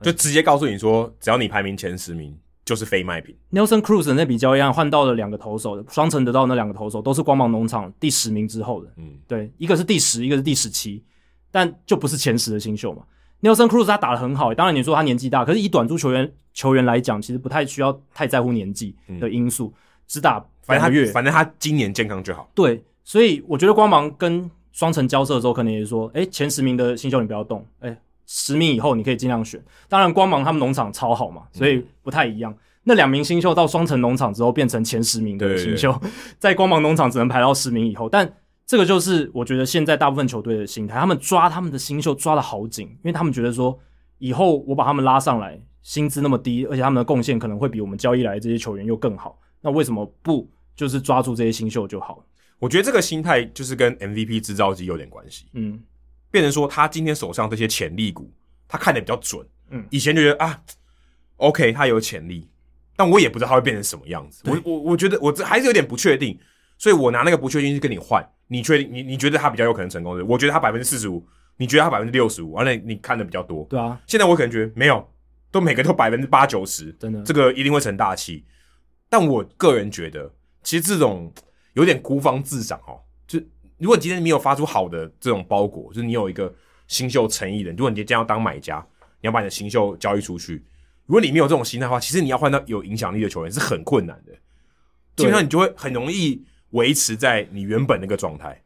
就直接告诉你说，只要你排名前十名，就是非卖品。 Nelson Cruz 的那笔交易案换到了两个投手，双城得到那两个投手都是光芒农场第十名之后的，嗯，对，一个是第十，一个是第十七，但就不是前十的新秀嘛。Nelson Cruz 他打得很好，当然你说他年纪大，可是以短租球员球员来讲，其实不太需要太在乎年纪的因素，只打嗯反两个正月他，反正他今年健康就好。对，所以我觉得光芒跟双城交涉的时候，可能也是说，哎，前十名的新秀你不要动，哎，十名以后你可以尽量选。当然，光芒他们农场超好嘛，所以不太一样。那两名新秀到双城农场之后，变成前十名的对对新秀， *laughs* 在光芒农场只能排到十名以后。但这个就是我觉得现在大部分球队的心态，他们抓他们的新秀抓的好紧，因为他们觉得说，以后我把他们拉上来，薪资那么低，而且他们的贡献可能会比我们交易来的这些球员又更好，那为什么不就是抓住这些新秀就好了？我觉得这个心态就是跟 MVP 制造机有点关系，嗯，变成说他今天手上这些潜力股，他看得比较准。嗯以前就觉得啊，OK，他有潜力，但我也不知道他会变成什么样子。我我我觉得我这还是有点不确定，所以我拿那个不确定去跟你换。你确定你你觉得他比较有可能成功的？我觉得他百分之四十五，你觉得他百分之六十五，而且你看的比较多。对啊，现在我可能觉得没有，都每个都百分之八九十，真的这个一定会成大器。但我个人觉得，其实这种有点孤芳自赏哦。就如果今天你有发出好的这种包裹，就是你有一个新秀诚意的，如果你今天要当买家，你要把你的新秀交易出去，如果你没有这种心态的话，其实你要换到有影响力的球员是很困难的。基本上你就会很容易维持在你原本那个状态。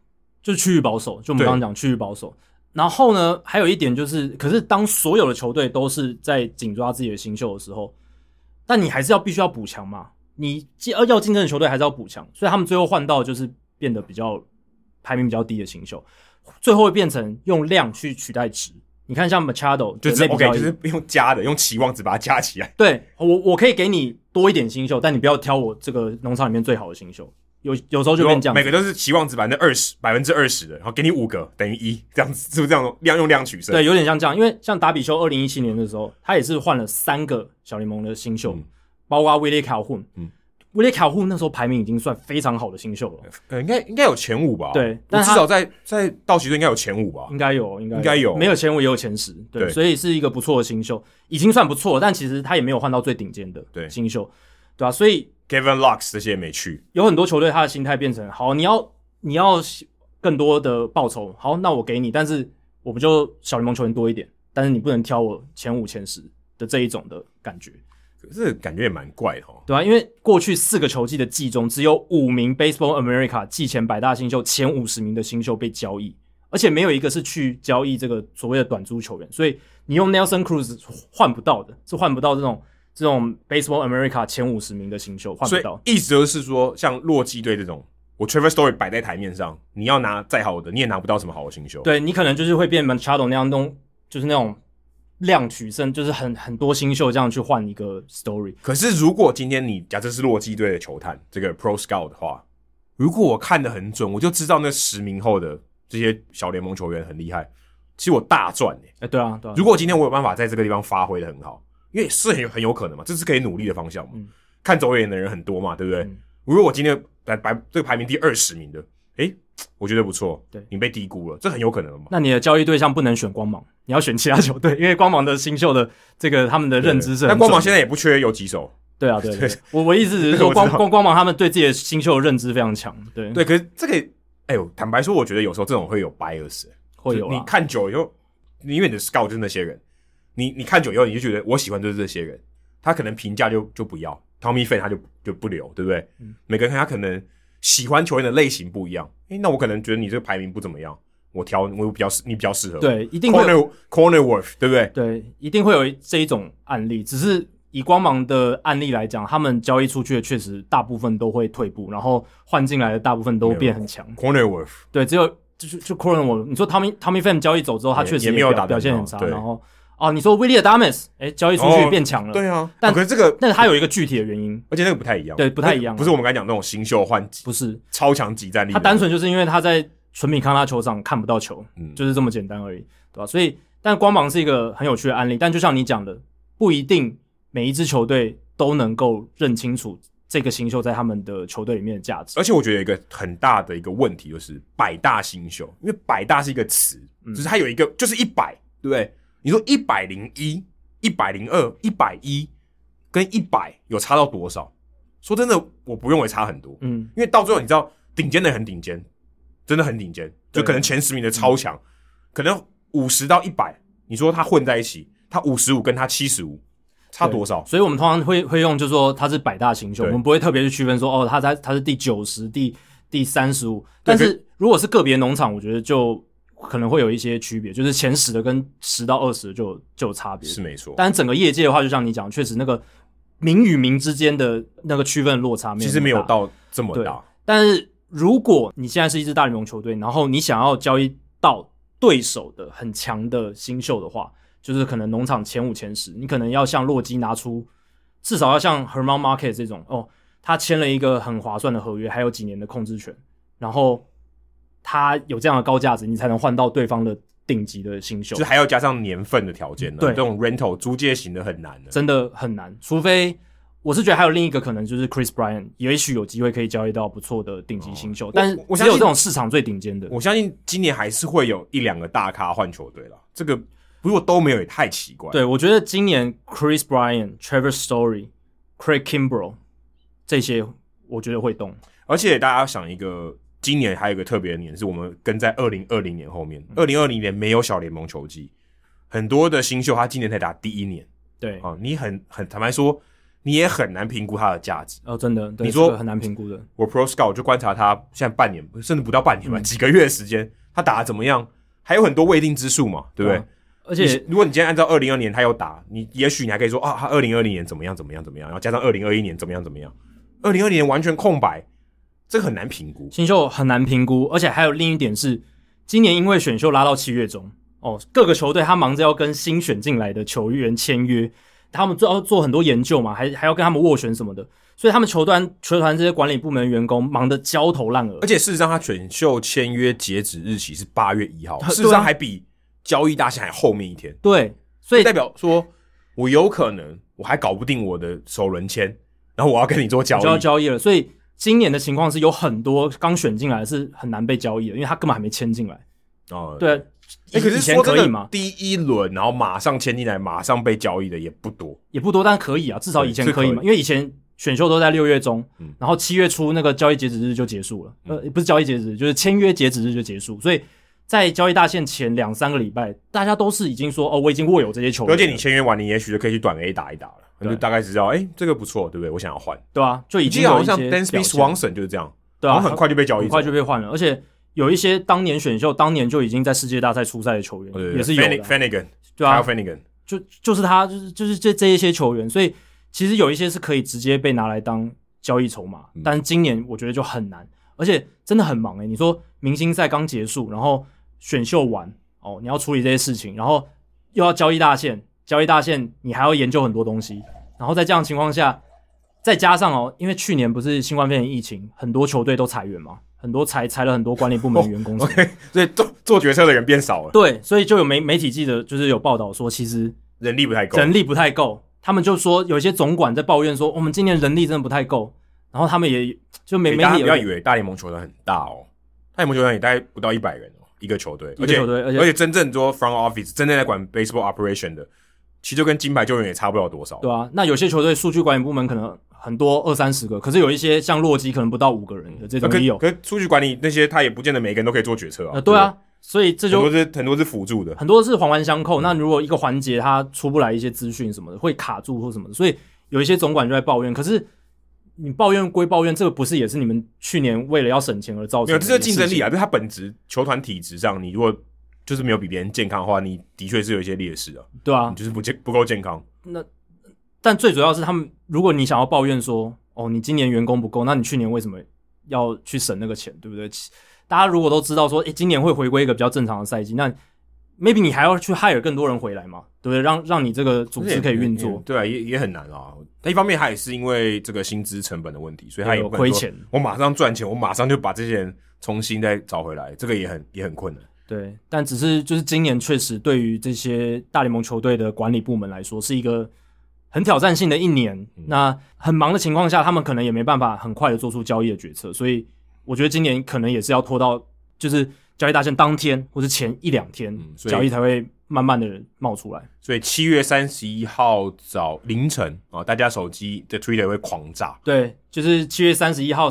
就是区域保守，就我们对刚刚讲区域保守。然后呢，还有一点就是，可是当所有的球队都是在紧抓自己的新秀的时候，但你还是要必须要补强嘛。你既要要竞争的球队还是要补强，所以他们最后换到就是变得比较排名比较低的新秀，最后会变成用量去取代值。你看像 Machado 就的是类比 OK，交就易是用加的，用期望值把它加起来。对我我可以给你多一点新秀，但你不要挑我这个农场里面最好的新秀。有有时候就变这样子，每个都是期望值百分之二十，百分之二十的，然后给你五个等于一，这样子是不 *laughs* 是这样量用量取胜？对，，有点像这样，因为像达比修二零一七年的时候，他也是换了三个小联盟的新秀，嗯包括威廉卡混。嗯嗯，威廉卡混那时候排名已经算非常好的新秀了，呃，应该应该有前五吧？对我但至他少在在道奇队应该有前五吧？应该有，应该应该有没有前五也有前十，对，对所以是一个不错的新秀，已经算不错了，但其实他也没有换到最顶尖的对新秀，对吧、所以 Kevin Lux 这些也没去，有很多球队他的心态变成，好，你要你要更多的报酬，好，那我给你，但是我们就小联盟球员多一点，但是你不能挑我前五前十的这一种的感觉。可是感觉也蛮怪的哦。对啊，因为过去四个球季的季中，只有五名 Baseball America 季前百大新秀前五十名的新秀被交易，而且没有一个是去交易这个所谓的短租球员，所以你用 Nelson Cruz 换不到的，是换不到这种这种 Baseball America 前五十名的新秀，换所不以到。意思就是说，像洛基队这种，我 Trevor Story 摆在台面上，你要拿再好的，你也拿不到什么好的新秀。，对你可能就是会变 Machado 那样弄，就是那种量取胜，就是很很多新秀这样去换一个 story。可是如果今天你假设是洛基队的球探，这个 Pro Scout 的话，如果我看得很准，我就知道那十名后的这些小联盟球员很厉害，其实我大赚、欸、哎、对啊，对啊，如果今天我有办法在这个地方发挥的很好，因为是很有很有可能嘛，这是可以努力的方向嘛。嗯看走眼的人很多嘛，对不对？嗯如果我今天排排这个排名第二十名的，诶、我觉得不错，对你被低估了，这很有可能的嘛。那你的交易对象不能选光芒，你要选其他球队，因为光芒的新秀的这个他们的认知是很准的。但光芒现在也不缺游击手，对啊，对对对，我我意思只是 *laughs* 我说知道光光光芒他们对自己的新秀的认知非常强，对对，可是这个，哎呦，坦白说，我觉得有时候这种会有 bias，会有啊就你啦。看久了以后，你因为你的 scout 就是那些人，你你看久以后，你就觉得我喜欢就是这些人，他可能评价就就不要，Tommy Fan 他就就不留，对不对？嗯每个人他可能喜欢球员的类型不一样，诶、那我可能觉得你这个排名不怎么样，我挑我比较适，你比较适合，对，一定会有，Corner Corner Worth，对不对？对，一定会有这一种案例。只是以光芒的案例来讲，他们交易出去的确实大部分都会退步，然后换进来的大部分都变很强。 Corner Worth 对，只有就是就 c o r o n 我你说 Tommy Tommy Fan 交易走之后，他也确实也没有表打得表现很很好差。对然后哦，你说 Willie Adames，哎，交易出哦去变强了，对啊，但哦可是这个，但是他有一个具体的原因，而且那个不太一样，对不太一样那个不是我们刚才讲那种新秀换不是超强集战力的，他单纯就是因为他在纯米康拉球场看不到球，嗯就是这么简单而已，对吧、所以，但光芒是一个很有趣的案例，但就像你讲的，不一定每一支球队都能够认清楚这个新秀在他们的球队里面的价值。而且我觉得有一个很大的一个问题就是“百大新秀”，因为“百大”是一个词，就是它有一个就是一百，对不对？你说一百零一、一百零二、一百一跟一百有差到多少？说真的，我不认为差很多，嗯，因为到最后你知道，顶尖的很顶尖，真的很顶尖，就对可能前十名的超强，可能五十到一百，你说他混在一起，他五十五跟他七十五差多少？所以我们通常会会用，就是说他是百大新秀，对我们不会特别去区分说哦，他在他是第九十、第第三十五。但可是如果是个别农场，我觉得就可能会有一些区别，就是前十的跟十到二十的就有就有差别。是没错，但整个业界的话，就像你讲，确实那个名与名之间的那个区分落差，其实没有到。到这么对大。但是如果你现在是一支大联盟球队，然后你想要交易到对手的很强的新秀的话，就是可能农场前五前十，你可能要向洛基拿出至少要像 Herman Market 这种哦，他签了一个很划算的合约，还有几年的控制权，然后他有这样的高价值，你才能换到对方的顶级的新秀就是。还要加上年份的条件呢。对这种 rental 租借型的很难的。真的很难，除非我是觉得还有另一个可能就是 Chris Bryan，也许有机会可以交易到不错的顶级新秀，但是哦我只相信有这种市场最顶尖的，我相信今年还是会有一两个大咖换球队了，这个如果都没有也太奇怪。，对我觉得今年 Chris Bryan、Trevor Story、Craig Kimbrel 这些，我觉得会动。而且大家想一个，今年还有一个特别的年，是我们跟在二零二零年后面，嗯二零二零年没有小联盟球季，很多的新秀他今年才打第一年对，啊，你很很坦白说，你也很难评估它的价值。哦，真的，对你说这个很难评估的，我 Pro Scout 就观察他现在半年，甚至不到半嗯年吧，几个月的时间，他打的怎么样？还有很多未定之数嘛，对不对？啊而且你如果你今天按照二零二年他有打，你也许你还可以说啊，他二零二零年怎么样怎么样怎么样，然后加上二零二一年怎么样怎么样，二零二零年完全空白，这个很难评估。新秀很难评估，而且还有另一点是，今年因为选秀拉到七月中，哦，各个球队他忙着要跟新选进来的球员签约，他们做要做很多研究嘛，还还要跟他们斡旋什么的，所以他们球团球团这些管理部门的员工忙得焦头烂额而。且事实上，他选秀签约截止日期是八月一号，对啊事实上还比交易大限还后面一天，对，所以代表说我有可能我还搞不定我的首轮签，然后我要跟你做交就要易。交易了，所以今年的情况是有很多刚选进来的是很难被交易的，因为他根本还没签进来。哦、对啊，欸，可是以前说真可以的吗，？第一轮然后马上签进来，马上被交易的也不多。也不多，但可以啊，至少以前可以是可嘛，以因为以前选秀都在六月中，嗯然后七月初那个交易截止日就结束了，呃，不是交易截止日，就是签约截止日就结束，所以在交易大限前两三个礼拜，大家都是已经说哦，我已经握有这些球员了，而且你签约完，你也许就可以去短 A 打一打了，你对就大概知道，哎、这个不错，对不对？我想要换。对啊，就已你经记得好有一像像些表 Dansby 现 Swanson 就是这样，对然啊，后很快就被交易很走，快就被换了，而且有一些当年选秀当年就已经在世界大赛出赛的球员哦对对对也是有的啊， Fannigan，对啊 Kyle，Fannigan，就就是他，就是就是这这一些球员，所以其实有一些是可以直接被拿来当交易筹码，但今年我觉得就很难，而且真的很忙诶、欸你说明星赛刚结束，然后选秀完哦，你要处理这些事情，然后又要交易大限，交易大限你还要研究很多东西，然后在这样的情况下，再加上哦，因为去年不是新冠肺炎疫情，很多球队都裁员嘛，很多裁裁了很多管理部门的员工什么的 OK，所以做做决策的人变少了，对，所以就有媒媒体记者就是有报道说，其实人力不太够。人力不太够，他们就说有一些总管在抱怨说，我们今年人力真的不太够，然后他们也就没诶媒大家体不要有以为大联盟球团很大哦，大联盟球团也大概不到一百人哦，一个球队，一个球队而而且而且真正说 front office 真正在管 baseball operation 的，其实就跟金牌球员也差不了多少。对啊，那有些球队数据管理部门可能很多二三十个，可是有一些像洛基可能不到五个人的这那种啊可也有，可是数据管理那些，他也不见得每个人都可以做决策啊。呃，对啊，所以这对不就对，很多是很多是辅助的。很多是环环相扣。那如果一个环节它出不来一些资讯什么的，会卡住或什么的，所以有一些总管就在抱怨。可是你抱怨归抱怨，这个不是也是你们去年为了要省钱而造没成的？有，这就是竞争力啊！就是他本质球团体质上，你如果就是没有比别人健康的话，你的确是有一些劣势啊，对啊你，就是不健不够健康。但最主要是他们，如果你想要抱怨说，哦，你今年员工不够，那你去年为什么要去省那个钱，对不对？其大家如果都知道说，诶、今年会回归一个比较正常的赛季，那 maybe 你还要去 hire 更多人回来嘛，对不对？让让你这个组织可以运作，对啊，也也很难啊。但一方面，他也是因为这个薪资成本的问题，所以他也有不能亏说钱。我马上赚钱，我马上就把这些人重新再找回来，这个也很也很困难。对，但只是就是今年确实对于这些大联盟球队的管理部门来说，是一个很挑战性的一年。嗯那很忙的情况下，他们可能也没办法很快的做出交易的决策，所以我觉得今年可能也是要拖到就是交易大限当天或者前一两天，嗯所以交易才会慢慢的冒出来。所以七月三十一号早凌晨啊，大家手机的 Twitter 会狂炸，对，就是七月三十一号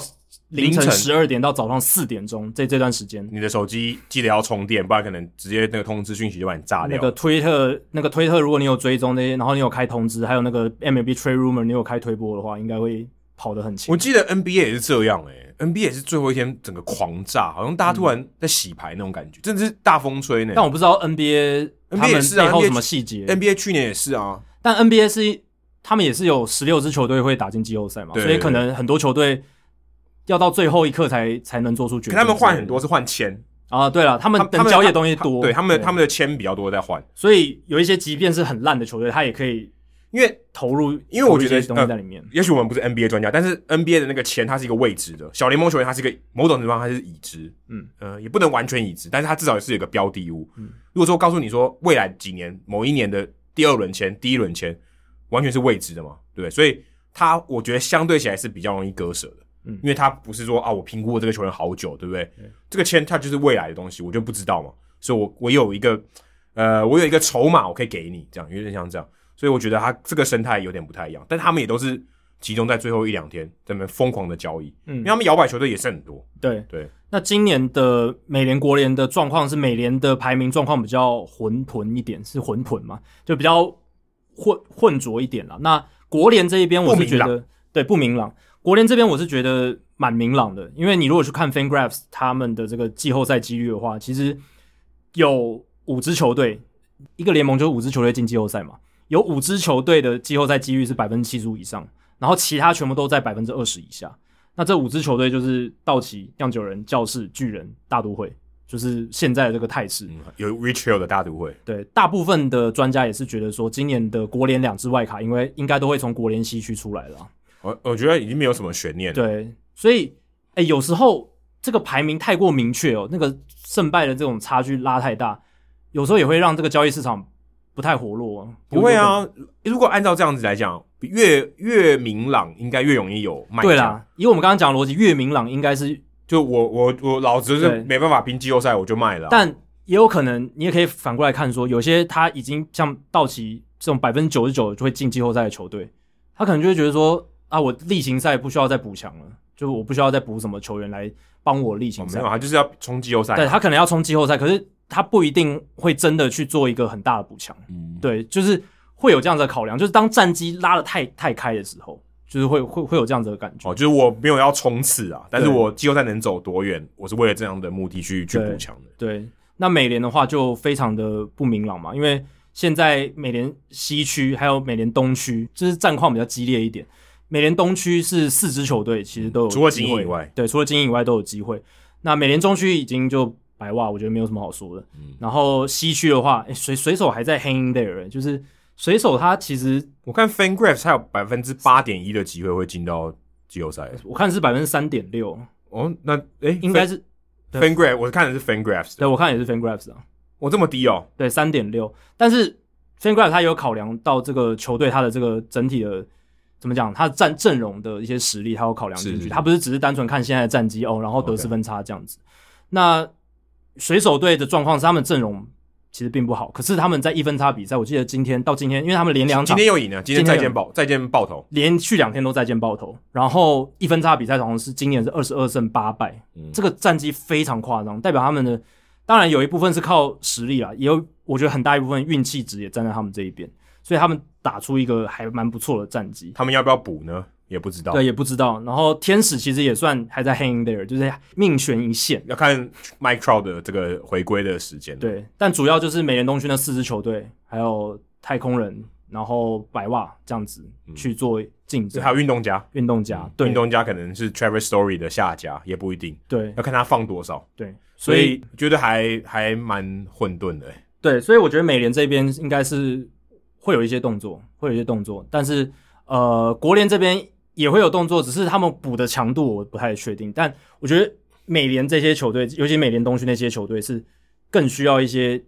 凌凌晨晨十二点到早上四点钟这这段时间，你的手机记得要充电，不然可能直接那个通知讯息就把你炸掉。那个推特，那个推特，如果你有追踪那些，然后你有开通知，还有那个 MLB Trade Rumor，你有开推播的话，应该会跑得很勤我。记得 NBA 也是这样诶、n b a 也是最后一天整个狂炸，好像大家突然在洗牌那种感觉，真的是大风吹呢、嗯但我不知道 NBA 他 NBA 也们是啊背后 NBA 什么细节， NBA 去年也是啊，但 NBA 是他们也是有十六支球队会打进季后赛嘛，对所以可能很多球队要到最后一刻才才能做出决可定。他们换很多是换签，啊，对了，他们他他等们交易的东西多，对他们他们的签比较多在换，所以有一些即便是很烂的球队，他也可以因为投入，因为我觉得呃投入一些东西在里面。也许我们不是 NBA 专家，但是 NBA 的那个签它是一个未知的，小联盟球员它是一个某种程度上它是已知，嗯呃，也不能完全已知，但是它至少是有个标的物。如果说告诉你说未来几年某一年的第二轮签、第一轮签完全是未知的嘛，对不对？所以它我觉得相对起来是比较容易割舍的，嗯因为它不是说啊我评估过这个球员好久，对不对？这个签它就是未来的东西，我就不知道嘛，所以我我有一个呃我有一个筹码我可以给你，这样有点像这样。所以我觉得他这个生态有点不太一样，但他们也都是集中在最后一两天在那边疯狂的交易，嗯因为他们摇摆球队也是很多，对对。那今年的美联国联的状况是美联的排名状况比较混沌一点，是混沌嘛，就比较混混浊一点了。那国联这一边我是觉不得对不明朗，国联这边我是觉得蛮明朗的，因为你如果去看 FanGraphs 他们的这个季后赛几率的话，其实有五支球队，一个联盟就五支球队进季后赛嘛，有五支球队的季后赛几率是百分之七十五以上，然后其他全部都在百分之二十以下。那这五支球队就是道奇、酿酒人、教士、巨人、大都会，就是现在的这个态势。嗯有 Rich Hill 的大都会，对，大部分的专家也是觉得说，今年的国联两支外卡，因为应该都会从国联西区出来了啊。我我觉得已经没有什么悬念了。对，所以哎、有时候这个排名太过明确哦，那个胜败的这种差距拉太大，有时候也会让这个交易市场不太活络、啊。不会，啊，如果按照这样子来讲，越越明朗，应该越容易有卖家。对，啦，以我们刚刚讲的逻辑，越明朗应该是，就我我我老子是对没办法拼季后赛，我就卖了啊、但也有可能你也可以反过来看说，有些他已经像道奇这种百分之九十九就会进季后赛的球队，他可能就会觉得说啊，我例行赛不需要再补强了，就我不需要再补什么球员来帮我例哦行没赛有，。他就是要冲季后赛。啊对他可能要冲季后赛，可是他不一定会真的去做一个很大的补强。嗯，对，就是会有这样子的考量，就是当战机拉的太太开的时候，就是会会会有这样子的感觉。哦，就是我没有要冲刺啊，但是对我季后赛能走多远，我是为了这样的目的去去补强的。对，那美联的话就非常的不明朗嘛，因为现在美联西区还有美联东区，就是战况比较激烈一点。美联东区是四支球队，其实都有除了机精英会以外，对，除了精英以外都有机会。那美联中区已经就白袜，我觉得没有什么好说的。嗯然后西区的话，诶水水手还在 hanging there，就是欸水手他其实我看 FanGraphs 还有百分之八点一的机会会进到季后赛。我看是百分之三点六，哦，那诶，应该是 FanGraphs，我看的是 FanGraphs，对我看也是 FanGraphs 啊，我这么低哦，对，三点六。但是 FanGraphs 它有考量到这个球队它的这个整体的怎么讲，它的战阵容的一些实力，它有考量进是是去。是它不是只是单纯看现在的战绩哦，然后得 OK 失分差这样子。那水手队的状况是他们阵容其实并不好，可是他们在一分差比赛，我记得今天到今天，因为他们连两今场天又赢了，今天今天再又见爆，再见爆头。连续两天都再见爆头，然后一分差比赛好像是今年是二十二胜八败，嗯这个战绩非常夸张，代表他们的当然有一部分是靠实力啦，也有我觉得很大一部分运气值也站在他们这一边，所以他们打出一个还蛮不错的战绩。他们要不要补呢？也不知道。对，也不知道。然后天使其实也算还在 hanging there，就是命悬一线。要看 Mike Trout 的这个回归的时间。，对，但主要就是美联东区那四支球队，还有太空人，然后白袜这样子去做竞所争以。还有运动家，运动家，对运动家可能是 Travis Story 的下家，也不一定，对要看他放多少。对，所所以以觉得还还蛮混沌的、欸。对，所以我觉得美联这边应该是会有一些动作，会有一些动作，但是呃，国联这边也会有动作，只是他们补的强度我不太确定。但我觉得美联这些球队，尤其美联东区那些球队，是更需要一些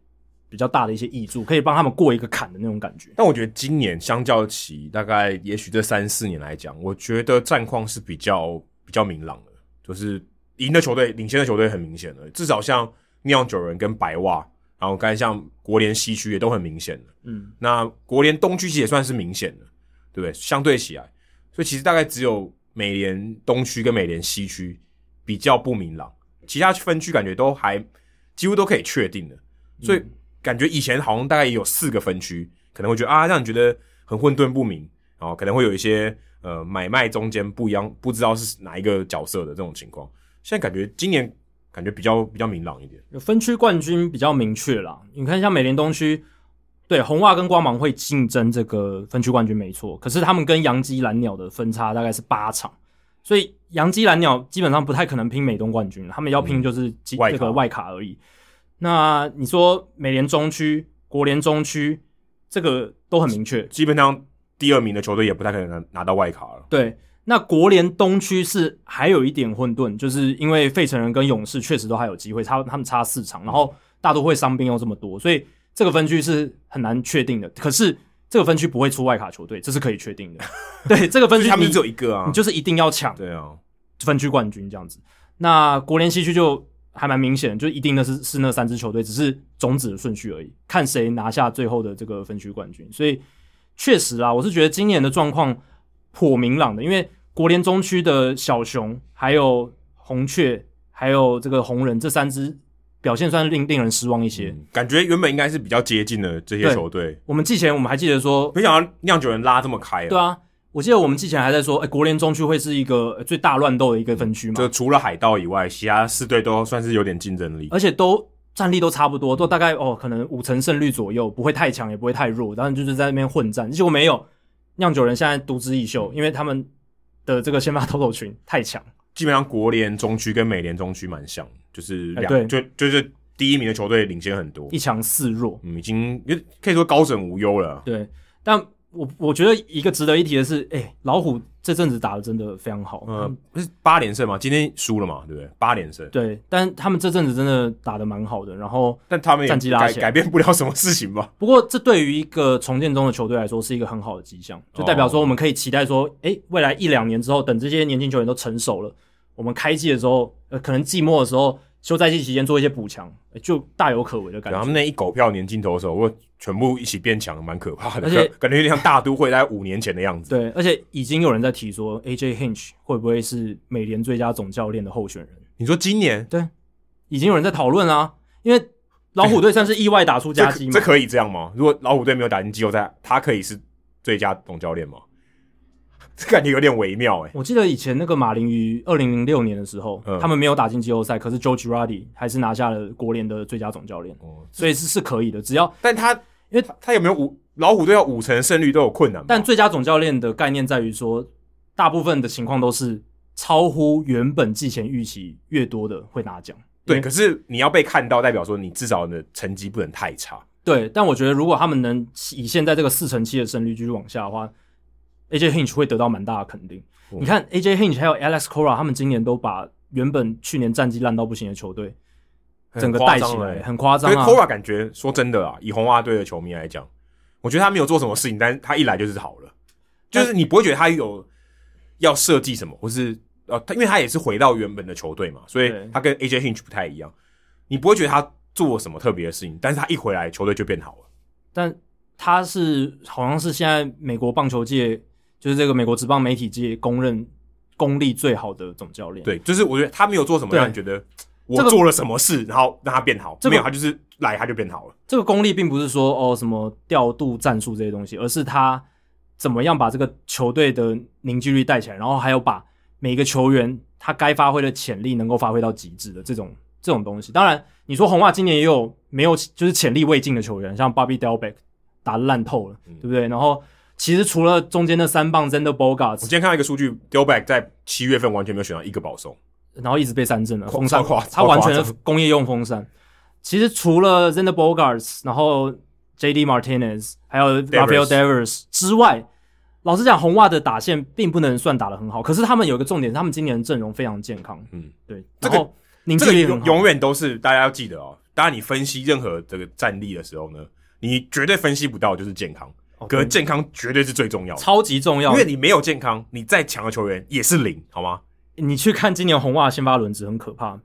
比较大的一些益助，可以帮他们过一个坎的那种感觉。但我觉得今年相较起大概也许这三四年来讲，我觉得战况是比较比较明朗的，就是赢的球队、领先的球队很明显的，至少像酿酒人跟白袜，然后刚才像国联西区也都很明显的。嗯，那国联东区其实也算是明显的，对不对？相对起来，所以其实大概只有美联东区跟美联西区比较不明朗，其他分区感觉都还几乎都可以确定的。所以感觉以前好像大概也有四个分区，可能会觉得啊，让你觉得很混沌不明，然后可能会有一些呃买卖中间不一样，不知道是哪一个角色的这种情况。现在感觉今年感觉比较比较明朗一点，分区冠军比较明确啦。你看，像美联东区，对红袜跟光芒会竞争这个分区冠军没错，可是他们跟洋基蓝鸟的分差大概是八场，所以洋基蓝鸟基本上不太可能拼美东冠军，他们要拼就是几、嗯外卡这个外卡而已。那你说美联中区、国联中区，这个都很明确。基本上第二名的球队也不太可能拿拿到外卡了。对，那国联东区是还有一点混沌，就是因为费城人跟勇士确实都还有机会，差他们差四场，然后大都会伤病又这么多，所以这个分区是很难确定的。可是这个分区不会出外卡球队，这是可以确定的。 *laughs* 对，这个分所以区他们你只有一个啊，你就是一定要抢对啊，分区冠军这样子。那国联西区就还蛮明显的，就一定的是是那三支球队，只是种子的顺序而已，看谁拿下最后的这个分区冠军。所以确实啊啦，我是觉得今年的状况颇明朗的，因为国联中区的小熊、还有红雀、还有这个红人这三支表现算是令令人失望一些。嗯感觉原本应该是比较接近的这些对球队，我们季前我们还记得说，没想到酿酒人拉这么开、啊。对，啊，我记得我们之前还在说，哎、国联中区会是一个呃最大乱斗的一个分区嘛，就除了海盗以外，其他四队都算是有点竞争力。而且都战力都差不多，都大概哦，可能五成胜率左右，不会太强，也不会太弱，然后就是在那边混战。结果没有，酿酒人现在独之一秀，因为他们的这个先发投手群太强，基本上国联中区跟美联中区蛮像，就是两、哎对就就是第一名的球队领先很多，一强四弱。嗯，已经可以说高枕无忧了。对，但我我觉得一个值得一提的是，哎、老虎这阵子打的真的非常好，呃，不是八连胜嘛，今天输了嘛，对不对？八连胜，对，但他们这阵子真的打的蛮好的。然后，但他们战绩也拉改起来改变不了什么事情吧？不过这对于一个重建中的球队来说是一个很好的迹象，就代表说哦我们可以期待说，哎、未来一两年之后，等这些年轻球员都成熟了，我们开季的时候，呃，可能季末的时候，休赛季期间做一些补强、呃就大有可为的感对，啊他觉。们那一狗票年进投手，我全部一起变强，蛮可怕的，而且 *laughs* 感感觉有点像大都会在五年前的样子。对，而且已经有人在提说，AJ Hinch 会不会是美联最佳总教练的候选人？你说今年已经有人在讨论啦，因为老虎队算是意外打出这佳可绩嘛这，可以这样吗？如果老虎队没有打进季后赛，他可以是最佳总教练吗？ *laughs* 这感觉有点微妙哎、我记得以前那个马林鱼，二零零六年的时候，嗯他们没有打进季后赛，可是 Joe Girardi 还是拿下了国联的最佳总教练，哦所以是是可以的。只要但他因为他他有没有五老虎队要五成胜率都有困难吧，但最佳总教练的概念在于说，大部分的情况都是超乎原本季前预期越多的会拿奖。对，因为可是你要被看到，代表说你至少你的成绩不能太差。对，但我觉得如果他们能以现在这个四成七的胜率继续往下的话，AJ Hinch 会得到蛮大的肯定。哦你看 AJ Hinch 还有 Alex Cora，他们今年都把原本去年战绩烂到不行的球队整个带起来，很夸所张以啊！ Kora 感觉说真的啊，以红袜队的球迷来讲，我觉得他没有做什么事情，但是他一来就是好了，就是你不会觉得他有要设计什么，或是呃，他因为他也是回到原本的球队嘛，所以对他跟 AJ Hinch 不太一样，你不会觉得他做了什么特别的事情，但是他一回来球队就变好了。但他是好像是现在美国棒球界，就是这个美国职棒媒体界公认功力最好的总教练。，对，就是我觉得他没有做什么对让你觉得我这个做了什么事，然后让他变好，这个没有，他就是来他就变好了。这个功力并不是说哦什么调度战术这些东西，而是他怎么样把这个球队的凝聚力带起来，然后还有把每个球员他该发挥的潜力能够发挥到极致的这种这种东西。当然，你说红袜今年也有没有就是潜力未尽的球员，像 Bobby Delbeck 打得烂透了，对不对？然后其实除了中间的三棒 Zander Bogarts 我今天看到一个数据 d i l b a c k 在七月份完全没有选到一个保送，然后一直被三振了，狂风扇超夸，他超完夸全的张工业用风扇。其实除了 z e n d e r Bogarts，然后 J.D. Martinez，还有 Devers Rafael Devers 之外，老实讲，红袜的打线并不能算打得很好。可是他们有一个重点，他们今年的阵容非常健康，嗯嗯，对，这然个后凝这聚个力很永好。永远都是大家要记得哦。当然，你分析任何这个战力的时候呢，你绝对分析不到就是健康，哦可对是健康绝对是最重要的，超级重要，因因为为你没有健康，你再强的球员也是零，好吗？你去看今年红袜的先发轮值很可怕，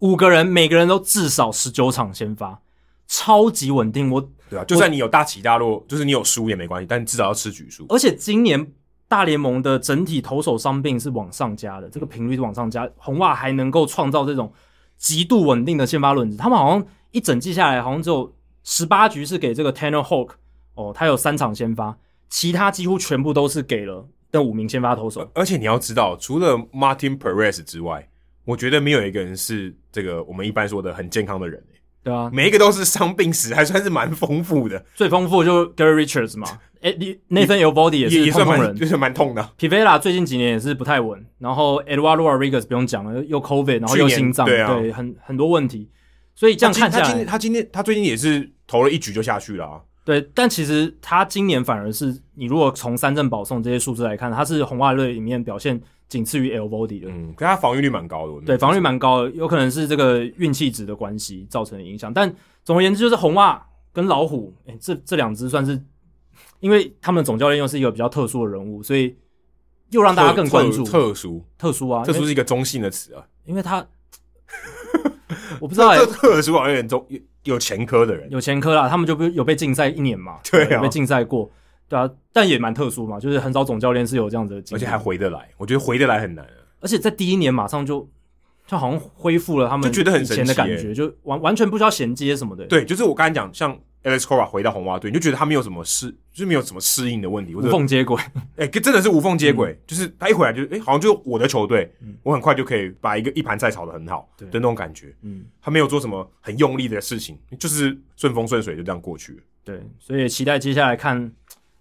五个人每个人都至少十九场先发，超级稳定。我对啊，就算你有大起大落，就是你有输也没关系，但你至少要吃局数。而且今年大联盟的整体投手伤病是往上加的，这个频率是往上加。红袜还能够创造这种极度稳定的先发轮子，他们好像一整季下来，好像只有十八局是给这个 Tanner Hawk 哦，他有三场先发，其他几乎全部都是给了那五名先发投手。而且你要知道，除了 Martin Perez 之外，我觉得没有一个人是这个我们一般说的很健康的人、欸对啊，每一个都是伤病史，还算是蛮丰富的，最丰富就是 Gary Richards 嘛，诶、n a t h a n e l b o d y 也也是也通算通蛮人，就是蛮痛的啊。皮菲拉最近几年也是不太稳，然后 Eduardo Rodriguez 不用讲了，又 COVID，然后又去年心脏，对啊很很多问题，所以这样看下他今来天，他今天他最近也是投了一局就下去了、啊，对，但其实他今年反而是你如果从三振保送这些数字来看，他是红袜队里面表现仅次于 L Body 的，嗯，可是他防御率蛮高的，我对，防御蛮高的，有可能是这个运气值的关系造成的影响。但总而言之，就是红袜跟老虎，哎、这这两支算是，因为他们的总教练又是一个比较特殊的人物，所以又让大家更关特注特特殊，特殊啊，特因殊为是一个中性的词啊，因 *laughs* 为他我不知道、欸这，特殊好像有点中有有前科的人，有前科啦，他们就被有被禁赛一年嘛，呃对啊有被禁赛过，对啊，但也蛮特殊嘛，就是很少总教练是有这样子的经而历，且还回得来，我觉得回得来很难、啊，而且在第一年马上就就好像恢复了他们就觉得很以神奇前的感耶觉，就完完全不需要衔接什么的，对，就是我刚才讲，像 Alex Cora 回到红袜队，你就觉得他没有什么适，就是没有什么适应的问题，或无者缝嗯接轨，哎、跟真的是无缝接轨，就是他一回来就哎、好像就我的球队，我很快就可以把一个一盘菜炒得很好的嗯那对种感觉。嗯，他没有做什么很用力的事情，就是顺风顺水就这样过去了。对，所以也期待接下来看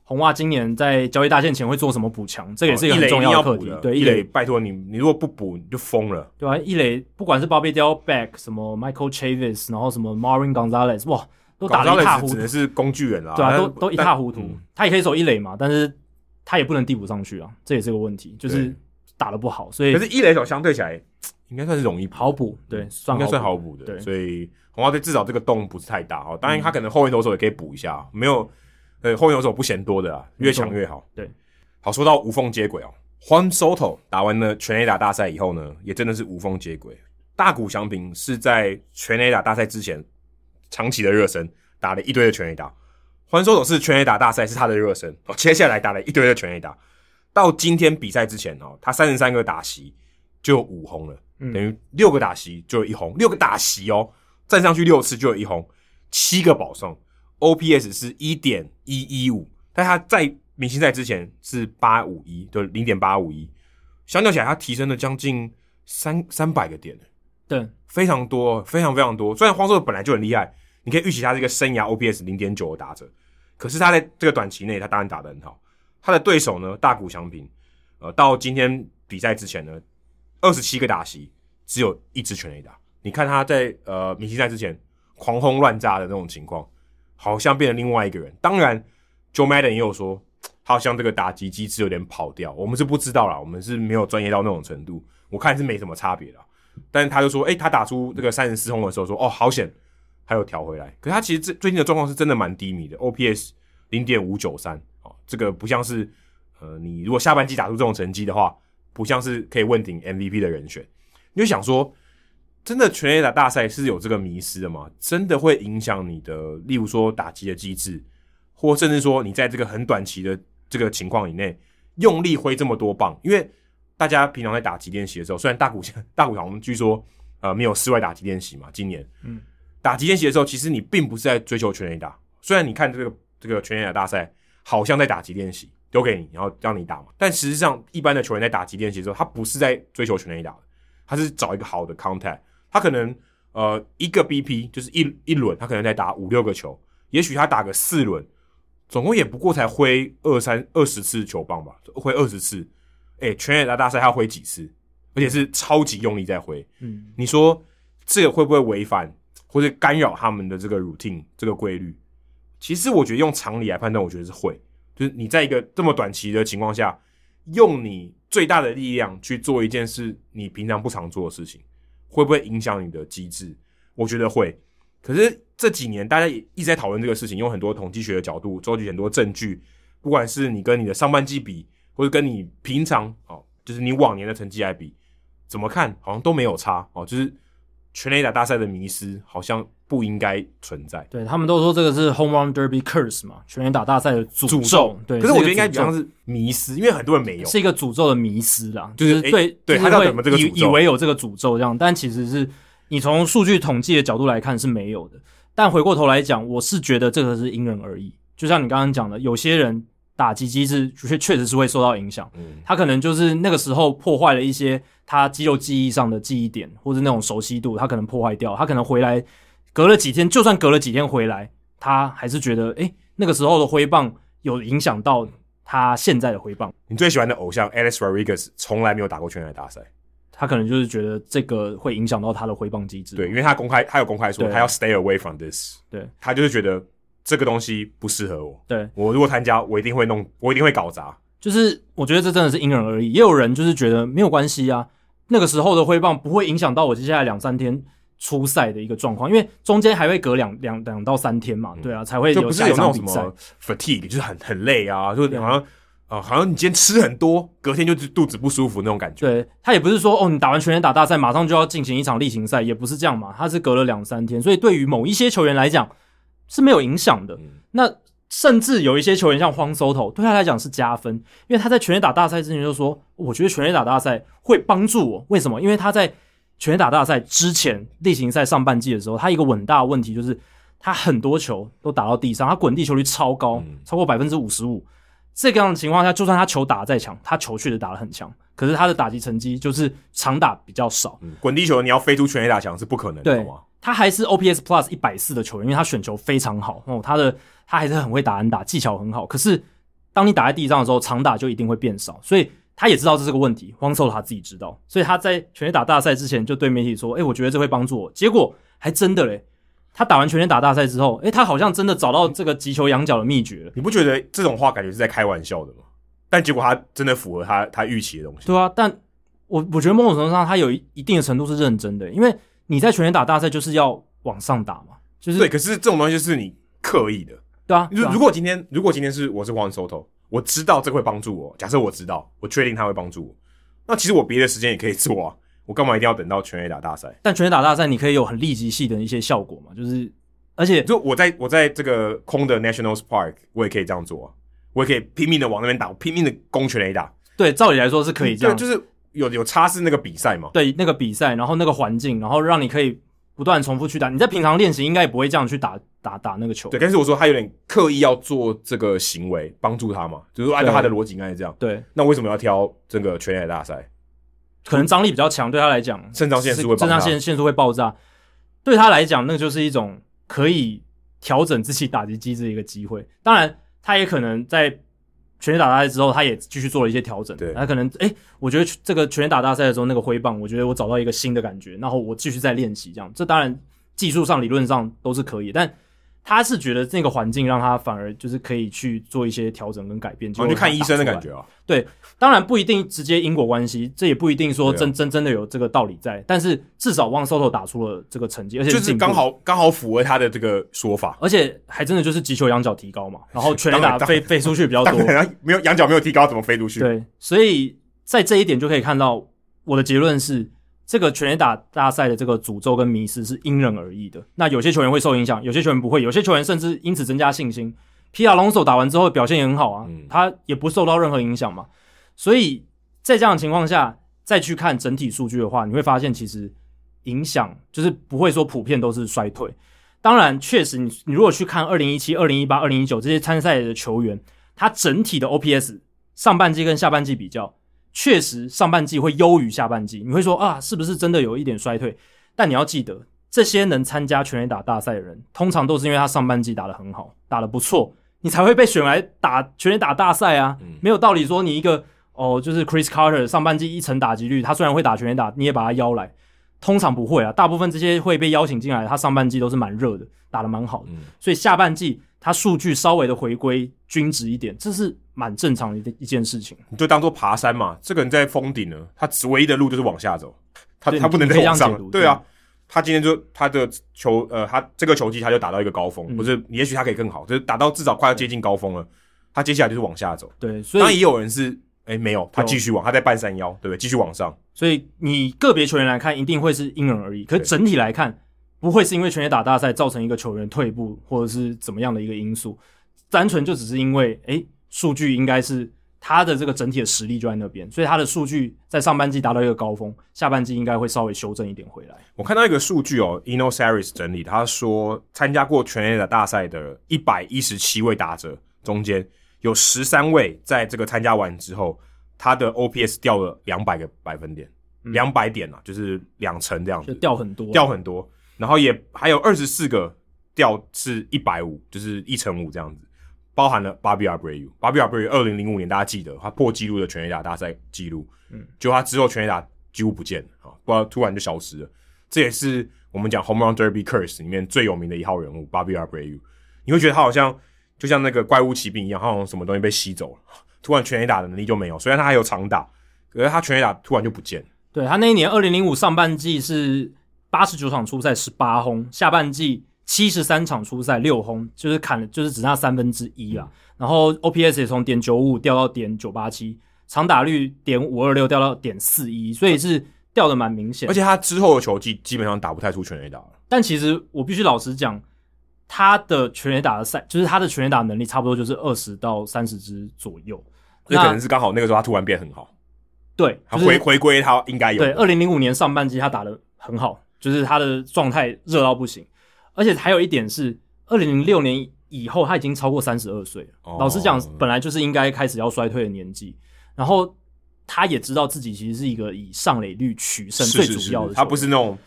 红袜今年在交易大限前会做什么补强，这个也是一个一很垒重一定的要课补题的，。对，哦一垒垒拜托你，你如果不补你就疯了。对啊，一垒不管是 Bobby Dell Beck 什么 Michael Chavis，然后什么 Marvin Gonzalez，哇，都打得一塌糊只涂能，是工具人啦，对啊，但都都一塌糊涂。但嗯他也可以守一垒嘛，但是他也不能递补上去啊，这也是个问题，就是对打得不好，所以可是一垒手相对起来，应该算是容易补，嗯好补，对，算应该算好好补，补的。对嗯所以红袜队至少这个洞不是太大哦。当然，他可能后援投手也可以补一下，哦没有呃后援投手不嫌多的啊，越没错强越好。对，好，说到无缝接轨哦，Juan Soto 打完了全垒打大赛以后呢，也真的是无缝接轨。大谷翔平是在全垒打大赛之前长期的热身，打了一堆的全垒打。环手手是全垒打大赛是他的热身，哦，接下来打了一堆的全垒打。到今天比赛之前哦，他三十三个打席就有五红了，嗯等于六个打席就有一红，六个打席哦，站上去六次就有一红，七个保送，OPS 是一点一一五，但他在明星赛之前是八五一，就零点八五一，相较起来他提升了将近三三百个点，对，非常多，非常非常多。虽然荒兽本来就很厉害，你可以预期他是一个生涯 OPS 零点九的打者，可是他在这个短期内，他当然打得很好。他的对手呢，大谷翔平，呃，到今天比赛之前呢，二十七个打席，只有一支全垒打。你看他在呃明星赛之前狂轰乱炸的那种情况，好像变成另外一个人。当然，Joe Madden 也有说，他好像这个打击机制有点跑掉，我们是不知道啦，我们是没有专业到那种程度，我看是没什么差别啦。但是他就说，诶，他打出这个三十四轰的时候说，哦，好险，他又调回来。可是他其实这最近的状况是真的蛮低迷的，OPS 零点五九三，哦，这个不像是呃，你如果下半季打出这种成绩的话，不像是可以问鼎 MVP 的人选。你就想说，真的全垒打大赛是有这个迷失的吗？真的会影响你的，例如说打击的机制，或甚至说你在这个很短期的这个情况以内用力挥这么多棒，因为大家平常在打击练习的时候，虽然大谷 *laughs* 大谷好像据说呃没有室外打击练习嘛，今年嗯，打击练习的时候，其实你并不是在追求全垒打，虽然你看这个这个全垒打大赛好像在打击练习丢给你，然后让你打嘛，但实际上一般的球员在打击练习的时候，他不是在追求全垒打的，他是找一个好的 contact，他可能呃一个 BP 就是一一轮，他可能在打五六个球，也许他打个四轮，总共也不过才挥二三二十次球棒吧，挥二十次，哎、全垒打大赛他挥几次，而且是超级用力在挥，嗯，你说这个会不会违反或者干扰他们的这个 routine 这个规律？其实我觉得用常理来判断，我觉得是会，就是你在一个这么短期的情况下，用你最大的力量去做一件事你平常不常做的事情，会不会影响你的机制？我觉得会。可是这几年大家也一直在讨论这个事情，用很多统计学的角度，收集很多证据，不管是你跟你的上半季比，或者跟你平常哦，就是你往年的成绩来比，怎么看好像都没有差哦，就是全垒打大赛的迷失好像不应该存在。对他们都说这个是 Home Run Derby Curse 嘛，全垒打大赛的诅咒，诅咒，对，可是我觉得一应该个诅比咒较是迷失，因为很多人没有。是一个诅咒的迷失啦，就就是是诶对对就是他到底会有没有这个以诅以咒为有这个诅咒这样，但其实是你从数据统计的角度来看是没有的。但回过头来讲，我是觉得这个是因人而异。就像你刚刚讲的，有些人打击机制确确实是会受到影响，嗯他可能就是那个时候破坏了一些他肌肉记忆上的记忆点，或者那种熟悉度，他可能破坏掉，他可能回来隔了几天，就算隔了几天回来，他还是觉得诶、那个时候的挥棒有影响到他现在的挥棒。你最喜欢的偶像 Alex Rodriguez 从来没有打过全垒打大赛，他可能就是觉得这个会影响到他的回棒机制。对，因为他公开，他有公开说对他要 stay away from this，对他就是觉得这个东西不适合我，对，我如果参加，我一定会弄，我一定会搞砸。就是我觉得这真的是因人而异。也有人就是觉得没有关系啊，那个时候的挥棒不会影响到我接下来两三天出赛的一个状况，因为中间还会隔两两两到三天嘛，对啊，才会嗯就不有是下一有那场种什比赛。么 fatigue，就是很很累啊，就是好像啊、呃好像你今天吃很多，隔天就是肚子不舒服那种感觉。对他也不是说哦，你打完全垒打大赛马上就要进行一场例行赛，也不是这样嘛，他是隔了两三天，所以对于某一些球员来讲是没有影响的。嗯那甚至有一些球员像荒收头，对他来讲是加分，因为他在全垒打大赛之前就说，我觉得全垒打大赛会帮助我，为什么？因为他在全垒打大赛之前例行赛上半季的时候，他一个很大的问题就是。他很多球都打到地上，他滚地球率超高，嗯超过百分之五十五。这个样的情况下，就算他球打得再强，他球确实打得很强，可是他的打击成绩就是长打比较少。嗯滚地球你要飞出全垒打墙是不可能的，对好吗？他还是 OPS Plus 一百四的球员，因为他选球非常好哦，他的他还是很会打安打，技巧很好。可是当你打在地上的时候，长打就一定会变少，所以他也知道这是个问题，汪寿他自己知道，所以他在全垒打大赛之前就对媒体说：“诶、我觉得这会帮助我。”结果还真的嘞，他打完全垒打大赛之后，诶、他好像真的找到这个击球仰角的秘诀了。你不觉得这种话感觉是在开玩笑的吗？但结果他真的符合他他预期的东西。对啊，但我我觉得某种程度上，他有一一定的程度是认真的，因为你在全垒打大赛就是要往上打嘛，就是对，可是这种东西就是你刻意的。对啊，如对啊如果今天如果今天是我是 Juan Soto，我知道这会帮助我，假设我知道，我确定他会帮助我，那其实我别的时间也可以做啊， *laughs* 我干嘛一定要等到全垒打大赛？但全垒打大赛你可以有很立即性的一些效果嘛，就是而且就我在我在这个空的 National Park，我也可以这样做啊，我也可以拼命的往那边打，我拼命的攻全垒打，对，照理来说是可以这样，对，就是有有差是那个比赛嘛，对那个比赛，然后那个环境，然后让你可以不断重复去打。你在平常练习应该也不会这样去打打打那个球，对，但是我说他有点刻意要做这个行为帮助他嘛，就是说按照对他的逻辑应该是这样，对那为什么要挑这个全垒打大赛？可能张力比较强，对他来讲，肾上腺素会是肾上爆炸腺腺素会爆炸，对他来讲，那就是一种可以调整自己打击机制的一个机会。当然，他也可能在全垒打大赛之后，他也继续做了一些调整。对他可能哎、我觉得这个全垒打大赛的时候，那个挥棒，我觉得我找到一个新的感觉，然后我继续再练习，这样。这当然技术上、理论上都是可以，但。他是觉得那个环境让他反而就是可以去做一些调整跟改变，然后哦就看医生的感觉。觉啊，当然不一定直接因果关系，这也不一定说对啊真、真真的有这个道理在，但是至少汪 Soto 打出了这个成绩，而且就是是进步刚，好刚好符合他的这个说法。而且还真的就是击球仰角提高嘛，然后全垒当打然当飞飞出去比较多当，然没有羊角没有提高，怎么飞出去？对，所以在这一点就可以看到我的结论是。这个全垒打大赛的这个诅咒跟迷失是因人而异的。那有些球员会受影响，有些球员不会，有些球员甚至因此增加信心。皮亚龙手打完之后表现也很好啊，嗯他也不受到任何影响嘛。所以在这样的情况下，再去看整体数据的话，你会发现其实影响就是不会说普遍都是衰退。当然，确实你你如果去看二零一七、二零一八、二零一九这些参赛的球员，他整体的 OPS 上半季跟下半季比较，确实上半季会优于下半季。你会说啊，是不是真的有一点衰退？但你要记得，这些能参加全垒打大赛的人，通常都是因为他上半季打得很好，打得不错，你才会被选来打全垒打大赛啊。嗯没有道理说你一个哦，就是 Chris Carter 上半季一成打击率，他虽然会打全垒打，你也把他邀来。通常不会啊，大部分这些会被邀请进来，他上半季都是蛮热的，打得蛮好的，嗯所以下半季他数据稍微的回归均值一点，这是蛮正常的一一件事情。你就当做爬山嘛。这个人在峰顶呢，他唯一的路就是往下走，他对他不能再你可以往这上样解读了。对啊，他今天就他的球呃，他这个球技他就打到一个高峰，嗯不是，也许他可以更好，就是打到至少快要接近高峰了。他接下来就是往下走。对，所当然以也有人是哎没有，他继续往，他在半山腰，对不对？继续往上。所以你个别球员来看，一定会是因人而异，可是对整体来看，不会是因为全垒打大赛造成一个球员退步或者是怎么样的一个因素，单纯就只是因为诶数据应该是。他的这个整体的实力就在那边，所以他的数据在上半季达到一个高峰，下半季应该会稍微修正一点回来。我看到一个数据哦，Eno Saris 整理，他说参加过全垒打大赛的一百一十七位打者中间，有十三位在这个参加完之后，他的 OPS 掉了两百个百分点，两百、点啊，就是两成这样就子，掉很多，掉很多。然后也还有二十四个掉是一百五，就是一乘五这样子，包含了 Bobby Abreu。Bobby Abreu 二零零五年大家记得他破纪录的全垒打大赛纪录，嗯嗯，就他之后全垒打几乎不见了啊，不知道突然就消失了。这也是我们讲 Home Run Derby Curse 里面最有名的一号人物 Bobby Abreu。你会觉得他好像就像那个怪物骑兵一样，他好像什么东西被吸走了，突然全垒打的能力就没有。虽然他还有长打，可是他全垒打突然就不见了。对他那一年二零零五上半季是八十九场出赛十八轰，下半季七十三场出赛六轰，就是砍了就是只剩下三分之一嗯啦。然后 OPS 也从点九五掉到点九八七，长打率点五二六掉到点四一，所以是掉的蛮明显而。且他之后的球技基本上打不太出全垒打了。但其实我必须老实讲，他的全垒打的赛，就是他的全垒打能力差不多就是二十到三十支左右。这可那能是刚好那个时候他突然变很好，对，他就是回回归他应该有对，的二零零五年上半季他打得很好，就是他的状态热到不行，而且还有一点是二零零六年以后他已经超过三十二岁了。哦老实讲，本来就是应该开始要衰退的年纪。然后他也知道自己其实是一个以上垒率取胜是最是主是要的球员，，他不是那种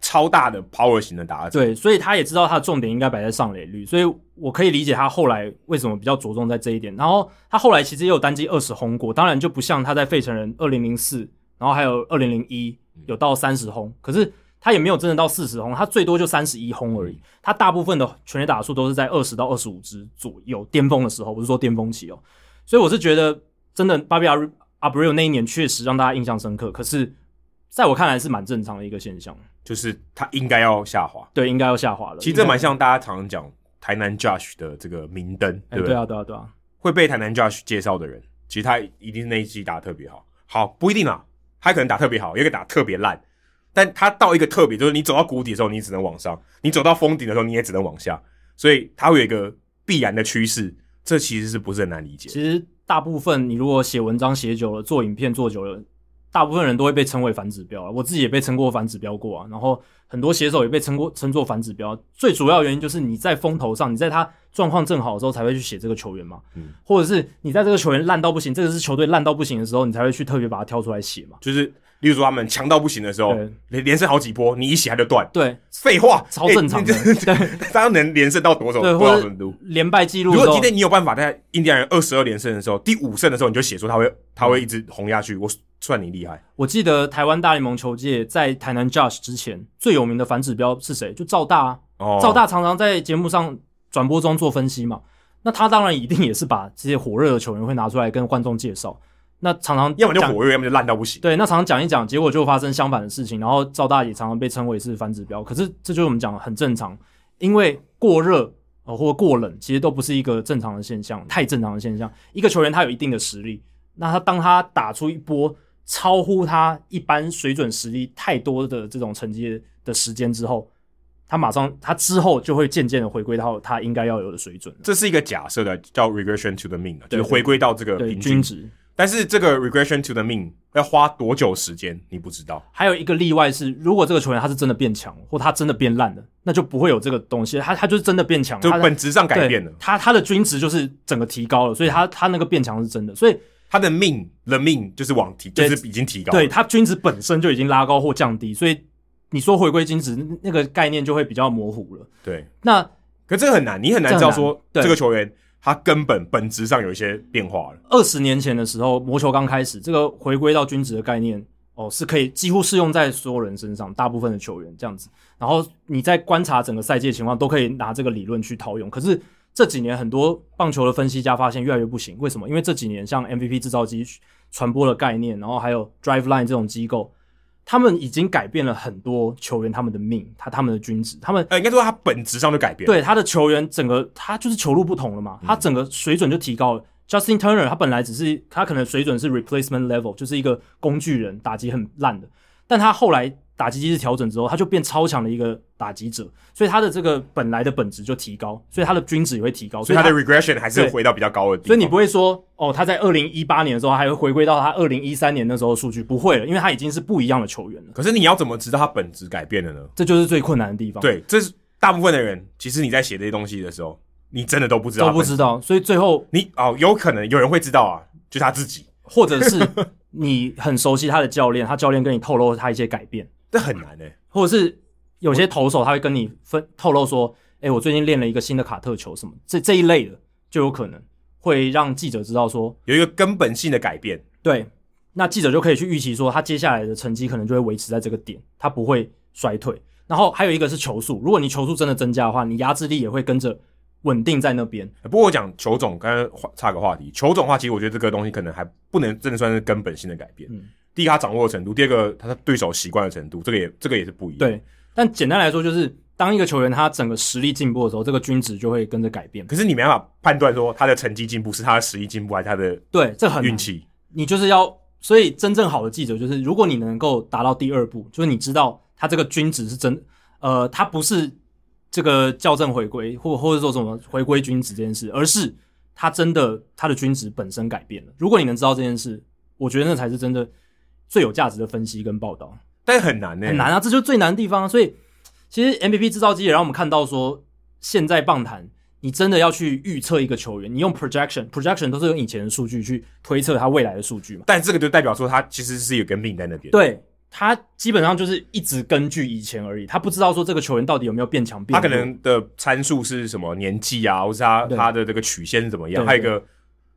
超大的 power 型的打者，对，所以他也知道他的重点应该摆在上垒率，所以我可以理解他后来为什么比较着重在这一点。然后他后来其实也有单击二十轰过，当然就不像他在费城人二零零四，然后还有二零零一嗯有到三十轰，可是他也没有真的到四十轰，他最多就三十一轰嗯而已。他大部分的全垒打数都是在二十到二十五支左右，巅峰的时候，不是说巅峰期哦。所以我是觉得，真的巴比阿阿布瑞那一年确实让大家印象深刻，可是在我看来是蛮正常的一个现象。就是他应该要下滑。对，应该要下滑了。其实这蛮像大家常常讲台南 Josh 的这个明灯，哎对不对啊，对啊，对啊，会被台南 Josh 介绍的人，其实他一定是那一季打得特别好。好，不一定啦，他可能打特别好，也可以打特别烂。但他到一个特别，就是你走到谷底的时候，你只能往上；你走到峰顶的时候，你也只能往下。所以他会有一个必然的趋势，这其实是不是很难理解？其实大部分你如果写文章写久了，做影片做久了，大部分人都会被称为反指标啊。我自己也被称过反指标过啊，然后很多写手也被称过称作反指标。最主要原因就是你在风头上，你在他状况正好的时候才会去写这个球员嘛，嗯或者是你在这个球员烂到不行，这个是球队烂到不行的时候，你才会去特别把它挑出来写嘛。就是例如说他们强到不行的时候对，连连胜好几波，你一写他就断，对废话，超正常的欸你这 *laughs* 大家能连胜到多少对，多或少者程度？连败记录如的时果候今，天你有办法在印第安人二十二连胜的时候，第五胜的时候，你就写说他会他会一直红下去，我算你厉害。我记得台湾大联盟球界在台南 Josh 之前最有名的反指标是谁？就赵大啊。哦赵大常常在节目上转播中做分析嘛，那他当然一定也是把这些火热的球员会拿出来跟观众介绍。那常常要么就讲火热，要么就烂到不行。对，那常常讲一讲，结果就发生相反的事情。然后赵大也常常被称为是反指标，可是这就是我们讲的很正常，因为过热呃或过冷，其实都不是一个正常的现象，太正常的现象。一个球员他有一定的实力，那他当他打出一波超乎他一般水准实力太多的这种成绩的时间之后，他马上他之后就会渐渐的回归到他应该要有的水准，这是一个假设的，叫 regression to the mean，的就对是回归到这个对平均。均值。但是这个 regression to the mean 要花多久时间，你不知道。还有一个例外是，如果这个球员他是真的变强，或他真的变烂了，那就不会有这个东西。他他就是真的变强，就他的本质上改变了对，他他的均值就是整个提高了，所以他他那个变强是真的，所以他的命的命就是往提，就对是已经提高了。对他均值本身就已经拉高或降低，所以你说回归均值那个概念就会比较模糊了。对，那可这个很难，你很难知道说这很难对这个球员他根本本质上有一些变化了。二十年前的时候，魔球刚开始，这个回归到均值的概念哦，是可以几乎适用在所有人身上，大部分的球员这样子。然后你在观察整个赛季的情况，都可以拿这个理论去套用。可是这几年很多棒球的分析家发现越来越不行，为什么？因为这几年像 MVP 制造机传播的概念，然后还有 Drive Line 这种机构，他们已经改变了很多球员他们的命，他他们的均值，他们呃，应该说他本质上就改变。，对他的球员整个他就是球路不同了嘛，嗯他整个水准就提高了。Justin Turner 他本来只是他可能水准是 replacement level，就是一个工具人，打击很烂的，但他后来打击机制调整之后，他就变超强的一个打击者，所以他的这个本来的本质就提高，所以他的均值也会提高，所以所以他他的 regression 还是对回到比较高的地方。所以你不会说哦，他在二零一八年的时候还会回归到他二零一三年那时候的数据，不会了，因为他已经是不一样的球员了，可是你要怎么知道它本质改变了呢？这就是最困难的地方。。对，这是大部分的人，其实你在写这些东西的时候，你真的都不知道都它不本质，知道，所以最后你哦，有可能有人会知道啊，就他自己，或者是你很熟悉他的教练，他 *laughs* 教练跟你透露他一些改变，这很难欸诶、或者是有些投手他会跟你分透露说，诶、我最近练了一个新的卡特球什么，这这一类的就有可能会让记者知道说，有一个根本性的改变，对，那记者就可以去预期说他接下来的成绩可能就会维持在这个点，他不会衰退。然后还有一个是球速，如果你球速真的增加的话，你压制力也会跟着稳定在那边。不过我讲球种，刚刚话岔个话题，球种的话，其实我觉得这个东西可能还不能真的算是根本性的改变。嗯第一个他掌握的程度，第二个他的对手习惯的程度，这个也这个也是不一样。，对，但简单来说就是，当一个球员他整个实力进步的时候，这个均值就会跟着改变。可是你没办法判断说他的成绩进步是他的实力进步，还是他的对，这很难运气。你就是要，所以真正好的记者就是，如果你能够达到第二步，就是你知道他这个均值是真，呃，他不是这个校正回归或或者说什么回归均值这件事，而是他真的他的均值本身改变了。如果你能知道这件事，我觉得那才是真的最有价值的分析跟报道。但很难呢、很难啊，这就是最难的地方啊。所以其实 MVP 制造机也让我们看到说，现在棒坛，你真的要去预测一个球员，你用 projection，projection 都是用以前的数据去推测他未来的数据嘛？但这个就代表说他其实是有跟病在那边。，对。他基本上就是一直根据以前而已，他不知道说这个球员到底有没有变强变他弱。可能的参数是什么年纪啊，或是他对他的这个曲线是怎么样，对还有一个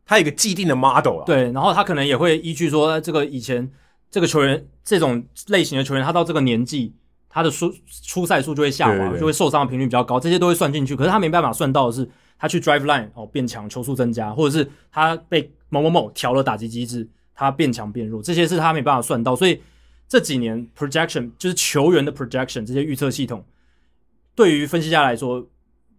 他有一个既定的 model 啊。，对，然后他可能也会依据说呃这个以前这个球员这种类型的球员，他到这个年纪，他的出出赛数就会下滑，对对对就会受伤的频率比较高，这些都会算进去。可是他没办法算到的是，他去 drive line 哦变强，球速增加，或者是他被某某某调了打击机制，他变强变弱，这些是他没办法算到。所以这几年 projection 就是球员的 projection 这些预测系统，对于分析家来说，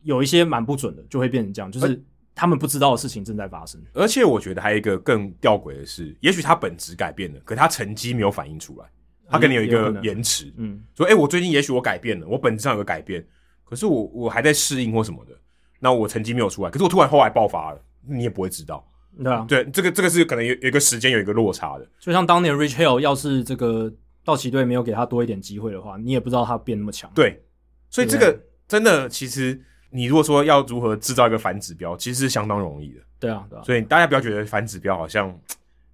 有一些蛮不准的，就会变成这样，哎就是他们不知道的事情正在发生。而且我觉得还有一个更吊诡的是，也许他本质改变了，可他成绩没有反映出来，他可能有一也有可个能延迟。嗯。说，哎、我最近也许我改变了，我本质上有个改变，可是我我还在适应或什么的，那我成绩没有出来，可是我突然后来爆发了，你也不会知道。对啊，对，这个这个是可能有有一个时间有一个落差的。就像当年 Rich Hill 要是这个道奇队没有给他多一点机会的话，你也不知道他变那么强。对，所以这对个真的其实。你如果说要如何制造一个反指标，其实是相当容易的，对啊，对啊，所以大家不要觉得反指标好像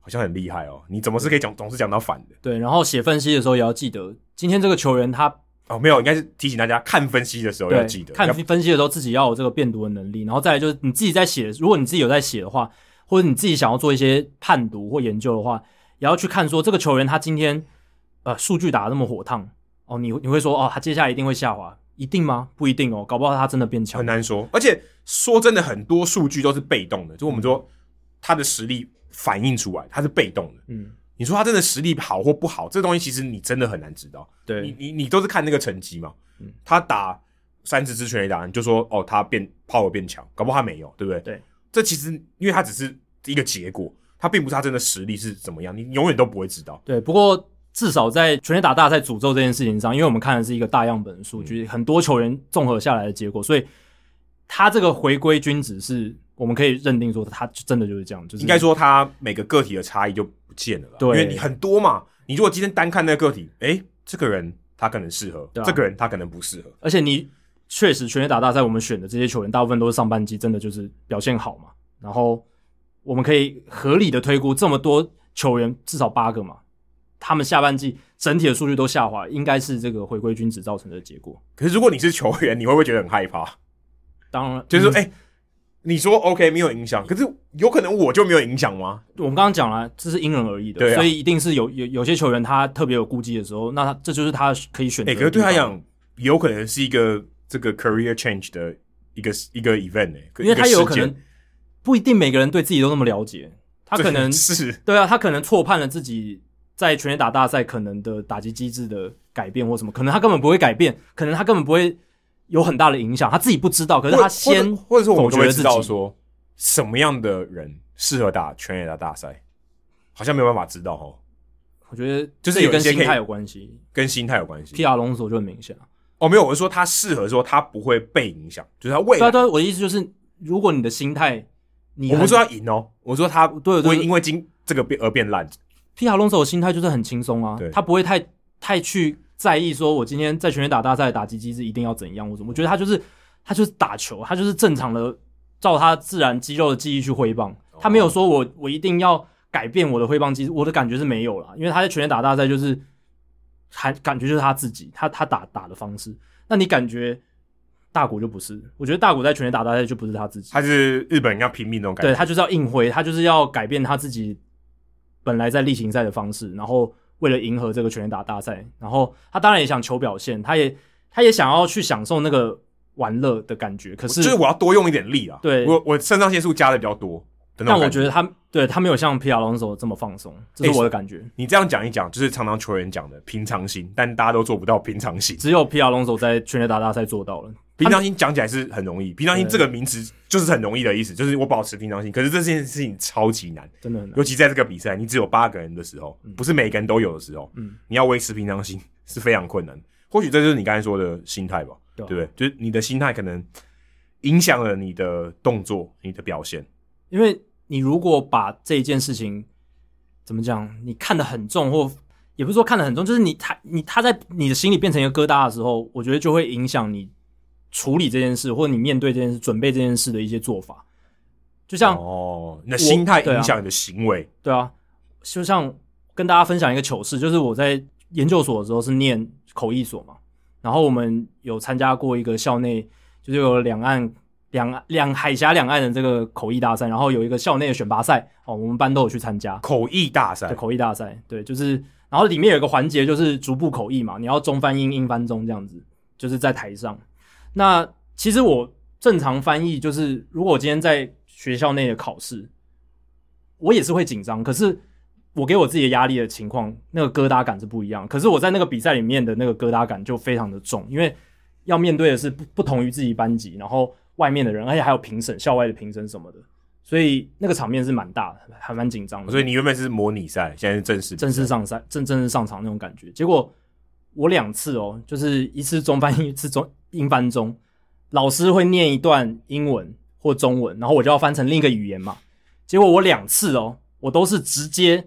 好像很厉害哦，你怎么是可以讲总是讲到反的对。然后写分析的时候也要记得，今天这个球员他哦？没有，应该是提醒大家看分析的时候要对记得，看要分析的时候自己要有这个辨读的能力，然后再来就是你自己在写，如果你自己有在写的话，或者你自己想要做一些判读或研究的话，也要去看说这个球员他今天呃数据打得那么火烫哦，你你会说哦他接下来一定会下滑，一定吗？不一定哦，搞不好他真的变强很。难说。而且说真的，很多数据都是被动的，就我们说他的实力反映出来，他是被动的。嗯，你说他真的实力好或不好，这东西其实你真的很难知道。对你你你都是看那个成绩嘛嗯。他打三十支全垒打，你就说哦，他变 power 变强，搞不好他没有，对不对？对，这其实因为他只是一个结果，他并不是他真的实力是怎么样，你永远都不会知道。对，不过至少在全垒打大赛诅咒这件事情上，因为我们看的是一个大样本的嗯数据，很多球员综合下来的结果，所以他这个回归均值是我们可以认定说他真的就是这样，就是应该说他每个个体的差异就不见了啦，嗯对因为你很多嘛。你如果今天单看那个个体，诶、这个人他可能适合，对啊这个人他可能不适合，而且你确实全垒打大赛我们选的这些球员，大部分都是上半季真的就是表现好嘛。然后我们可以合理的推估，这么多球员至少八个嘛，他们下半季整体的数据都下滑，应该是这个回归均值造成的结果。可是如果你是球员，你会不会觉得很害嗯怕？当然，就是嗯哎、诶你说 OK 没有影响，可是有可能我就没有影响吗？我们刚刚讲了，这是因人而异的，对啊所以一定是有有有些球员他特别有顾忌的时候，那他这就是他可以选择哎、的可地方。是对他讲，有可能是一个这个 career change 的一个一个 event 呢、因为他一个有事可件能不一定每个人对自己都那么了解，他可能对是对啊，他可能错判了自己在全垒打大赛可能的打击机制的改变或什么，可能他根本不会改变，可能他根本不会有很大的影响，他自己不知道，可是或他先或者或者说我们否就决会自知道己。说什么样的人适合打全垒打大赛，好像没有办法知道哦，我觉得就是这也有一跟些心可以态有关系。跟心态有关系。 P R 龙索就很明显啊，哦，没有，我是说他适合说他不会被影响，就是他未对来啊，对啊，我的意思就是，如果你的心态，你我不很是说他赢哦，我说他对对不会对因为今这个变而变烂。皮亚龙手的心态就是很轻松啊对，他不会太太去在意说我今天在全垒打大赛的打击机制一定要怎样或什么。我觉得他就是他就是打球，他就是正常的照他自然肌肉的记忆去挥棒，他没有说我我一定要改变我的挥棒机制，我的感觉是没有啦，因为他在全垒打大赛就是还感觉就是他自己，他他打打的方式。那你感觉大谷就不是？我觉得大谷在全垒打大赛就不是他自己，他是日本人要拼命那种感对觉，他就是要硬挥，他就是要改变他自己本来在例行赛的方式，然后为了迎合这个全垒打大赛，然后他当然也想求表现，他也他也想要去享受那个玩乐的感觉，可是就是我要多用一点力啊。对我我肾上腺素加的比较多的那但种我感觉觉得他对他没有像皮亚龙手这么放松，这诶是我的感觉。你这样讲一讲，就是常常球员讲的平常心，但大家都做不到平常心。只有皮亚龙手在全垒打大赛做到了，平常心讲起来是很容易，平常心这个名词就是很容易的意思，就是我保持平常心。可是这件事情超级难，真的很难。尤其在这个比赛，你只有八个人的时候，不是每个人都有的时候，嗯你要维持平常心是非常困难。或许这就是你刚才说的心态吧，对啊对不对？就是你的心态可能影响了你的动作、你的表现。因为你如果把这一件事情怎么讲，你看得很重，或也不是说看得很重，就是你他你他在你的心里变成一个疙瘩的时候，我觉得就会影响你处理这件事，或者你面对这件事、准备这件事的一些做法。就像、哦，你的心态我对啊影响你的行为，对啊，就像跟大家分享一个糗事，就是我在研究所的时候是念口译所嘛，然后我们有参加过一个校内，就是有两岸两两海峡两岸的这个口译大赛，然后有一个校内的选拔赛哦，我们班都有去参加。口译大赛对，口译大赛，对，就是，然后里面有一个环节就是逐步口译嘛，你要中翻英，英翻中这样子，就是在台上。那其实我正常翻译就是，如果我今天在学校内的考试，我也是会紧张，可是我给我自己的压力的情况，那个疙瘩感是不一样。可是我在那个比赛里面的那个疙瘩感就非常的重，因为要面对的是不不同于自己班级，然后外面的人，而且还有评审、校外的评审什么的，所以那个场面是蛮大的，还蛮紧张的。所以你原本是模拟赛，现在是正式比赛正式上赛正正式上场那种感觉。结果我两次哦，就是一次中翻 *laughs* 一次中英翻中，老师会念一段英文或中文，然后我就要翻成另一个语言嘛。结果我两次哦，我都是直接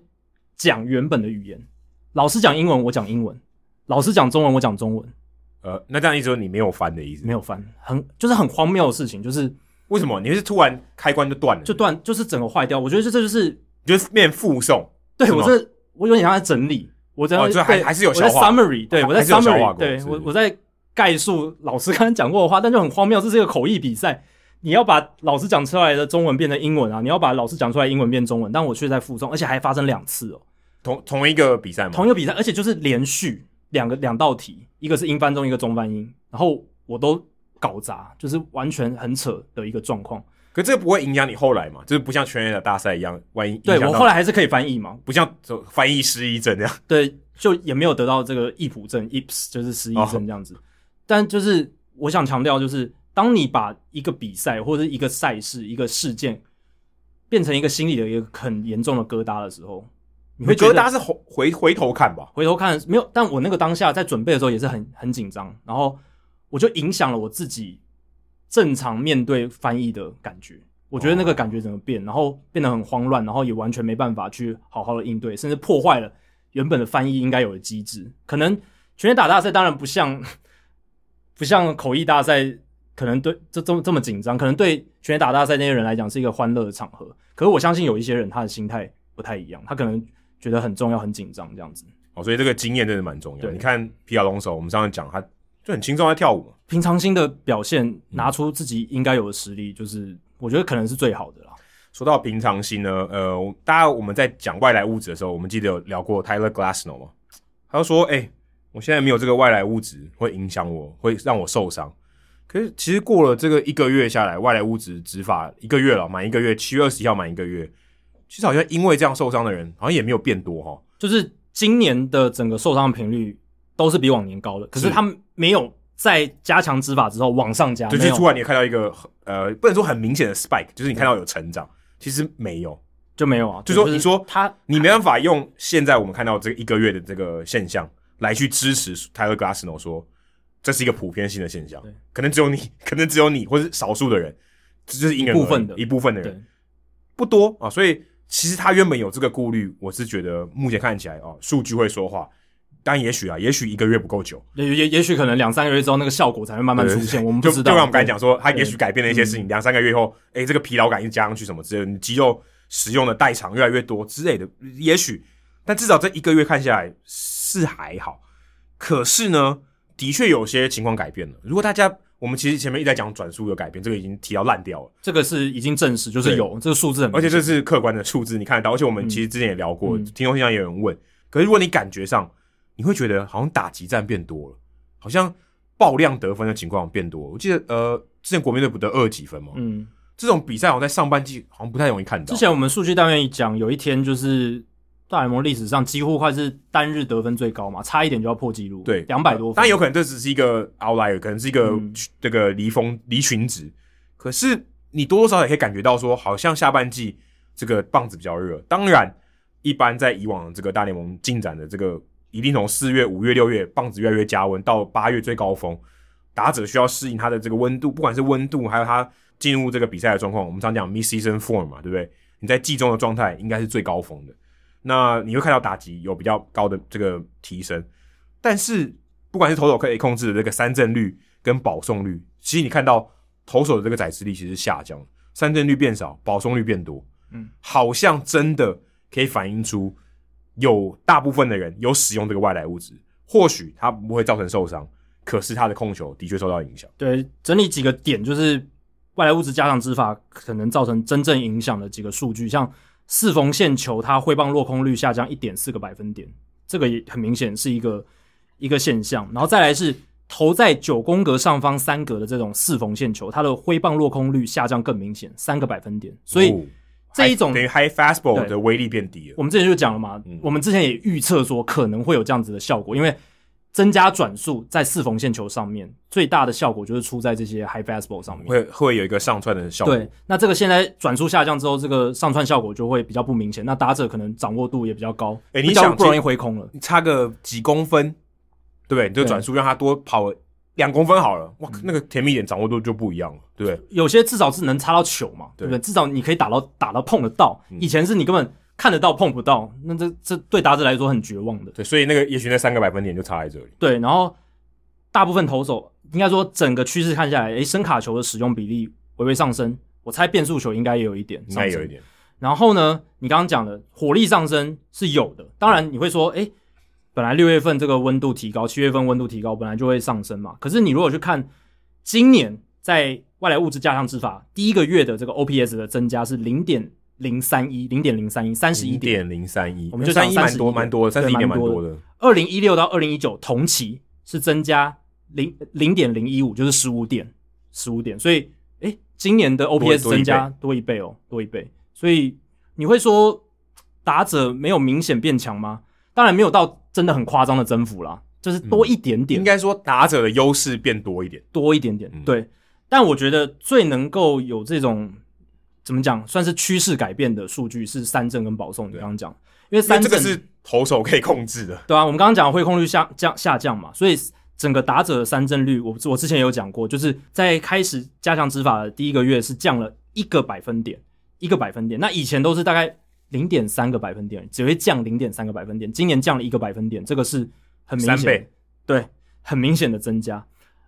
讲原本的语言，老师讲英文我讲英文，老师讲中文我讲中文，呃，那这样意思说你没有翻的意思没？有翻，很就是很荒谬的事情，就是为什么？你是突然开关就断了，就断就是整个坏掉。我觉得这这就是你就是变附送，对是吗我这我有点像在整理，我在哦就还对还是有我在消化 summary，对还我在还是有消化过 summary，对是我我在概述老师刚刚讲过的话，但就很荒谬，这是一个口译比赛，你要把老师讲出来的中文变成英文啊，你要把老师讲出来的英文变中文，但我却在附送，而且还发生两次哦，同同一个比赛吗？同一个比赛，而且就是连续两个两道题，一个是英翻中，一个中翻英，然后我都搞砸，就是完全很扯的一个状况。可这个不会影响你后来嘛？就是不像全垒打大赛一样，万一影对响我到后来还是可以翻译嘛，不像走翻译失忆症那样，对，就也没有得到这个易普症 （IPS），就是失忆症这样子。但就是我想强调，就是当你把一个比赛或者是一个赛事、一个事件变成一个心理的一个很严重的疙瘩的时候，你会觉觉得大得家是回回回头看吧？回头看没有。但我那个当下在准备的时候也是很很紧张，然后我就影响了我自己正常面对翻译的感觉。我觉得那个感觉整个变，然后变得很慌乱，然后也完全没办法去好好的应对，甚至破坏了原本的翻译应该有的机制。可能全垒打大赛当然不像不像口译大赛，可能对这这么这么紧张，可能对全垒打大赛那些人来讲是一个欢乐的场合。可是我相信有一些人他的心态不太一样，他可能觉得很重要、很紧张这样子。哦，所以这个经验真的蛮重要。对你看皮亚龙手，我们上次讲他就很轻松在跳舞嘛，平常心的表现，拿出自己应该有的实力，就是我觉得可能是最好的啦。说到平常心呢，呃，我大家我们在讲外来物质的时候，我们记得有聊过 Tyler Glassnow 吗？他就说：“哎、我现在没有这个外来物质，会影响我，会让我受伤。”可是其实过了这个一个月下来，外来物质执法一个月了，满一个月，七月二十一号满一个月，其实好像因为这样受伤的人好像也没有变多哈、就是今年的整个受伤频率都是比往年高的，可是是他们没有在加强执法之后往上加，就啊没是有突然你看到一个呃，不能说很明显的 spike，就是你看到有成长，其实没有。就没有啊。就说是你说他你没办法用现在我们看到这一个月的这个现象来去支持 Tyler Glassnow 说这是一个普遍性的现象对，可能只有你， *laughs* 可能只有你或是少数的人，这就是因人而异一部分的一部分的对人不多啊，所以其实他原本有这个顾虑，我是觉得目前看起来啊，数据会说话，但也许啊，也许一个月不够久，也也也许可能两三个月之后那个效果才会慢慢出现，我们不就知道。就像我们刚才对讲说，他也许改变了一些事情，两三个月后，哎、这个疲劳感又加上去什么之类的，你肌肉使用的代偿越来越多之类的，也许，但至少这一个月看下来是还好。可是呢，的确有些情况改变了。如果大家，我们其实前面一直在讲转速有改变，这个已经提到烂掉了，这个是已经证实，就对是有这个数字很明而且显，这是客观的数字，你看得到。而且我们其实之前也聊过，嗯听众信箱也有人问，可是如果你感觉上，你会觉得好像打击战变多了，好像爆量得分的情况变多了。我记得呃，之前国民队不得二十几分吗？嗯，这种比赛好像在上半季好像不太容易看到。之前我们数据单元一讲，有一天就是大联盟历史上几乎快是单日得分最高嘛，差一点就要破纪录，对两百多分。当然有可能这只是一个 outlier，可能是一个嗯这个离峰离群值，可是你多多少少也可以感觉到说，好像下半季这个棒子比较热。当然，一般在以往这个大联盟进展的这个，一定从四月、五月、六月棒子越来越加温，到八月最高峰，打者需要适应它的这个温度，不管是温度，还有他进入这个比赛的状况。我们常讲 mid season form 嘛，对不对？你在季中的状态应该是最高峰的，那你会看到打击有比较高的这个提升。但是不管是投手可以控制的这个三振率跟保送率，其实你看到投手的这个载值率其实下降了，三振率变少，保送率变多，嗯，好像真的可以反映出有大部分的人有使用这个外来物质，或许它不会造成受伤，可是他的控球的确受到影响。对，整理几个点，就是外来物质加强执法可能造成真正影响的几个数据，像四缝线球，它挥棒落空率下降一点四个百分点，这个也很明显是一个一个现象。然后再来是投在九宫格上方三格的这种四缝线球，它的挥棒落空率下降更明显，三个百分点。所以哦这一种 high- 等于 high fastball 对的威力变低了我。们之前就讲了嘛，我们之前也预测说可能会有这样子的效果，因为增加转速在四缝线球上面最大的效果就是出在这些 high fastball 上面。会会有一个上窜的效果，对，那这个现在转速下降之后，这个上窜效果就会比较不明显，那打者可能掌握度也比较高，诶哎比你较想不容易挥空了。你差个几公分，对不对？你就对转速让他多跑两公分好了，哇，那个甜蜜点掌握度就不一样了，对不对？有些至少是能擦到球嘛，对对不对？至少你可以打到打到碰得到，以前是你根本看得到碰不到，那这这对打者来说很绝望的。对，所以那个也许那三个百分点就差在这里。对，然后大部分投手应该说整个趋势看下来，诶，声卡球的使用比例微微上升，我猜变速球应该也有一点，应该有一。点，然后呢，你刚刚讲的火力上升是有的，当然你会说，诶，本来六月份这个温度提高，七月份温度提高，本来就会上升嘛。可是你如果去看今年在外来物质加强之法第一个月的这个 OPS 的增加是零点零三一，零点零三一，三十一一点点零三一，我们就讲三一蛮31多点蛮多的，三十一对点蛮蛮多的多的，二零一六到二零一九同期是增加零零点零一五，就是十五点十五点，所以诶、今年的 OPS 多一倍增加多一倍哦，多一倍，所以你会说打者没有明显变强吗？当然没有到真的很夸张的增幅啦，就是多一点嗯点，应该说嗯打者的优势变多一点，多一点点，对。但我觉得最能够有这种怎么讲，算是趋势改变的数据是三振跟保送。你刚刚讲，因因为为三这振个是投手可以控制的，对啊，我们刚刚讲挥空率下降下降嘛，所以整个打者的三振率，我我之前有讲过，就是在开始加强执法的第一个月是降了一个百分点，一个百分点。那以前都是大概零点三个百分点，只会降零点三个百分点，今年降了一个百分点，这个是很明三显倍的，对，很明显的增加，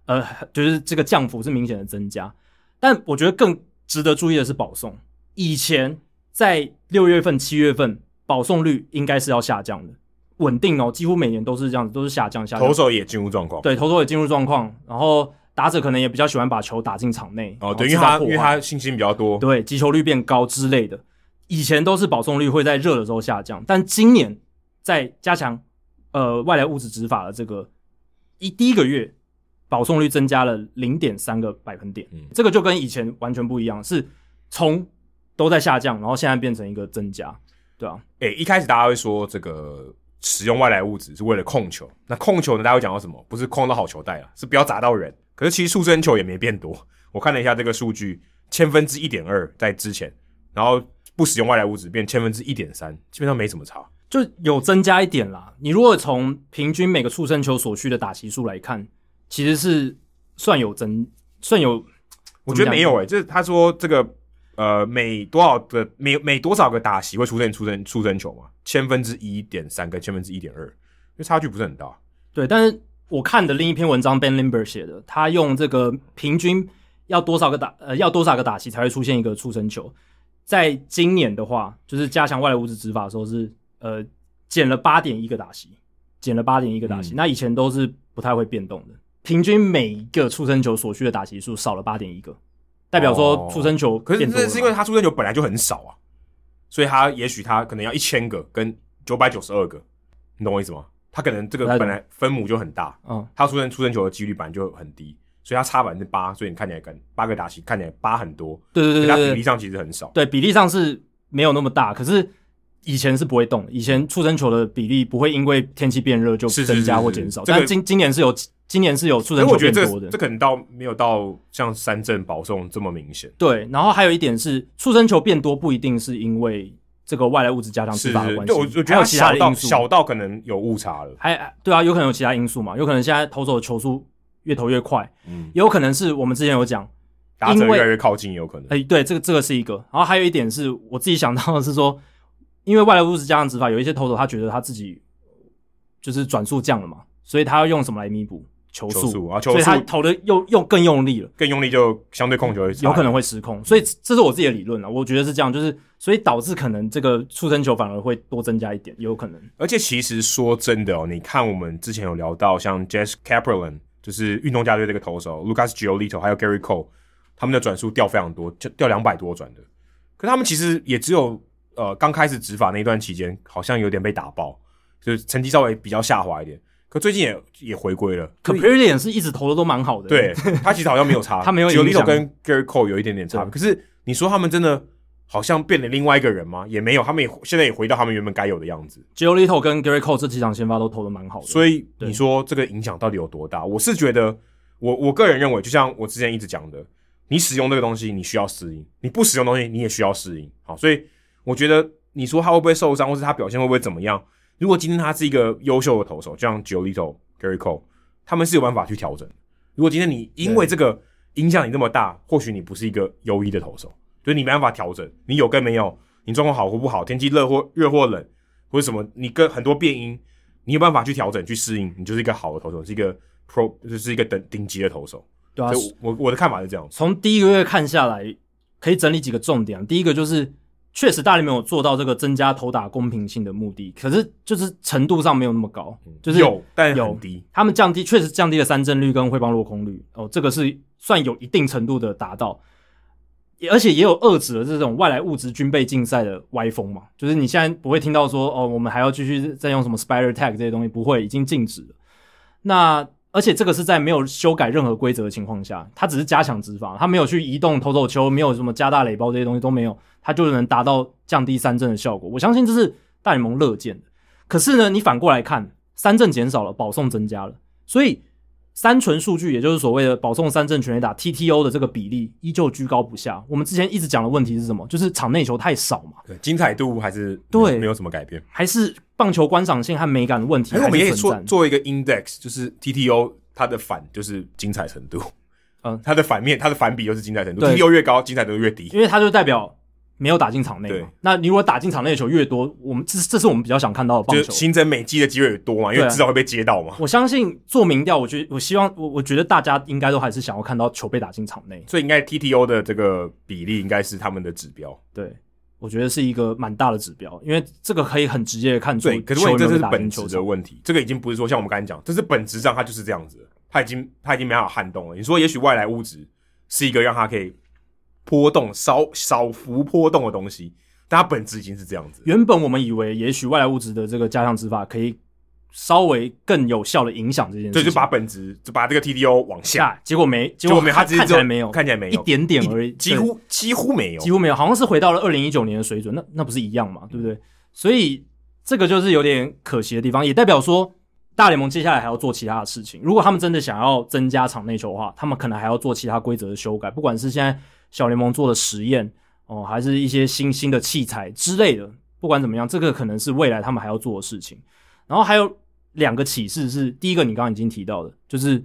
呃，就是这个降幅是明显的增加。但我觉得更值得注意的是保送，以前在六月份、七月份保送率应该是要下降的，稳定哦，几乎每年都是这样子，都是下降下降。投手也进入状况。对投手也进入状况，然后打者可能也比较喜欢把球打进场内哦，然后对，因为制造他破因为坏他信心比较多，对击球率变高之类的。以前都是保送率会在热的时候下降，但今年在加强呃外来物质执法的这个一第一个月，保送率增加了零点三个百分点，嗯这个就跟以前完全不一样，是从都在下降，然后现在变成一个增加，对啊，诶、一开始大家会说这个使用外来物质是为了控球，那控球呢，大家会讲到什么？不是控到好球带啊，是不要砸到人。可是其实速身球也没变多，我看了一下这个数据，千分之一点二在之前，然后不使用外来物质变千分之一点三，基本上没什么差。就有增加一点啦。你如果从平均每个触身球所需的打席数来看，其实是算有增，算有，我觉得怎么讲没有诶、就是他说这个呃每多少个每每多少个打席会出现出生出生球嘛，千分之一点三跟千分之一点二，就差距不是很大。对，但是我看的另一篇文章，Ben Limber 写的，他用这个平均要多少个打呃要多少个打席才会出现一个触身球，在今年的话，就是加强外来物质执法的时候是呃减了八点一个打席，减了八点一个打席、嗯那以前都是不太会变动的，平均每一个触身球所需的打席数少了八点一个，代表说哦触身球可是变多了这嘛是因为他出生球本来就很少啊，所以他也许他可能要一千个跟九百九十二个，你懂我意思吗？他可能这个不太本懂来分母就很大，嗯。他出生出生球的几率本来就很低，所以他差百分之八，所以你看起来跟八个打席看起来八很多，对对对可对他对，比例上其实很少。对比例上是没有那么大，可是以前是不会动的，以前触身球的比例不会因为天气变热就是是是增加或减少，是是这个但今今年是有今年是有触可是身我球觉得变这多个的这，可能到没有到像三振保送这么明显，对。然后还有一点是，触身球变多不一定是因为这个外来物质加强是执是法的是关系，就我我觉还得有他其他小的到因素，小到可能有误差了，还对啊，有可能有其他因素嘛，有可能现在投手的球速越投越快，嗯，也有可能是我们之前有讲打者因为越来越靠近也有可能。哎、对，这个这个是一个。然后还有一点是我自己想到的是说，因为外来物质加上执法，有一些投手他觉得他自己就是转速降了嘛，所以他要用什么来弥补？球球速速，啊球所以他速投的又又更用力了。更用力就相对控球会差有可能会失控，所以这是我自己的理论了。我觉得是这样，就是所以导致可能这个触身球反而会多增加一点，也有可能。而且其实说真的哦，你看我们之前有聊到像 Jess Caperlin，就是运动家队这个投手，Lucas Giolito 还有 Gary Cole，他们的转速掉非常多，就掉两百多转的。可他们其实也只有呃刚开始执法那一段期间，好像有点被打爆，就是成绩稍微比较下滑一点。可最近也也回归了，可 p e r i a n 是一直投的都蛮好的，对他其实好像没有差， *laughs* 他没有影 Giolito 响跟 Gary Cole 有一点点差别。可是你说他们真的好像变了另外一个人吗？也没有，他们也现在也回到他们原本该有的样子。 ，Giolito 跟 Gary Cole 这几场先发都投的蛮好的，以所以对你说这个影响到底有多大？我是觉得，我我个人认为，就像我之前一直讲的，你使用这个东西，你需要适应；你不使用东西，你也需要适应。好，所以我觉得你说他会不会受伤，或是他表现会不会怎么样？如果今天他是一个优秀的投手，就像 Jolito、Gary Cole，他们是有办法去调整。如果今天你因为这个影响你这么大，或许你不是一个优异的投手，就是你没办法调整，你有跟没有，你状况好或不好，天气热或热或冷，或者什么，你跟很多变音，你有办法去调整、去适应，你就是一个好的投手，是一个 pro，就是一个等顶级的投手。对啊所，以我我的看法是这样，从第一个月看下来，可以整理几个重点。啊第一个就是，确实大联盟有做到这个增加投打公平性的目的，可是就是程度上没有那么高，就是嗯有，但有很低。他们降低确实降低了三振率跟挥棒落空率，哦，这个是算有一定程度的达到，也而且也有遏制了这种外来物质军备竞赛的歪风嘛，就是你现在不会听到说哦，我们还要继续再用什么 spider tag 这些东西，不会，已经禁止了。那而且这个是在没有修改任何规则的情况下，它只是加强执法，它没有去移动投手球，没有什么加大垒包这些东西都没有，它就能达到降低三振的效果。我相信这是大联盟乐见的。可是呢，你反过来看，三振减少了，保送增加了，所以三纯数据，也就是所谓的保送三振全垒打 TTO 的这个比例依旧居高不下。我们之前一直讲的问题是什么？就是场内球太少嘛，对，精彩度还是对没有什么改变。还是棒球观赏性和美感的问题哎，我还们也是存做在？做一个 index，就是 TTO 它的反就是精彩程度，*laughs* 嗯它的反面它的反比又是精彩程度对，TTO 越高，精彩程度越低。因为它就代表没有打进场内对嘛。那你如果打进场内的球越多，我们这这是我们比较想看到的棒就球。新增美肌的机会也多嘛，因对为啊至少会被接到嘛，我相信做民调，我觉我希望我我觉得大家应该都还是想要看到球被打进场内。所以应该 TTO 的这个比例应该是他们的指标。对，我觉得是一个蛮大的指标，因为这个可以很直接的看出对，可是问球题有这是没有打本进质球的场。问题，这个已经不是说像我们刚才讲，这是本质上它就是这样子了，它已经它已经没办法撼动了。你说也许外来物质是一个让它可以波动少少幅波动的东西，但它本质已经是这样子了。原本我们以为，也许外来物质的这个加强执法可以稍微更有效的影响这件事对，情，就把本质就把这个 TDO 往下，下，结果没，结结果没有，它看只是看只起有来没有，看起来没有一点点而已，一几乎几乎没有几。乎没有，好像是回到了二零一九年的水准，那那不是一样嗯嘛，对不对？所以这个就是有点可惜的地方，也代表说大联盟接下来还要做其他的事情。如果他们真的想要增加场内球的话，他们可能还要做其他规则的修改，不管是现在小联盟做的实验哦，还是一些新兴的器材之类的，不管怎么样，这个可能是未来他们还要做的事情。然后还有两个启示是，第一个你刚刚已经提到的，就是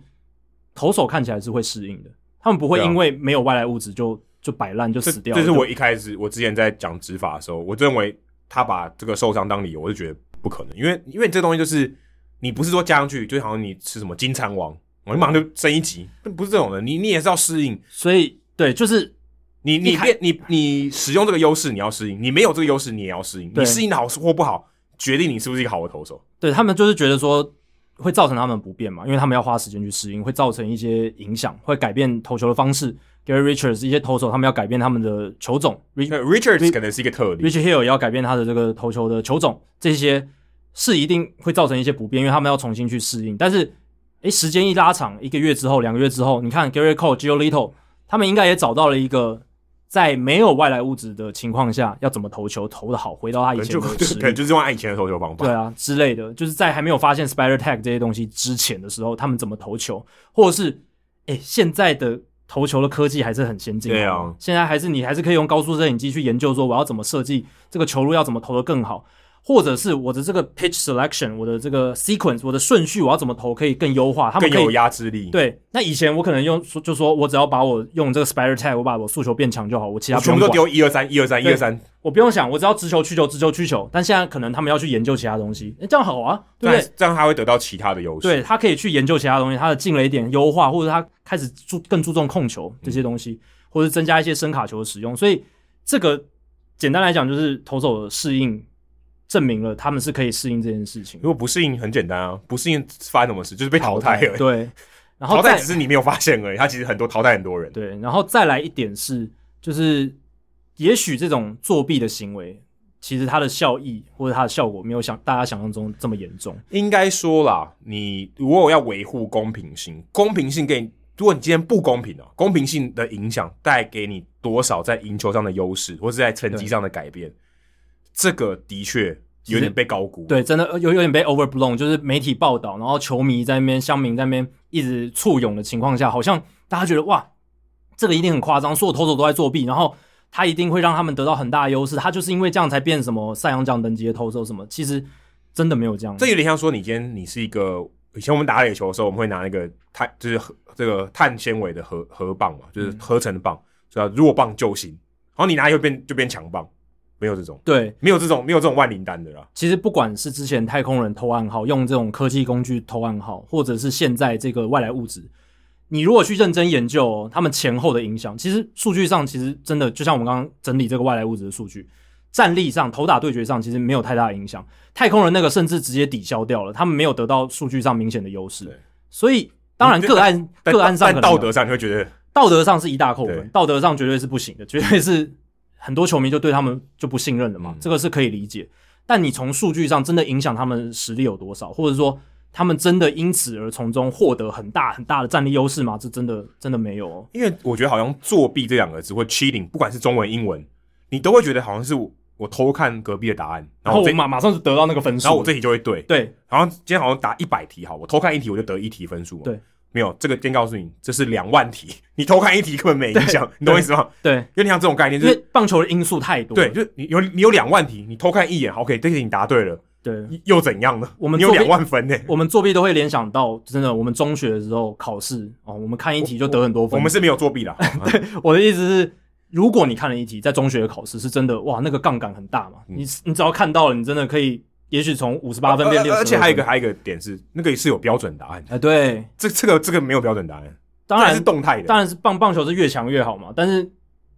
投手看起来是会适应的，他们不会对啊因为没有外来物质就就摆烂就这死掉了。这是就我一开始我之前在讲执法的时候，我认为他把这个受伤当理由，我就觉得不可能，因为因为这东西就是你不是说加上去，就好像你吃什么金蝉王，我马上就升一级，那不是这种的，你你也是要适应，所以对，就是你一你开变你你使用这个优势，你要适应，你没有这个优势，你也要适应，对你适应的好或不好，决定你是不是一个好的投手。对他们就是觉得说会造成他们不便嘛，因为他们要花时间去适应，会造成一些影响，会改变投球的方式。Gary Richards 一些投手，他们要改变他们的球种，Rich 那 Richards 可能是一个特例， Rich Hill 也要改变他的这个投球的球种，这些是一定会造成一些不便，因为他们要重新去适应。但是，诶，时间一拉长，一个月之后，两个月之后，你看 Gary Cole、Giolito 他们应该也找到了一个在没有外来物质的情况下要怎么投球投的好，回到他可以能前就的对实可力能。就是用他以前的投球方法。对啊之类的，就是在还没有发现 spider tag 这些东西之前的时候，他们怎么投球，或者是诶、现在的投球的科技还是很先进的，对啊现在还是你还是可以用高速摄影机去研究说我要怎么设计这个球路要怎么投的更好，或者是我的这个 pitch selection，我的这个 sequence，我的顺序，我要怎么投可以更优化？他们更可有以压制力。，对。那以前我可能用说就说我只要把我用这个 spider tag，我把我诉求变强就好，我其他不全用部都管，丢一二三一二三一对二三，我不用想，我只要直球曲球直球曲球。但现在可能他们要去研究其他东西，诶这样好啊，对不但对？这样他会得到其他的优势。对他可以去研究其他东西，他的进了一点优化，或者他开始注更注重控球这些东西，或者增加一些深卡球的使用。所以这个简单来讲，就是投手的适应证明了他们是可以适应这件事情如。果不适应很简单啊，不适应发生什么事就是被淘汰而已。对，然后淘汰再只是你没有发现而已，他其实很多淘汰很多人。对，然后再来一点是，就是也许这种作弊的行为，其实它的效益或者它的效果没有想大家想象中这么严重。应该说啦，你如果要维护公平性，公平性给你，如果你今天不公平哦、公平性的影响带给你多少在赢球上的优势，或是在成绩上的改变，这个的确有点被高估。，对，真的呃有有点被 overblown，就是媒体报道，然后球迷在那边、乡民在那边一直簇拥的情况下，好像大家觉得哇，这个一定很夸张，所有投手都在作弊，然后他一定会让他们得到很大的优势，他就是因为这样才变什么赛扬奖等级的投手什么，其实真的没有这样。这有点像说你今天你是一个，以前我们打垒球的时候，我们会拿那个碳，就是核这个碳纤维的核核棒嘛，嗯就是合成的棒，叫、以弱棒救星，然后你拿以后变就变强棒，没有这种，对，没有这种，没有这种万灵丹的啦。其实不管是之前太空人偷暗号，用这种科技工具偷暗号，或者是现在这个外来物质，你如果去认真研究、哦、他们前后的影响，其实数据上其实真的就像我们刚刚整理这个外来物质的数据，战力上头打对决上其实没有太大的影响。太空人那个甚至直接抵消掉了，他们没有得到数据上明显的优对势，所以当然你个案但个案上可但能道有德上你会觉得道德上是一大扣对分，道德上绝对是不行的，绝对是很多球迷就对他们就不信任了嘛，嗯这个是可以理解。但你从数据上真的影响他们实力有多少，或者说他们真的因此而从中获得很大很大的战力优势吗？这真的真的没有、哦。因为我觉得好像作弊这两个字或 cheating，不管是中文英文，你都会觉得好像是我我偷看隔壁的答案，然后然后我我这马马上就得到那个分数，然后我这题就会对，对好像今天好像答一百题好，我偷看一题我就得一题分数嘛。对，没有这个先告诉你，这是两万题， *laughs* 你偷看一题根本没影响，你懂我意思吗？对，有点像这种概念，就因为是棒球的因素太多了。对，就是你有你有两万题，你偷看一眼好，OK，这题你答对了，对，又怎样呢？我们你有作弊两万分呢、我们作弊都会联想到，真的，我们中学的时候考试哦， *laughs* 我们看一题就得很多分我们是没有作 *laughs* 弊啦，对， *laughs* 我的意思是，如果你看了一题，在中学的考试是真的哇，那个杠杆很大嘛。嗯你你只要看到了，你真的可以，也许从五十八分变六而十。而且还有一个，还有一个点是，那个是有标准答案，哎，对，这这个这个没有标准答案，当这还是然动态的，当然是棒棒球是越强越好嘛，但是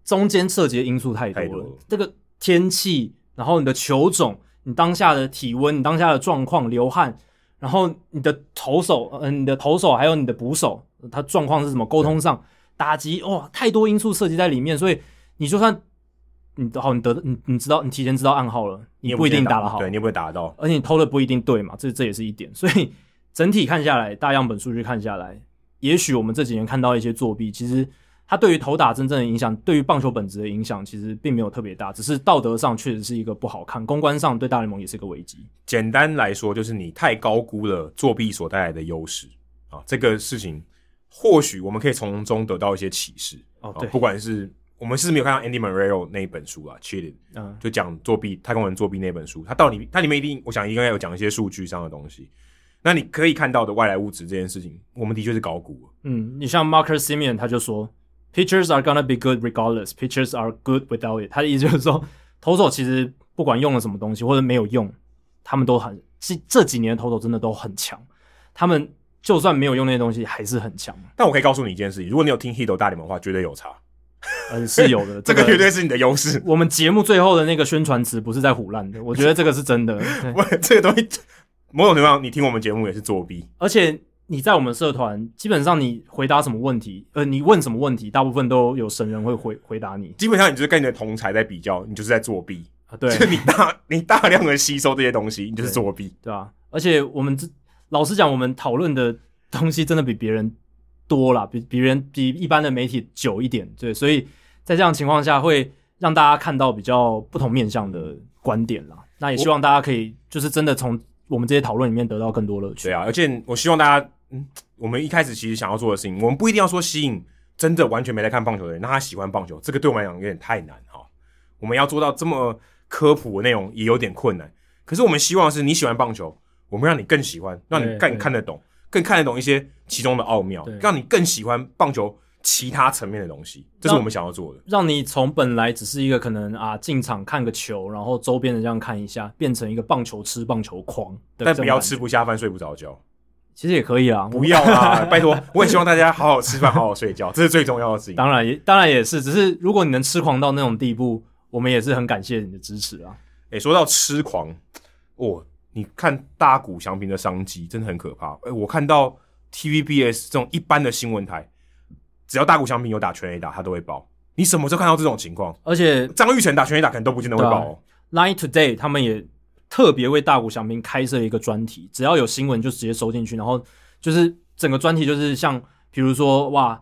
中间涉及的因素太多太多了了，这个天气，然后你的球种，你当下的体温，你当下的状况，流汗。然后你的投手，嗯、你的投手还有你的捕手，他状况是什么？沟通上、打击，哇，太多因素涉及在里面，所以你就算你好，你得你你知道，你提前知道暗号了，你你也不一见定打得好，对你也不会打得到。而且你偷的不一定对嘛，这这也是一点。所以整体看下来，大样本数据看下来，也许我们这几年看到一些作弊，其实它对于投打真正的影响，对于棒球本质的影响，其实并没有特别大，只是道德上确实是一个不好看，公关上对大联盟也是个危机。简单来说，就是你太高估了作弊所带来的优势啊。这个事情或许我们可以从中得到一些启示哦啊对不管是我们是没有看到 Andy Moreno 那一本书啊 c h e a t e 嗯，就讲作弊太空人作弊那本书，它到底它里面一定我想应该有讲一些数据上的东西。那你可以看到的外来物质这件事情，我们的确是高估了。嗯，你像 Marcus Simeon 他就说，pitchers are gonna be good regardless, pitchers are good without it。他的意思就是说，投手其实不管用了什么东西或者没有用，他们都很这这几年的投手真的都很强，他们就算没有用那些东西还是很强，但我可以告诉你一件事情，如果你有听 h i t o 大联盟的话，绝对有差，呃是有的。 *laughs* 这个绝对是你的优势。 *laughs* 我们节目最后的那个宣传词不是在胡乱的，我觉得这个是真的。对我这个东西，某种程度上，你听我们节目也是作弊。而且你在我们社团，基本上你回答什么问题，呃，你问什么问题，大部分都有神人会回回答你基本上你就是跟你的同才在比较，你就是在作弊，啊。对就，是你大 *laughs* 你大量的吸收这些东西，你就是作弊。对啊，而且我们这老实讲，我们讨论的东西真的比别人多啦，比比别人比一般的媒体久一点，对，所以在这样的情况下，会让大家看到比较不同面向的观点啦。那也希望大家可以就是真的从我们这些讨论里面得到更多乐趣。对啊，而且我希望大家，嗯，我们一开始其实想要做的事情，我们不一定要说吸引真的完全没在看棒球的人，让他喜欢棒球，这个对我们来讲有点太难哈。我们要做到这么科普的内容也有点困难，可是我们希望是你喜欢棒球，我们让你更喜欢，让你对更对看得懂，更看得懂一些其中的奥妙对，让你更喜欢棒球其他层面的东西，这是让我们想要做的。让你从本来只是一个可能啊进场看个球，然后周边的这样看一下，变成一个棒球痴、棒球狂的这种但感觉，不要吃不下饭，睡不着觉，其实也可以啊，不要啦，拜托！我也希望大家好好吃饭，好好睡觉，这是最重要的事情。当然也当然也是，只是如果你能痴狂到那种地步，我们也是很感谢你的支持啊。诶、说到痴狂，哦，你看大谷翔平的商机真的很可怕。诶、我看到 TVBS 这种一般的新闻台，只要大谷翔平有打全 A 打，他都会报。你什么时候看到这种情况？而且张玉成打全 A 打可能都不见得会报、哦。 Line Today 他们也特别为大谷翔平开设了一个专题，只要有新闻就直接收进去，然后就是整个专题就是像比如说哇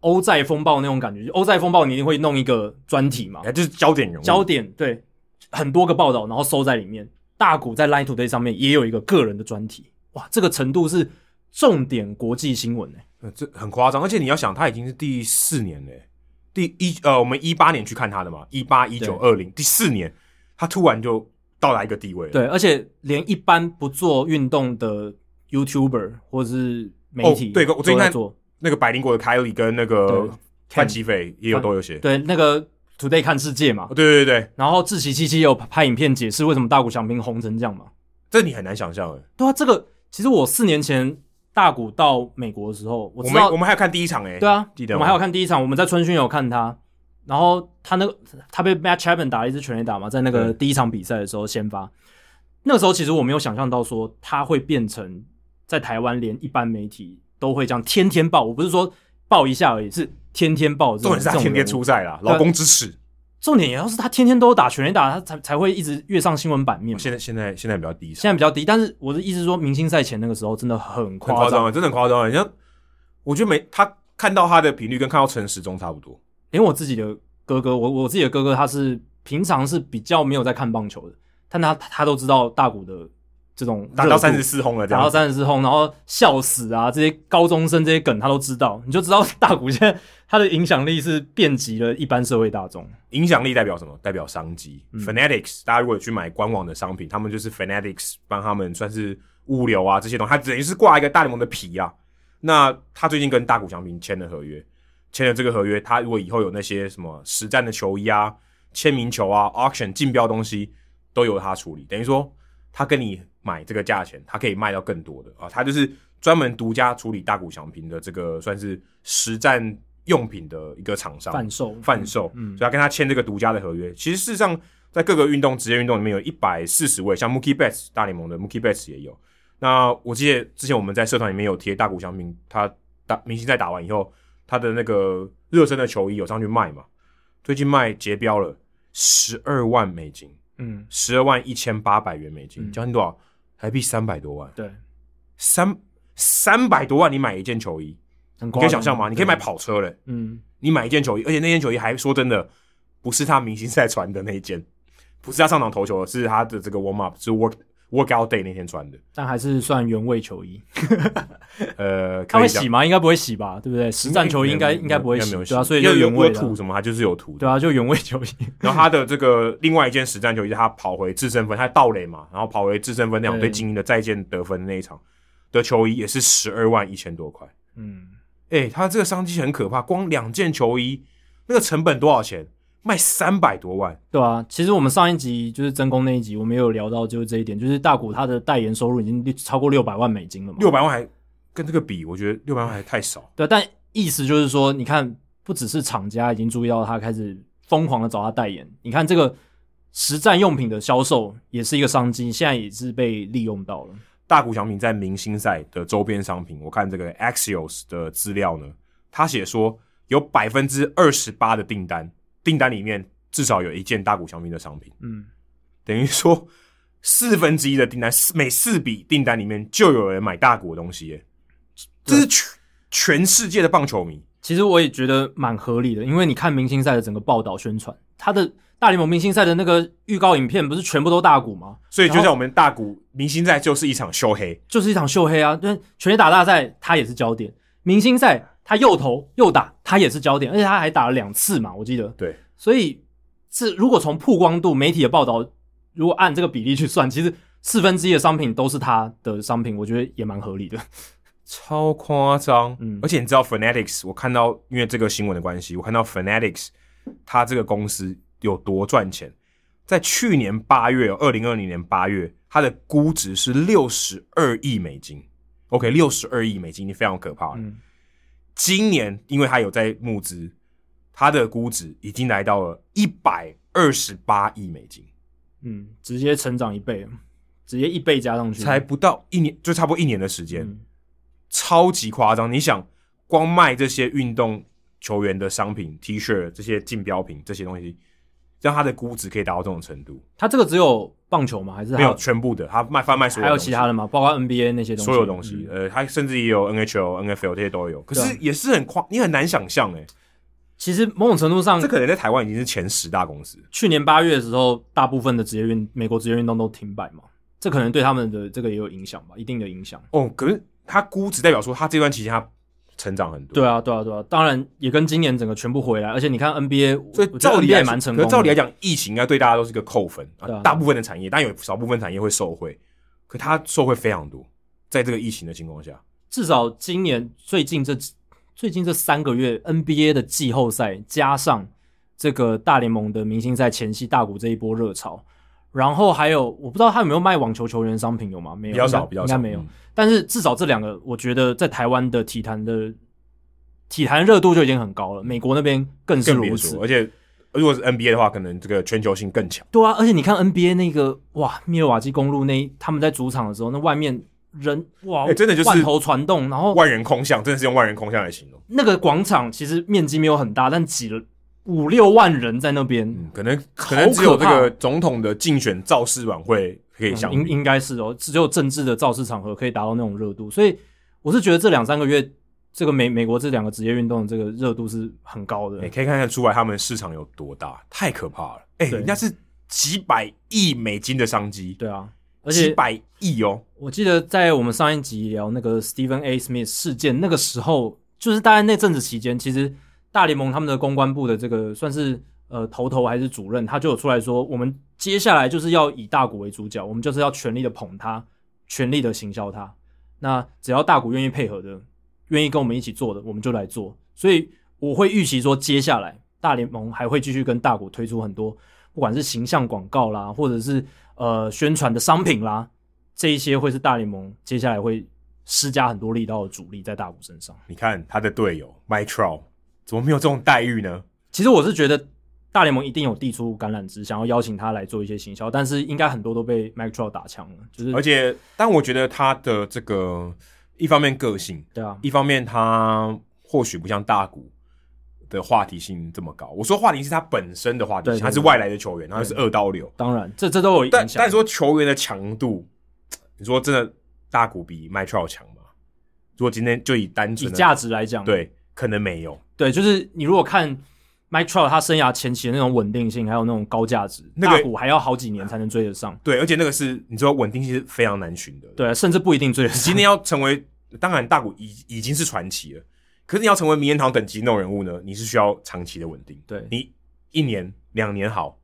欧债风暴那种感觉，欧债风暴你一定会弄一个专题嘛哎、，就是焦点人物，啊焦点对很多个报道，然后收在里面。大谷在 Line Today 上面也有一个个人的专题，哇，这个程度是重点国际新闻呢、啊呃这很夸张。而且你要想，他已经是第四年了耶，第一呃，我们一八年去看他的嘛，一八一九二零，第四年他突然就到达一个地位了。对，而且连一般不做运动的 YouTuber 或者是媒体、哦对我最近都在看做，那个百灵果的凯里跟那个对范吉斐也有都有写。对那个 Today 看世界嘛哦，对对对对，然后志崎七七有拍影片解释为什么大谷翔平红成这样嘛。这你很难想象哎。对啊，这个其实我四年前大谷到美国的时候，我我知们道我们还有看第一场哎，对啊，记得吗我们还有看第一场，我们在春训有看他，然后他那个他被 Matt Chapman 打了一支全垒打嘛，在那个对第一场比赛的时候先发，那个时候其实我没有想象到说他会变成在台湾连一般媒体都会这样天天报，我不是说报一下而已，是天天报这重种，点是他天天出这种人物，赛啦，对啊老公之耻。重点也要是他天天都有打全垒打，他才才会一直跃上新闻版面嘛。现在现在现在比较低，现在比较低，但是我的意思是说，明星赛前那个时候真的很很夸夸张张，啊，真的很夸张啊。你像我觉得没他看到他的频率跟看到陈时中差不多，因为我自己的哥哥，我我自己的哥哥他是平常是比较没有在看棒球的，但他他都知道大谷的这种打热到度三十四轰了这打到样子。三十四轰，然后笑死啊，这些高中生这些梗他都知道，你就知道大谷现在他的影响力是遍及了一般社会大众。影响力代表什么？代表商机。嗯 Fanatics，大家如果有去买官网的商品，他们就是 Fanatics 帮他们算是物流啊这些东西，他等于是挂一个大联盟的皮啊。那他最近跟大谷翔平签了合约，签了这个合约，他如果以后有那些什么实战的球衣啊、签名球啊、auction 竞标东西，都由他处理。等于说，他跟你买这个价钱，他可以卖到更多的啊。他就是专门独家处理大谷翔平的这个算是实战用品的一个厂商贩售贩售，嗯所以他跟他签这个独家的合约。其实事实上，在各个运动职业运动里面有一百四十位，像 Mookie Betts 大联盟的 Mookie Betts 也有。那我记得之前我们在社团里面有贴大谷翔平，他打明星赛打完以后，他的那个热身的球衣有上去卖嘛，最近卖结标了十二万美金，嗯，十二万一千八百元美金，嗯将近多少？台币三百多万，对，三三百多万你买一件球衣，很你夸张可以想象吗？你可以买对跑车嘞、嗯，你买一件球衣，而且那件球衣还说真的不是他明星赛穿的那一件， *laughs* 不是他上场投球的，是他的这个 warm up，是 work workout day 那天穿的。但还是算原味球衣。呃，他可以会讲洗吗？应该不会洗吧，对不对？实战球衣应该应该不会洗，没有对啊，所以要就有原味有的啊土什么，他就是有土的。对啊，就原味球衣。然后他的这个另外一件实战球衣，他跑回自身分，他盗垒嘛，然后跑回自身分那场对对精英的再见得分那一场的球衣也是十二万一千多块。嗯，哎、他这个商机很可怕，光两件球衣那个成本多少钱？卖三百多万，对啊，其实我们上一集就是真宫那一集，我们也有聊到就是这一点，就是大谷他的代言收入已经超过六百万美金了嘛。六百万还跟这个比，我觉得六百万还太少。对啊，但意思就是说，你看，不只是厂家已经注意到他开始疯狂的找他代言，你看这个实战用品的销售也是一个商机，现在也是被利用到了。大谷翔平在明星赛的周边商品，我看这个 Axios 的资料呢，他写说有百分之二十八的订单，订单里面至少有一件大谷翔平的商品，嗯，等于说四分之一的订单，四每四笔订单里面就有人买大谷的东西耶，这是全全世界的棒球迷，其实我也觉得蛮合理的，因为你看明星赛的整个报道宣传，他的大联盟明星赛的那个预告影片不是全部都大谷吗？所以就然在后我们大谷明星赛就是一场秀黑，就是一场秀黑啊。但全垒打大赛他也是焦点，明星赛他又投又打，他也是焦点，而且他还打了两次嘛，我记得。对，所以这如果从曝光度、媒体的报道如果按这个比例去算，其实四分之一的商品都是他的商品，我觉得也蛮合理的。超夸张。嗯而且你知道 Fanatics，我看到因为这个新闻的关系，我看到 Fanatics 它这个公司有多赚钱，在去年八月，二零二零年八月，它的估值是六十二亿美金。OK，六十二亿美金，已经非常可怕了。嗯今年因为它有在募资，它的估值已经来到了一百二十八亿美金，嗯，直接成长一倍，直接一倍加上去，才不到一年，就差不多一年的时间。嗯超级夸张。你想，光卖这些运动球员的商品、T 恤、这些竞标品这些东西，让它的估值可以达到这种程度，他这个只有棒球吗？还是还没有全部的，它卖贩卖所有啊还有东西其他的吗？包括 NBA 那些东西，嗯所有东西，呃，它甚至也有 NHL、NFL 这些都有，可对是啊也是很夸，你很难想象哎、其实某种程度上这，可能在台湾已经是前十大公司，去年八月的时候，大部分的职业运美国职业运动都停摆嘛，这可能对他们的这个也有影响吧，一定的影响。哦，可是它估值代表说它这段期间它成长很多，对啊，对啊，对啊，当然也跟今年整个全部回来，而且你看 NBA，所以我觉得照理 NBA 来也蛮成可功是的。照理来讲，疫情应该对大家都是一个扣分啊对啊大部分的产业，当然有少部分产业会受惠，可它受惠非常多。在这个疫情的情况下，至少今年最近这最近这三个月 NBA 的季后赛，加上这个大联盟的明星赛前夕大谷这一波热潮，然后还有我不知道他有没有卖网球球员商品，有吗？没有，比较应少，该比较应少，该没有嗯。但是至少这两个，我觉得在台湾的体坛的体坛热度就已经很高了，美国那边更是更别如此说。。而且如果是 NBA 的话，可能这个全球性更强。对啊，而且你看 NBA 那个哇，密尔瓦基公路那他们在主场的时候，那外面人哇、哎真的就是万头传动，然后万人空巷，真的是用万人空巷来形容。那个广场其实面积没有很大，但挤了五六万人在那边，嗯，可能好可能只有可这怕嗯个总统的竞选造势晚会可以相应比。应该是哦，只有政治的造势场合可以达到那种热度，所以我是觉得这两三个月，这个美美国这两个职业运动的这个热度是很高的。你哎可以看得出来他们市场有多大，太可怕了。哎，对人家是几百亿美金的商机，对啊，而几且百亿哦。我记得在我们上一集聊那个 Stephen A. Smith 事件，那个时候就是大概那阵子期间，其实大联盟他们的公关部的这个算是呃头头还是主任，他就有出来说，我们接下来就是要以大谷为主角，我们就是要全力的捧他，全力的行销他。那只要大谷愿意配合的，愿意跟我们一起做的，我们就来做。所以我会预期说，接下来大联盟还会继续跟大谷推出很多，不管是形象广告啦，或者是呃宣传的商品啦，这一些会是大联盟接下来会施加很多力道的主力在大谷身上。你看他的队友 My Trout 怎么没有这种待遇呢？其实我是觉得大联盟一定有递出橄榄枝，想要邀请他来做一些行销，但是应该很多都被 Mike Trout 打枪了，就是而且，但我觉得他的这个一方面个性，对啊，一方面他或许不像大谷的话题性这么高。我说话题是他本身的话题对性，对他是对外来的球员，他是二刀流。当然这这都有影但响。但说球员的强度，你说真的大谷比 My Trout 强吗？如果今天就以单以纯的价值来讲，对，可能没有。对，就是你如果看 Mike Trout 他生涯前期的那种稳定性，还有那种高价值，那个大股还要好几年才能追得上，对，而且那个是你知道稳定性是非常难寻的。对，甚至不一定追得今上。天要成为，当然大谷已已经是传奇了，可是你要成为名人堂等级那种人物呢，你是需要长期的稳定。对你一年两年好，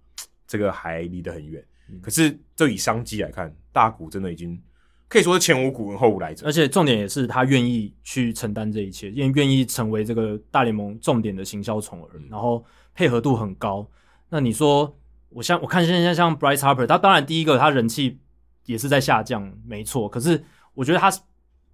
这个还离得很远。嗯可是就以商机来看，大谷真的已经可以说是前无古人后无来者而。且重点也是他愿意去承担这一切，愿愿意成为这个大联盟重点的行销宠儿，嗯然后配合度很高。那你说，我像我看现在像 Bryce Harper，他当然第一个他人气也是在下降，没错。可是我觉得他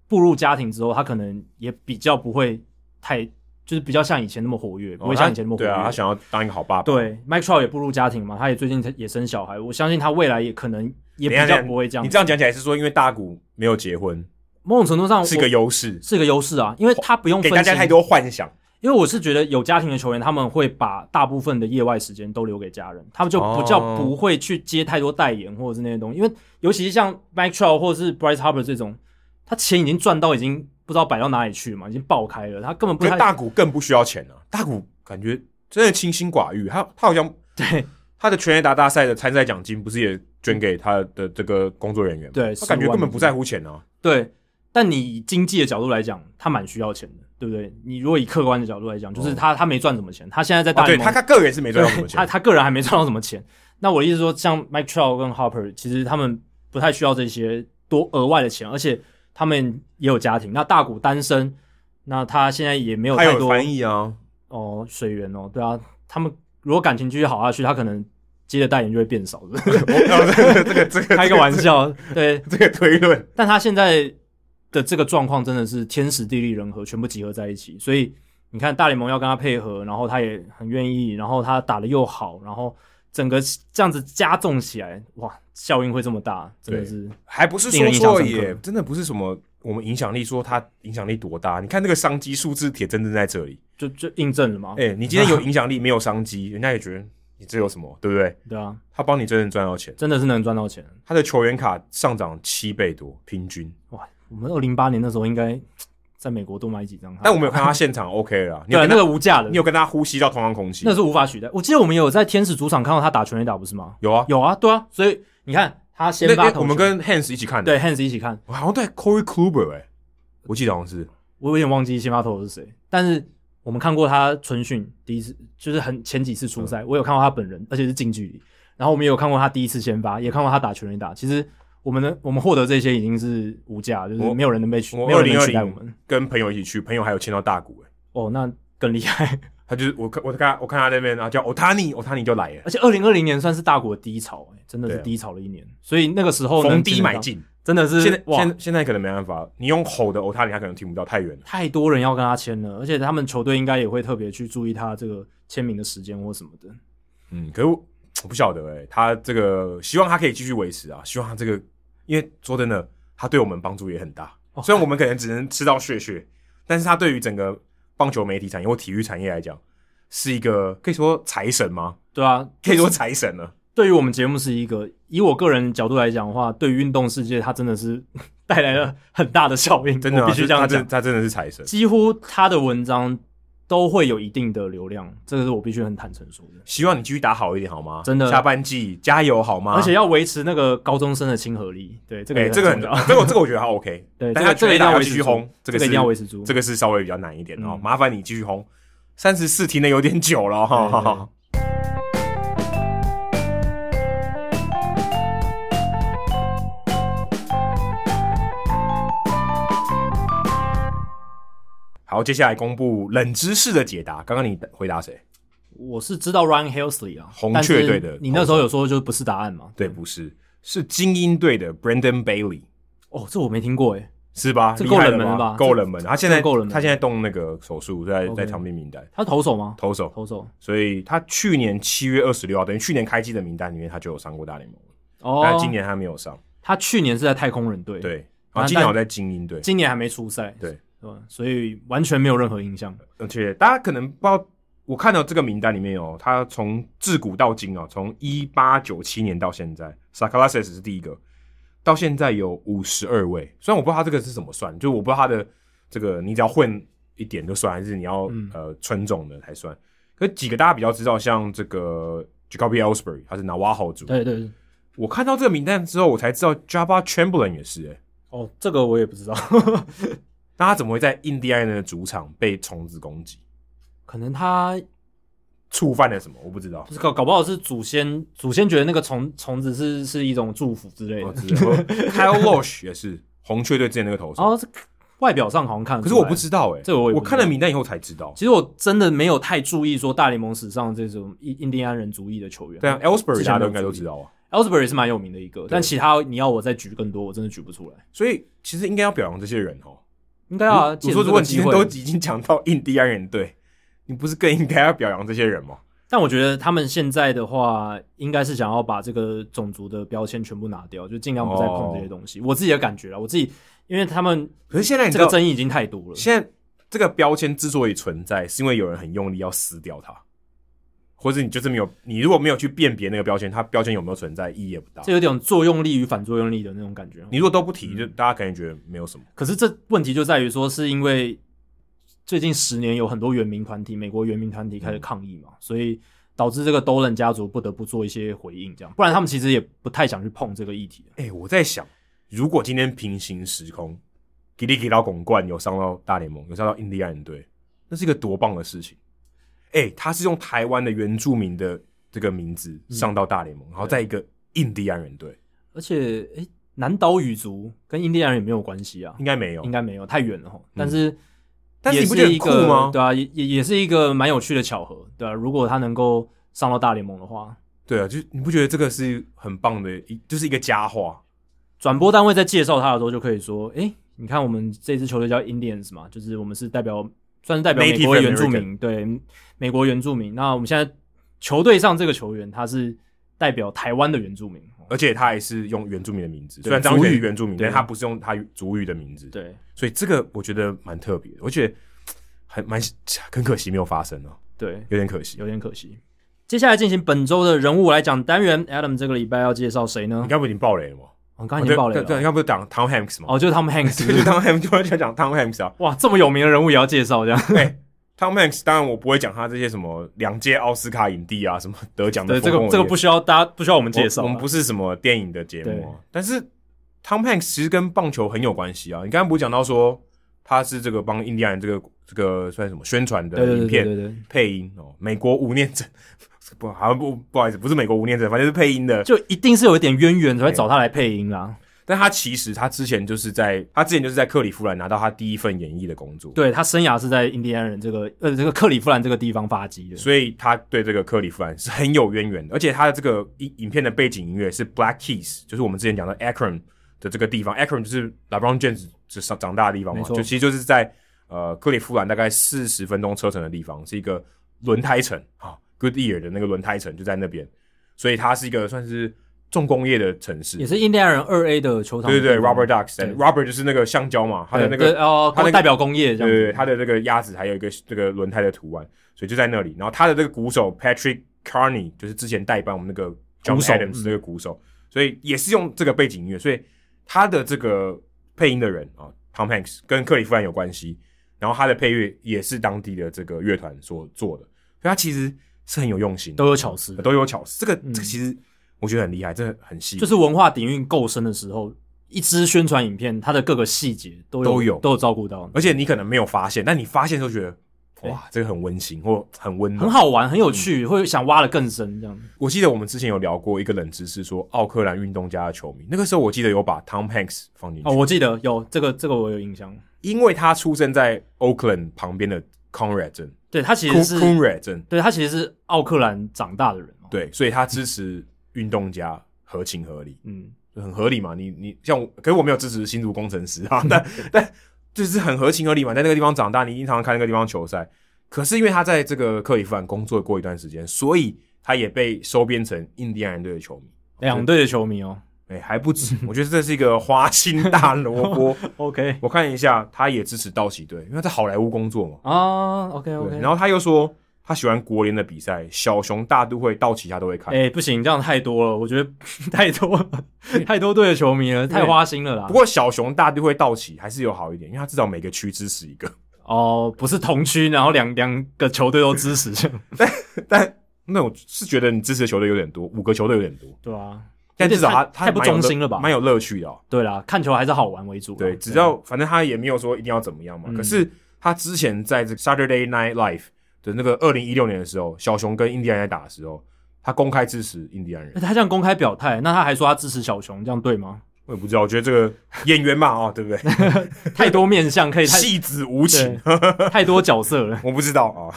步入家庭之后，他可能也比较不会太，就是比较像以前那么活跃，不哦会他像以前那么活对跃。啊，他想要当一个好爸爸。对，Mike Trout 也步入家庭嘛，他也最近也生小孩，我相信他未来也可能也比等一下较不会这样你。这样讲起来是说，因为大谷没有结婚某种程度上是我个优势，是个优势啊，因为他不用给分大家心太多幻想，因为我是觉得有家庭的球员，他们会把大部分的业外时间都留给家人，他们就不叫哦不会去接太多代言或者是那些东西。因为尤其是像 Mike Trout 或者是 Bryce Harper 这种，他钱已经赚到已经不知道摆到哪里去嘛，已经爆开了，他根本不可太是大谷更不需要钱啊。大谷感觉真的清心寡欲，他他好像 *laughs* 对他的全垒打大赛的参赛奖金不是也捐给他的这个工作人员吗？对他感觉15万根本不在乎钱啊。对。但你以经济的角度来讲，他蛮需要钱的，对不对？你如果以客观的角度来讲，就是他、他没赚什么钱，他现在在啊，大哦对联盟、他他个人是没赚到什么对他钱，他个人还没赚到什么钱，那我的意思是说，像 Mike Trout 跟 Harper，其实他们不太需要这些多额外的钱，而且他们也有家庭。那大谷单身，那他现在也没有他太有多翻译啊，哦水源哦，对啊，他们如果感情继续好下去，他可能接的代言就会变少，哦这个这个这个 *laughs* 开个玩笑，对。这个推论，但他现在的这个状况真的是天时地利人和全部集合在一起，所以你看大联盟要跟他配合，然后他也很愿意，然后他打的又好，然后整个这样子加重起来，哇，效应会这么大，真的是还不是令说人印象错深刻也，真的不是什么我们影响力说它影响力多大，你看那个商机数字铁真正在这里，就就印证了嘛，哎、你今天有影响力没有商机，人家也觉得你这有什么，对不对？对啊，他帮你真正赚到钱，真的是能赚到钱。他的球员卡上涨七倍多平均，我们二零八年那时候应该在美国多买几张卡，但我们有看他现场 OK *laughs* 了啦，你啊对有啊跟他那个无价的你，有跟他呼吸到同样空气那，是无法取代。我记得我们有在天使主场看到他打全垒打，不是吗？有啊，有啊，对啊，所以你看他先那发那哎投我们球跟 Hans 一起看的，对 Hans 一起看。我好像对 Corey Kluber 哎、我记得好像是，我有点忘记先发投手是谁，但是我们看过他春训第一次，就是很前几次出赛，嗯我有看过他本人，而且是近距离。然后我们也有看过他第一次先发，也看过他打全垒打。其实我们能我们获得这些已经是无价，就是我没有人能被取，我没有人能取代我2020们。跟朋友一起去，朋友还有签到大股哎、哦，那更厉害。 *laughs* 他就是我看我看他我看他那边啊叫 Otani Otani 就来了，而且二零二零年算是大国低潮、哎，真的是对啊低潮的一年。所以那个时候哦能逢低见得到买，进。真的是现在哇现在现在可能没办法，你用吼的 Otani 他可能听不到，太远了。太多人要跟他签了，而且他们球队应该也会特别去注意他这个签名的时间或什么的。嗯，可是我我不晓得哎、他这个希望他可以继续维持啊，希望他这个，因为说真的，他对我们帮助也很大。哦虽然我们可能只能吃到血血，但是他对于整个棒球媒体产业或体育产业来讲，是一个可以说财神吗？对啊，可以说财神了。对于我们节目是一个，以我个人角度来讲的话，对于运动世界，它真的是 *laughs* 带来了很大的效应，真的、啊，我必须这样他真讲。他真的是财神。几乎他的文章都会有一定的流量，这个是我必须很坦诚说的。希望你继续打好一点好吗？真的下半季加油好吗？而且要维持那个高中生的亲和力，对这个啊哎、也这个很很重这要，个这个我觉得还 OK，对但这他个这个一定要要维继持续住轰，这个这个一定要维持，持住。这个是稍微比较难一点哦。嗯麻烦你继续轰，三十四题内有点久了哈、对对对 *laughs* 好，接下来公布冷知识的解答。刚刚你回答谁？我是知道 Ryan Helsley 啊，红但是雀队的你那时候有说就是不是答案嘛？对，不是，是精英队的 Brandon Bailey，哦，这我没听过诶，是吧？这厉够害冷门了了吧够这冷门。他现在这够冷门他现在动那个手术，在在 OK 长病名单他是投手吗？投手，投手所以他去年七月二十六号，等于去年开机的名单里面他就有上过大联盟，哦，但今年他没有上。他去年是在太空人队，，对，啊然后今年但我在精英队，今年还没出赛，对对吧，所以完全没有任何印象。而且大家可能不知道，我看到这个名单里面哦，他从自古到今哦，从一八九七年到现在 s a k a l a s 是第一个，到现在有五十二位。虽然我不知道他这个是怎么算，就我不知道他的这个，你只要混一点就算，还是你要、嗯呃纯种的才算。可几个大家比较知道，像这个 Jacoby Ellsbury，他是 Navajo 族。对对对，我看到这个名单之后，我才知道 Java Chamberlain 也是、欸。哦，这个我也不知道， *laughs* 那他怎么会在印第安人的主场被虫子攻击？可能他触犯了什么？我不知道不。是搞搞不好是祖先祖先觉得那个虫虫子是是一种祝福之类我的。知 *laughs* 道哦 Kyle Loesch 也是红雀队之前那个投然手，后这外表上好像看得可出是来，我不知道哎、这我也哦不知道看了名单以后才知道。其实我真的没有太注意说大联盟史上这种印印第安人族裔的球员。 *laughs* 对啊，Ellsbury 之前大家都没有应该都注意知道啊， ，Ellsbury 是蛮有名的一个，但其他你要我再举更多，我真的举不出来。所以其实应该要表扬这些人哦。应该啊，我借说着如这果个你今天都机会已经讲到印第安人队，你不是更应该要表扬这些人吗？但我觉得他们现在的话，应该是想要把这个种族的标签全部拿掉，就尽量不再碰哦这些东西。我自己的感觉啦，我自己因为他们可是现在你知道这个，争议已经太多了。现在这个标签之所以存在，是因为有人很用力要撕掉它，或者你就是没有，你如果没有去辨别那个标签，它标签有没有存在，意义也不大这。有点作用力与反作用力的那种感觉。你如果都不提，就大家可能觉得没有什么。可是这问题就在于说，是因为最近十年有很多原民团体，美国原民团体嗯开始抗议嘛，所以导致这个 Dolan 家族不得不做一些回应，这样，不然他们其实也不太想去碰这个议题。哎、我在想，如果今天平行时空，吉利吉到拱冠有上到大联盟，有上到印第安人队，那是一个多棒的事情！哎、他是用台湾的原住民的这个名字嗯上到大联盟，然后在一个印第安人队，而且诶、南岛语族跟印第安人也没有关系啊，应该没有应。该没有，太远了哈。但是，哦嗯但是也你不觉得很一酷个吗对啊，也也也是一个蛮有趣的巧合，对啊。如果他能够上到大联盟的话，对啊，就是你不觉得这个是很棒的一，就是一个佳话？转播单位在介绍他的时候就可以说，诶、你看我们这支球队叫 Indians 嘛，就是我们是代表算是代表 Native 美国原住民，对美国原住民。那我们现在球队上这个球员他是代表台湾的原住民，哦而且他也是用原住民的名字，对虽然张学族是语原住民，对但他不是用他族语的名字，对所以这个我觉得蛮特别的，而且很蛮很可惜没有发生哦，对，有点可惜。有点可惜。接下来进行本周的人物来讲单元，Adam 这个礼拜要介绍谁呢你？刚不已经爆雷了吗？我刚刚已经爆雷对对，了你哦，刚不是讲 Tom Hanks 吗？哦，就是 Tom 对 *laughs* Hanks，就是 Tom Hanks，就要讲 Tom Hanks 啊。哇，这么有名的人物也要介绍这样，对 Tom Hanks，当然我不会讲他这些什么两届奥斯卡影帝啊，什么得奖的对，这丰个功伟业。这个不需要大家不需要我们介绍啊，我，我们不是什么电影的节目对啊、但是 Tom Hanks 其实跟棒球很有关系啊。你刚刚不是讲到说他是这个帮印第安人这个这个算什么宣传的对对影对片对对对，配音哦，美国无念者不好像不不好意思，不是美国无念者，反正是配音的。就一定是有一点渊源才会找他来配音啦。但他其实他之前就是在他之前就是在克利夫兰拿到他第一份演艺的工作，对他生涯是在印第安人这个呃这个克利夫兰这个地方发迹的，所以他对这个克利夫兰是很有渊源的，而且他的这个影影片的背景音乐是 Black Keys，就是我们之前讲的 Akron 的这个地方，Akron 就是 LeBron James 就上长大的地方嘛没，错就其实就是在呃克利夫兰大概四十分钟车程的地方，是一个轮胎城啊，Goodyear 的那个轮胎城就在那边，所以它是一个算是重工业的城市也，是印第安人二 A 的球场的对对地方。对，Rubber Ducks 对 Rubber 就是那个橡胶嘛，它的对那对个哦，他那个代表工业这对对对，样子，它的这个鸭子还有一个这个轮胎的图案，所以就在那里。然后他的这个鼓手 Patrick Carney 就是之前代班我们那个 John 鼓手 Adams 这个鼓手，所以也是用这个背景音乐，所以他的这个配音的人啊，Tom Hanks 跟克利夫兰有关系，然后他的配乐也是当地的这个乐团所做的，所以他其实是很有用心的，都有巧思，嗯都有巧思。这个这个其实我觉得很厉害，真的很细，就是文化底蕴够深的时候，一支宣传影片它的各个细节都有都都有都有照顾到，而且你可能没有发现，但你发现的时候觉得对哇，这个很温馨或很温暖，很好玩，嗯很有趣，会想挖的更深这样。我记得我们之前有聊过一个冷知识，说奥克兰运动家的球迷，那个时候我记得有把 Tom Hanks 放进去，哦，我记得有这个这个我有印象，因为他出生在 Oakland 旁边的 Conrad 镇对他其实是 c o n r a d 镇，对他其实是奥克兰长大的人哦嘛，对，所以他支持运动家合情合理，嗯，很合理嘛。你你像我，可是我没有支持新竹工程师 *laughs* 啊，但但就是很合情合理嘛，在那个地方长大，你经常看那个地方球赛。可是因为他在这个克利夫兰工作过一段时间，所以他也被收编成印第安人队的球迷。两队的球迷哦哎、还不止，我觉得这是一个花心大萝卜。 *laughs* ，OK 我看一下，他也支持道奇队，因为他在好莱坞工作嘛。啊，OK 对 OK，然后他又说他喜欢国联的比赛，小熊、大都会、道奇他都会看。哎、不行，这样太多了，我觉得 *laughs* 太多了，太多队的球迷了，太花心了啦不。过小熊、大都会、道奇还是有好一点，因为他至少每个区支持一个。 *laughs* 哦，不是同区，然后两两个球队都支持，但那我是觉得你支持的球队有点多，五个球队有点多， *laughs* 对啊，但至少他有点他太太不蛮有乐中心了吧蛮有乐趣的、哦。对啦，看球还是好玩为主啦。对，只要反正他也没有说一定要怎么样嘛。嗯可是他之前在这个 Saturday Night Live 的那个二零一六年的时候，小熊跟印第安人打的时候，他公开支持印第安人欸。他这样公开表态，那他还说他支持小熊，这样对 *laughs* 吗？我也不知道，我觉得这个演员嘛，哦，对不对？太多面相可以太戏子无情，对太多角色 *laughs* *laughs* 了。我不知道啊。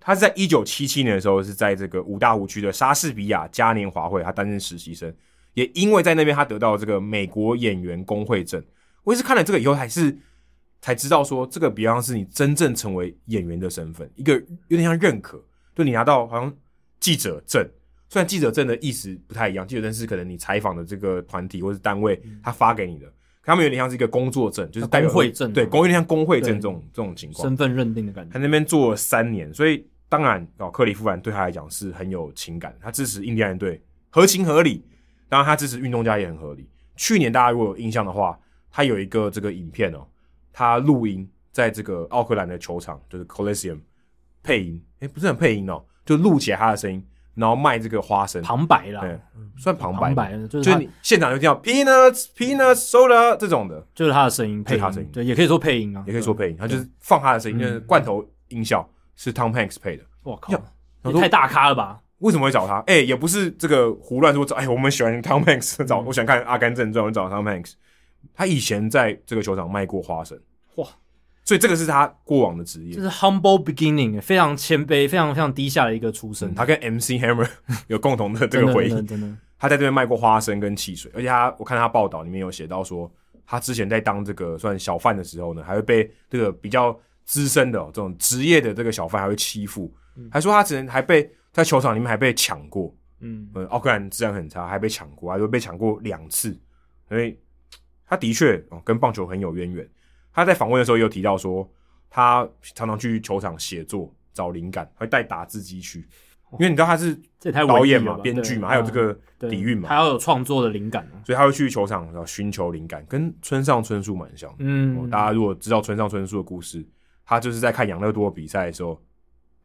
他是在一九七七年的时候，是在这个五大湖区的莎士比亚嘉年华会，他担任实习生。也因为在那边，他得到这个美国演员工会证。我也是看了这个以后，还是才知道说，这个比方是你真正成为演员的身份，一个有点像认可，就你拿到好像记者证。虽然记者证的意思不太一样，记者证是可能你采访的这个团体或是单位他发给你的，他们有点像是一个工作证，就是代表嗯工会证对，工有点像工会证对这种这种情况。身份认定的感觉他，那边做了三年，所以当然哦，克利夫兰对他来讲是很有情感，他支持印第安人队合情合理，当然他支持运动家也很合理。去年大家如果有印象的话，他有一个这个影片哦，他录音在这个奥克兰的球场，就是 Coliseum 配音，诶、不是很配音哦，就录起来他的声音，然后卖这个花生，旁白啦，对，算旁白，旁白就就是是他你现场就听到 peanuts peanuts soda 这种的，就是他的声音，就是配他的声音音，对，也可以说配音啊，也可以说配音，他就是嗯放他的声音，就是罐头音效是 Tom Hanks 配的。我靠呀，也太大咖了吧？为什么会找他？哎、也不是这个胡乱说找，哎，我们喜欢 Tom Hanks，找、嗯我想看《阿甘正传》，我找 Tom Hanks。他以前在这个球场卖过花生，哇，所以这个是他过往的职业这。是 humble beginning，非常谦卑、非常非常低下的一个出身嗯。他跟 MC Hammer *laughs* 有共同的这真个的回忆真，的真的他在这边卖过花生跟汽水，而且他我看他报道里面有写到说，他之前在当这个算小贩的时候呢，还会被这个比较资深的、哦、这种职业的这个小贩还会欺负，还说他只能还被在球场里面还被抢过，嗯，呃，奥克兰质量很差，还被抢过，还说被抢过两次，所以他的确哦跟棒球很有渊源。他在访问的时候也有提到说，他常常去球场写作找灵感，会带打字机去，因为你知道他是哦这也太导演文艺了嘛、吧编剧嘛，对还有这嗯个对底蕴嘛还，要有创作的灵感哦。所以他会去球场然后寻求灵感，跟村上春树蛮像的。哦嗯，大家如果知道村上春树的故事，他就是在看养乐多比赛的时候，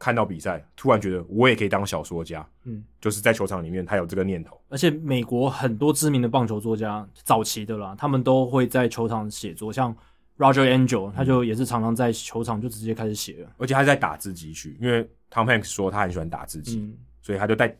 看到比赛，突然觉得我也可以当小说家。嗯，就是在球场里面，他有这个念头。而且美国很多知名的棒球作家，早期的啦，他们都会在球场写作，像 Roger 嗯 Angel，他就也是常常在球场就直接开始写了。而且他是在打字机去，因为 Tom Hanks 说他很喜欢打字机，嗯，所以他就带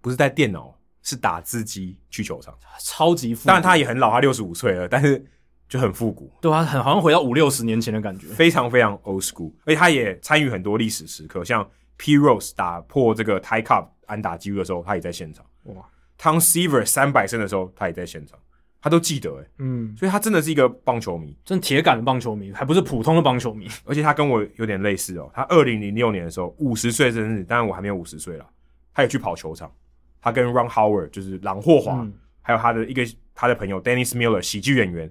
不是带电脑，是打字机去球场。超级复古，当然他也很老，他六十五岁了，但是就很复古，对啊，很好像回到五六十年前的感觉。非常非常 old school。而且他也参与很多历史时刻，像 P Rose 打破这个 Tie Cup 安打纪录的时候，他也在现场。哇， Tom Seaver 三百胜的时候，他也在现场，他都记得哎、嗯，所以他真的是一个棒球迷，真铁杆的棒球迷，还不是普通的棒球迷。而且他跟我有点类似哦。他二零零六年的时候，五十岁生日，当然我还没有五十岁啦。他也去跑球场，他跟 Ron Howard 就是朗霍华，嗯还有他的一个他的朋友 Dennis Miller 喜剧演员，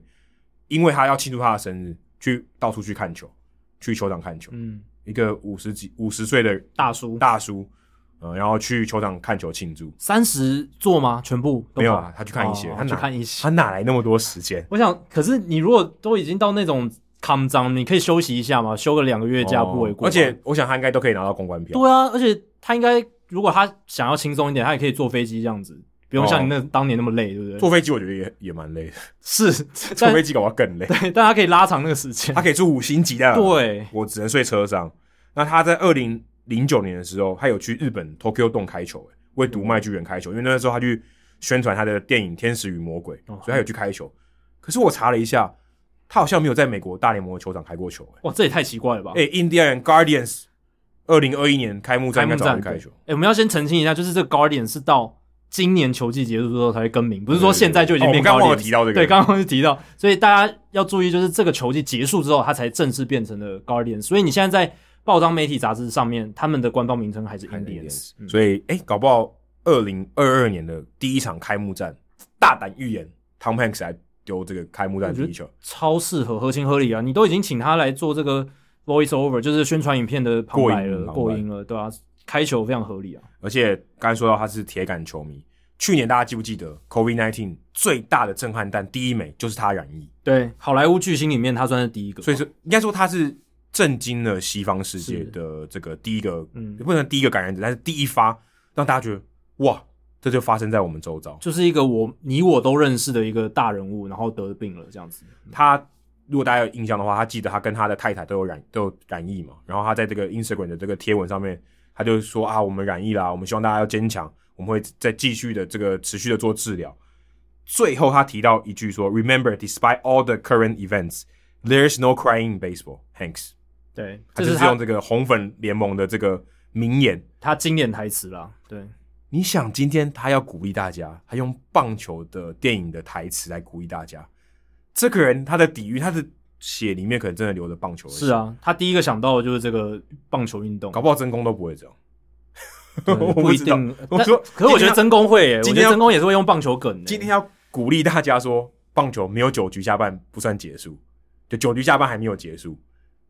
因为他要庆祝他的生日，去到处去看球，去球场看球。嗯，一个五十几五十岁的大叔，大叔，呃，然后去球场看球庆祝。三十座吗？全部都没有跑啊，他去看一些，哦他去哪看一些他。哪来那么多时间？我想，可是你如果都已经到那种康张，你可以休息一下嘛，休个两个月假不为过哦吧、而且我想他应该都可以拿到公关票。对啊，而且他应该如果他想要轻松一点，他也可以坐飞机这样子，不用像你那、当年那么累，对不对？坐飞机我觉得也也蛮累的，是，哦坐但飞机搞到更累。对，但他可以拉长那个 *laughs* 时间他。可以住五星级的，，对，我只能睡车上。那他在二零零九年的时候，他有去日本 Tokyo 洞开球、欸，为哦独卖巨人开球，因为那时候他去宣传他的电影《天使与魔鬼》，哦所以他有去开球。可是我查了一下，他好像没有在美国大联盟的球场开过球、哇，这也太奇怪了吧？欸。哎、印第安人 Guardians 二零二一年开幕战开应该幕早战就对开球，哎、我们要先澄清一下，就是这个 Guardian 是到今年球季结束之后才会更名，不是说现在就已经哦变我 Guardian、们刚忘了提到这个对，刚刚就提到，所以大家要注意，就是这个球季结束之后，它才正式变成了 Guardian。所以你现在在报章媒体杂志上面，他们的官方名称还是 Indians。嗯所以哎、欸搞不好二零二二年的第一场开幕战，大胆预言 Tom Hanks 来丢这个开幕战我觉得第一球。超适合，合情合理啊！你都已经请他来做这个 voice over，就是宣传影片的旁白了，过过音旁白音了，对啊，开球非常合理啊。而且刚才说到他是铁杆球迷，去年大家记不记得 COVID 1 9最大的震撼弹第一枚就是他染疫，对，好莱坞巨星里面他算是第一个，所以说应该说他是震惊了西方世界是的这个第一个，嗯也不能第一个感染者，但是第一发让大家觉得哇，这就发生在我们周遭。就是一个我你我都认识的一个大人物，然后得病了这样子。他如果大家有印象的话，他记得他跟他的太太都有染都有染疫嘛，然后他在这个 Instagram 的这个贴文上面，他就说啊，我们染疫啦，我们希望大家要坚强，我们会再继续的这个持续的做治疗。最后他提到一句说，Remember, despite all the current events, there's no crying in baseball. Hanks，对，他这就是是他用这个红粉联盟的这个名言。他经典台词啦。对，你想，今天他要鼓励大家，他用棒球的电影的台词来鼓励大家。这个人他的底蕴，他的血里面可能真的流着棒球的血是，啊，他第一个想到的就是这个棒球运动搞，不好真空都不会这样。对我 *laughs* 不一知道定。我但说可是我觉今得天真宫会耶，我今觉天得要真宫也是会用棒球梗耶。今天要鼓励大家说，棒球没有九局下半不算结束，就九局下半还没有结束，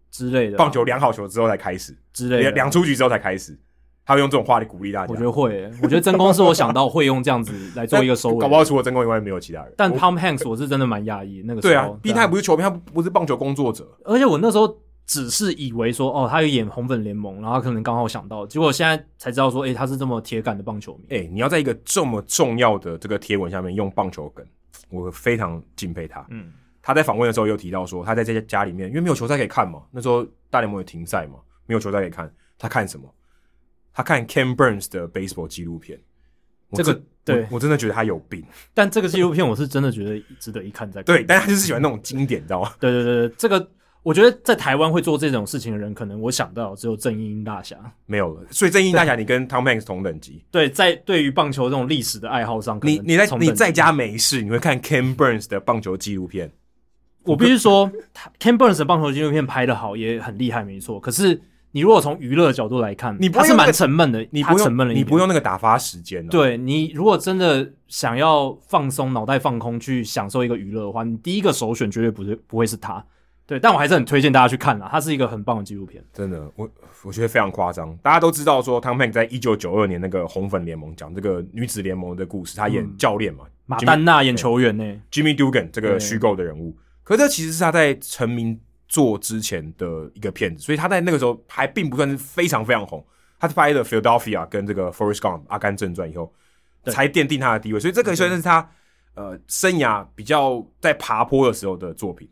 之类的啊棒球两好球之后才开始，之类的两啊两出局之后才开始。他会用这种话来鼓励大家。我觉得会耶，我觉得真宫是我想到会用这样子来做一个收尾搞的不。好除了真空以外没有其他人。但我 Tom Hanks 我是真的蛮讶异那个时候，对啊，毕竟他也不是球迷，他不不是棒球工作者。而且我那时候只是以为说哦，他有演红粉联盟，然后可能刚好想到，结果现在才知道说，诶、他是这么铁杆的棒球迷。哎、你要在一个这么重要的这个贴文下面用棒球梗，我非常敬佩他。嗯，他在访问的时候有提到说，他在这家家里面，因为没有球赛可以看嘛，那时候大联盟有停赛嘛，没有球赛可以看，他看什么？他看 Ken Burns 的 baseball 纪录片，我这个真对我我真的觉得他有病。但这个纪录片我是真的觉得值得一看再看。对，但他就是喜欢那种经典，你知道吗？对对对对，这个我觉得在台湾会做这种事情的人，可能我想到只有郑英大侠。没有了，所以正义大侠，你跟 Tom Hanks 同等级。对，在对于棒球这种历史的爱好上，可能你你在从你本在家没事，你会看 Ken Burns 的棒球纪录片，我必须说，Ken Burns 的棒球纪录片拍的好，也很厉害，没错。可是你如果从娱乐角度来看，你不他会是用那蛮个沉闷的，你他不沉闷了用一点。你不用那个打发时间了。，啊对你如果真的想要放松脑袋、放空去享受一个娱乐的话，你第一个首选绝对不是不会是他。对，但我还是很推荐大家去看啦，它是一个很棒的纪录片。真的，我我觉得非常夸张。大家都知道说 Tom Hanks 在一九九二年那个红粉联盟讲这个女子联盟的故事，他演教练嘛，嗯马 Jimmy- 丹娜演球员呢、 Jimmy Dugan 这对个虚构的人物，可这其实是他在成名做之前的一个片子，所以他在那个时候还并不算是非常非常红。他拍了《Philadelphia》跟这个《Forrest Gump》《阿甘正传》以后，对才奠定他的地位，所以这可以算是他呃生涯比较在爬坡的时候的作品。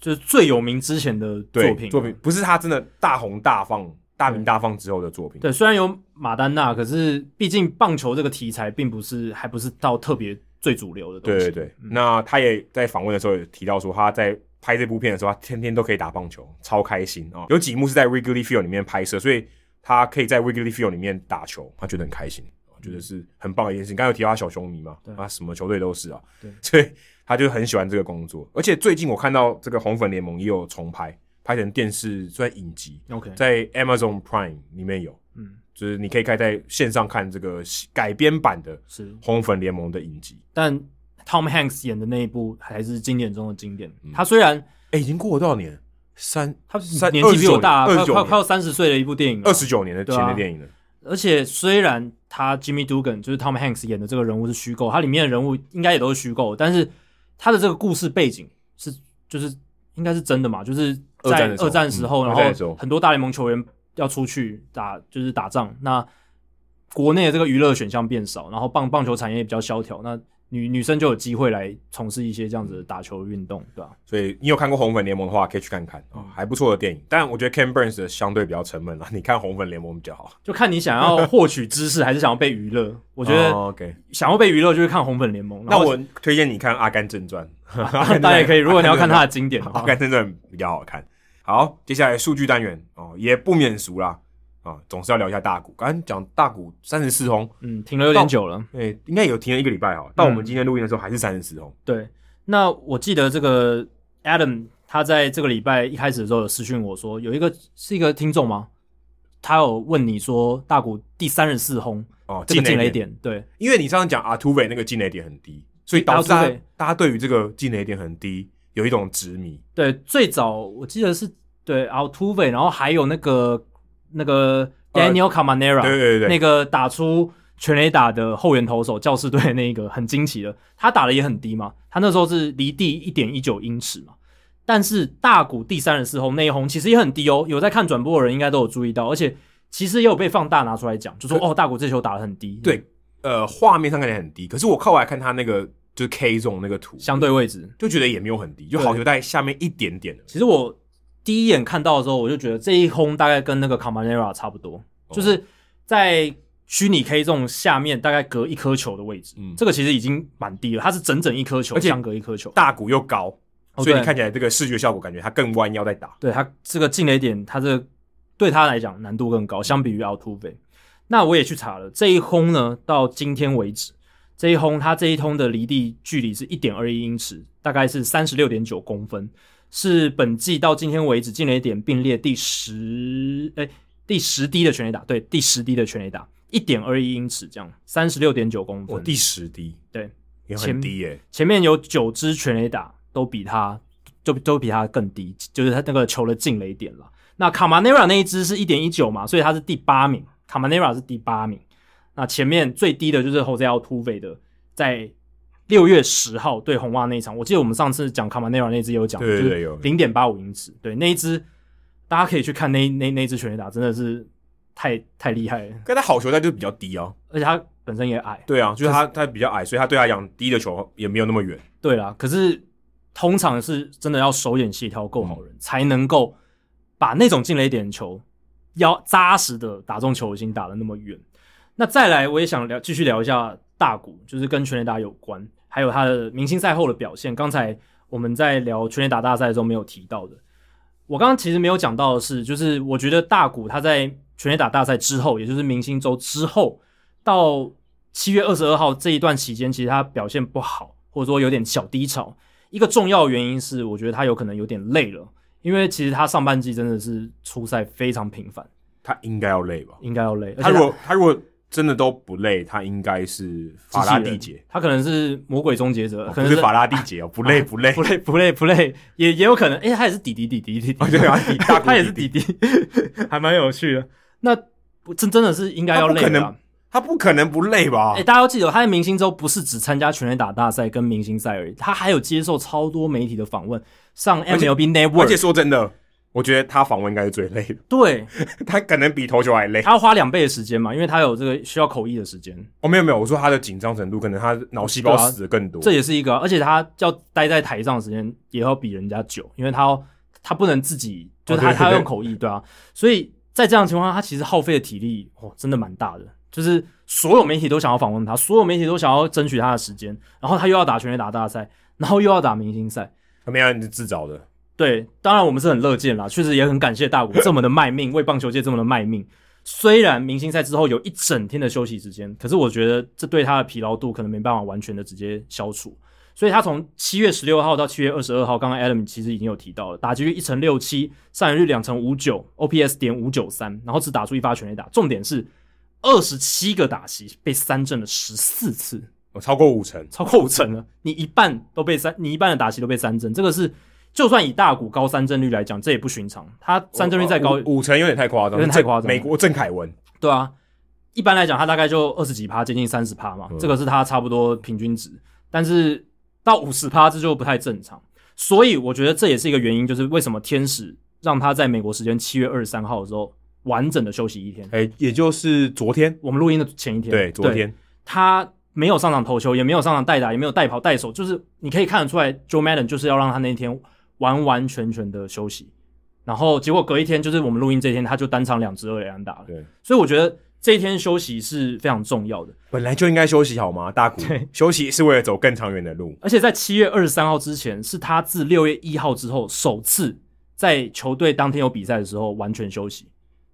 就是最有名之前的对作品。啊作品不是他真的大红大放、大名大放之后的作品。对，虽然有马丹娜，可是毕竟棒球这个题材并不是还不是到特别最主流的东对西。嗯对对，那他也在访问的时候也提到说，他在拍这部片的时候，他天天都可以打棒球，超开心啊、哦有几幕是在 Wrigley Field 里面拍摄，所以他可以在 Wrigley Field 里面打球，他觉得很开心，啊我觉得是很棒的一件事情。刚才有提到他小球迷嘛对，啊，什么球队都是啊，对所以他就很喜欢这个工作。而且最近我看到这个红粉联盟也有重拍，拍成电视算影集， OK，在 Amazon Prime 里面有，嗯，就是你可以看在线上看这个改编版的是，红粉联盟的影集。但 Tom Hanks 演的那一部还是经典中的经典。他虽然哎、已经过了多少年？三他三年纪比我大，快29快年快要三十岁的一部电影了二，十九年的啊前的电影了，而且虽然他 Jimmy Dugan 就是 Tom Hanks 演的这个人物是虚构，他里面的人物应该也都是虚构，但是他的这个故事背景是就是应该是真的嘛，就是二战在的时候二战时候，嗯二战的然时候后很多大联盟球员要出去打就是打仗，那国内的这个娱乐选项变少，然后棒棒球产业也比较萧条，那女女生就有机会来从事一些这样子的打球运动，对吧、所以你有看过《红粉联盟》的话，可以去看看嗯啊、还不错的电影。但我觉得 Ken Burns 的相对比较沉闷了，你看《红粉联盟》比较好。就看你想要获取知识还是想要被娱乐，我觉得哦 OK，想要被娱乐就是看红粉联盟。那然后我推荐你看《阿甘正传》， *laughs* 大家也可以，如果你要看 *laughs* 他的经典的 *laughs* 《阿话，甘正传》比较好看。好，接下来数据单元哦，也不免俗啦啊、总是要聊一下大股。刚刚讲大股三十四轰，嗯，停了有点久了。诶、应该有停了一个礼拜哦。到我们嗯今天录音的时候还是三十四轰，对，那我记得这个 Adam 他在这个礼拜一开始的时候有私讯我说，有一个是一个听众吗？他有问你说大谷第三十四轰哦，这个进了雷一点，对因为你上次讲阿图伟那个进垒点很低，所以导致大 Artuve 家大家对于这个进垒点很低有一种执迷。对，最早我记得是对 Altuve，然后还有那个那个 Daniel Camanera，、呃对对对那个打出全垒打的后援投手，教士队的那一个很惊奇的，他打的也很低嘛，他那时候是离地一点一九英尺嘛，但是大谷第三十四轰那一轰其实也很低哦，有在看转播的人应该都有注意到，而且其实也有被放大拿出来讲，就说可哦，大谷这球打的很低，，对，呃，画面上看起来很低，可是我靠过来看他那个就是 K 中那个图，相对位置，就觉得也没有很低，就好球在下面一点点的。其实我第一眼看到的时候，我就觉得这一轰大概跟那个 Camanera 差不多，哦就是在虚拟 K 中下面大概隔一颗球的位置。嗯这个其实已经蛮低了，它是整整一颗球，而且相隔一颗球。大股又高，哦所以对你看起来这个视觉效果感觉他更弯腰在打。对它这个进垒点，它这个对他来讲难度更高，相比于 Altuve。那我也去查了，这一轰呢，到今天为止，这一轰它这一通的离地距离是一点二一英尺，大概是三十六点九公分，是本季到今天为止进垒点并列第十，哎，第十低的全垒打，对，第十低的全垒打，一点二一英尺这样，三十六点九公我分。哦第十低，对，也很低耶、前面有九支全垒打都比他都都比他更低，就是他那个球的进垒点了。那卡马内拉那一支是一点一九嘛，所以他是第八名，卡马内拉是第八名。那前面最低的就是 Jose Altuve 的，在六月十号对红袜那一场，我记得我们上次讲卡马内拉那支也有讲，对对对有零点八五英尺，对那一支大家可以去看那那那一支全垒打，真的是太太厉害了，可他好球在就比较低啊。而且他本身也矮，对啊，就是他他比较矮，所以他对他讲低的球也没有那么远。对啦，可是通常是真的要手眼协调够好人，才能够把那种进了一点球要扎实的打中球心，打的那么远。那再来，我也想聊，继续聊一下大谷，就是跟全垒打有关，还有他的明星赛后的表现。刚才我们在聊全垒打大赛的时候没有提到的，我刚刚其实没有讲到的是，就是我觉得大谷他在全垒打大赛之后，也就是明星周之后，到七月二十二号这一段期间，其实他表现不好，或者说有点小低潮。一个重要原因是，我觉得他有可能有点累了，因为其实他上半季真的是出赛非常频繁，他应该要累吧？应该要累。而且他如果他如果真的都不累，他应该是法拉第机器杰人，，他可能是魔鬼终结者，哦不可能啊是法拉第杰哦，不累不累不，累不累不累，也也有可能，哎、他也是弟弟弟弟弟弟，哦对啊弟大谷 *laughs* 他也是弟弟弟， *laughs* 还蛮有趣的。那真真的是应该要累他不可了能。他不可能不累吧哎、？大家要记得，他在明星周不是只参加全垒打大赛跟明星赛而已，他还有接受超多媒体的访问，上而且 MLB 而且 Network，说真的，我觉得他访问应该是最累的，对他可能比投球还累。他要花两倍的时间嘛，因为他有这个需要口译的时间，哦，没有没有，我说他的紧张程度，可能他脑细胞对啊死的更多。这也是一个，啊而且他要待在台上的时间也要比人家久，因为他要他不能自己，就是他、哦对对对他要用口译，对啊，所以在这样的情况下，他其实耗费的体力哦，真的蛮大的，就是所有媒体都想要访问他，所有媒体都想要争取他的时间，然后他又要打全垒打大赛，然后又要打明星赛。没有，你是自找的。对，当然我们是很乐见啦，确实也很感谢大谷这么的卖命，为棒球界这么的卖命。虽然明星赛之后有一整天的休息时间，可是我觉得这对他的疲劳度可能没办法完全的直接消除。所以他从七月十六号到七月二十二号，刚刚 Adam 其实已经有提到了，打击率一成六七，上垒率两成五九，OPS 点五九三，然后只打出一发全垒打，重点是二十七个打席被三振了十四次，我哦超过五成，超过五成了，你一半都被三，你一半的打席都被三振，这个是就算以大股高三振率来讲，这也不寻常。他三振率再高，五五成有点太夸张，有点太夸张了美国郑凯文对啊，一般来讲他大概就二十几趴，接近三十趴嗯嘛，这个是他差不多平均值。但是到五十趴这就不太正常，所以我觉得这也是一个原因，就是为什么天使让他在美国时间七月二十三号的时候完整的休息一天。哎、也就是昨天，我们录音的前一天，对，昨天他没有上场投球，也没有上场代打，也没有代跑代守，就是你可以看得出来，Joe Madden 就是要让他那一天完完全全的休息。然后结果隔一天，就是我们录音这一天，他就单场两支二垒安打了。对，所以我觉得这一天休息是非常重要的。本来就应该休息好吗？大谷对休息是为了走更长远的路，而且在七月二十三号之前，是他自六月一号之后首次在球队当天有比赛的时候完全休息。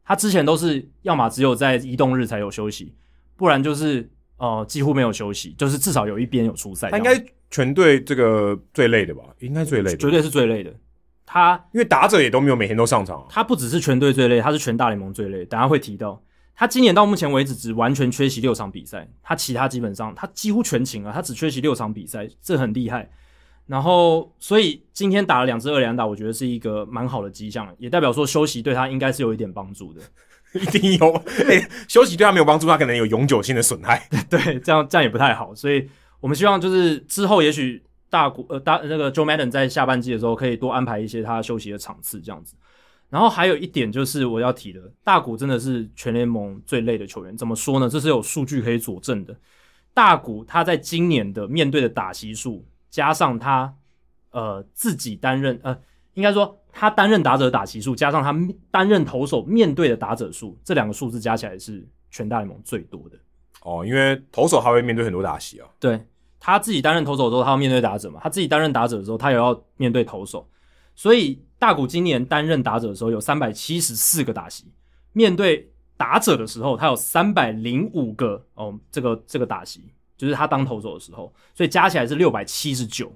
他之前都是要么只有在移动日才有休息，不然就是呃几乎没有休息，就是至少有一边有出赛这他样应子。该全队这个最累的吧？应该最累绝的，对是最累的。他因为打者也都没有每天都上场啊、 *laughs* 他不只是全队最累，他是全大联盟最累。等下会提到，他今年到目前为止只完全缺席六场比赛，他其他基本上他几乎全勤啊，他只缺席六场比赛，这很厉害。然后，所以今天打了两支二连打，我觉得是一个蛮好的迹象，也代表说休息对他应该是有一点帮助的。一定有、哎，休息对他没有帮助，他可能有永久性的损害。 *laughs* 对，这样这样也不太好，所以我们希望就是之后也许大股呃大那个 Joe Madden 在下半季的时候可以多安排一些他休息的场次这样子。然后还有一点就是我要提的，大谷真的是全联盟最累的球员。怎么说呢？这是有数据可以佐证的。大谷他在今年的面对的打席数，加上他呃自己担任呃，应该说他担任打者的打席数，加上他担任投手面对的打者数，这两个数字加起来是全大联盟最多的。哦，因为投手还会面对很多打席啊，对他自己担任投手的时候，他要面对打者嘛；他自己担任打者的时候，他也要面对投手。所以大谷今年担任打者的时候有三百七十四个打席，面对打者的时候，他有三百零五个哦，这个这个打席就是他当投手的时候，所以加起来是六百七十九。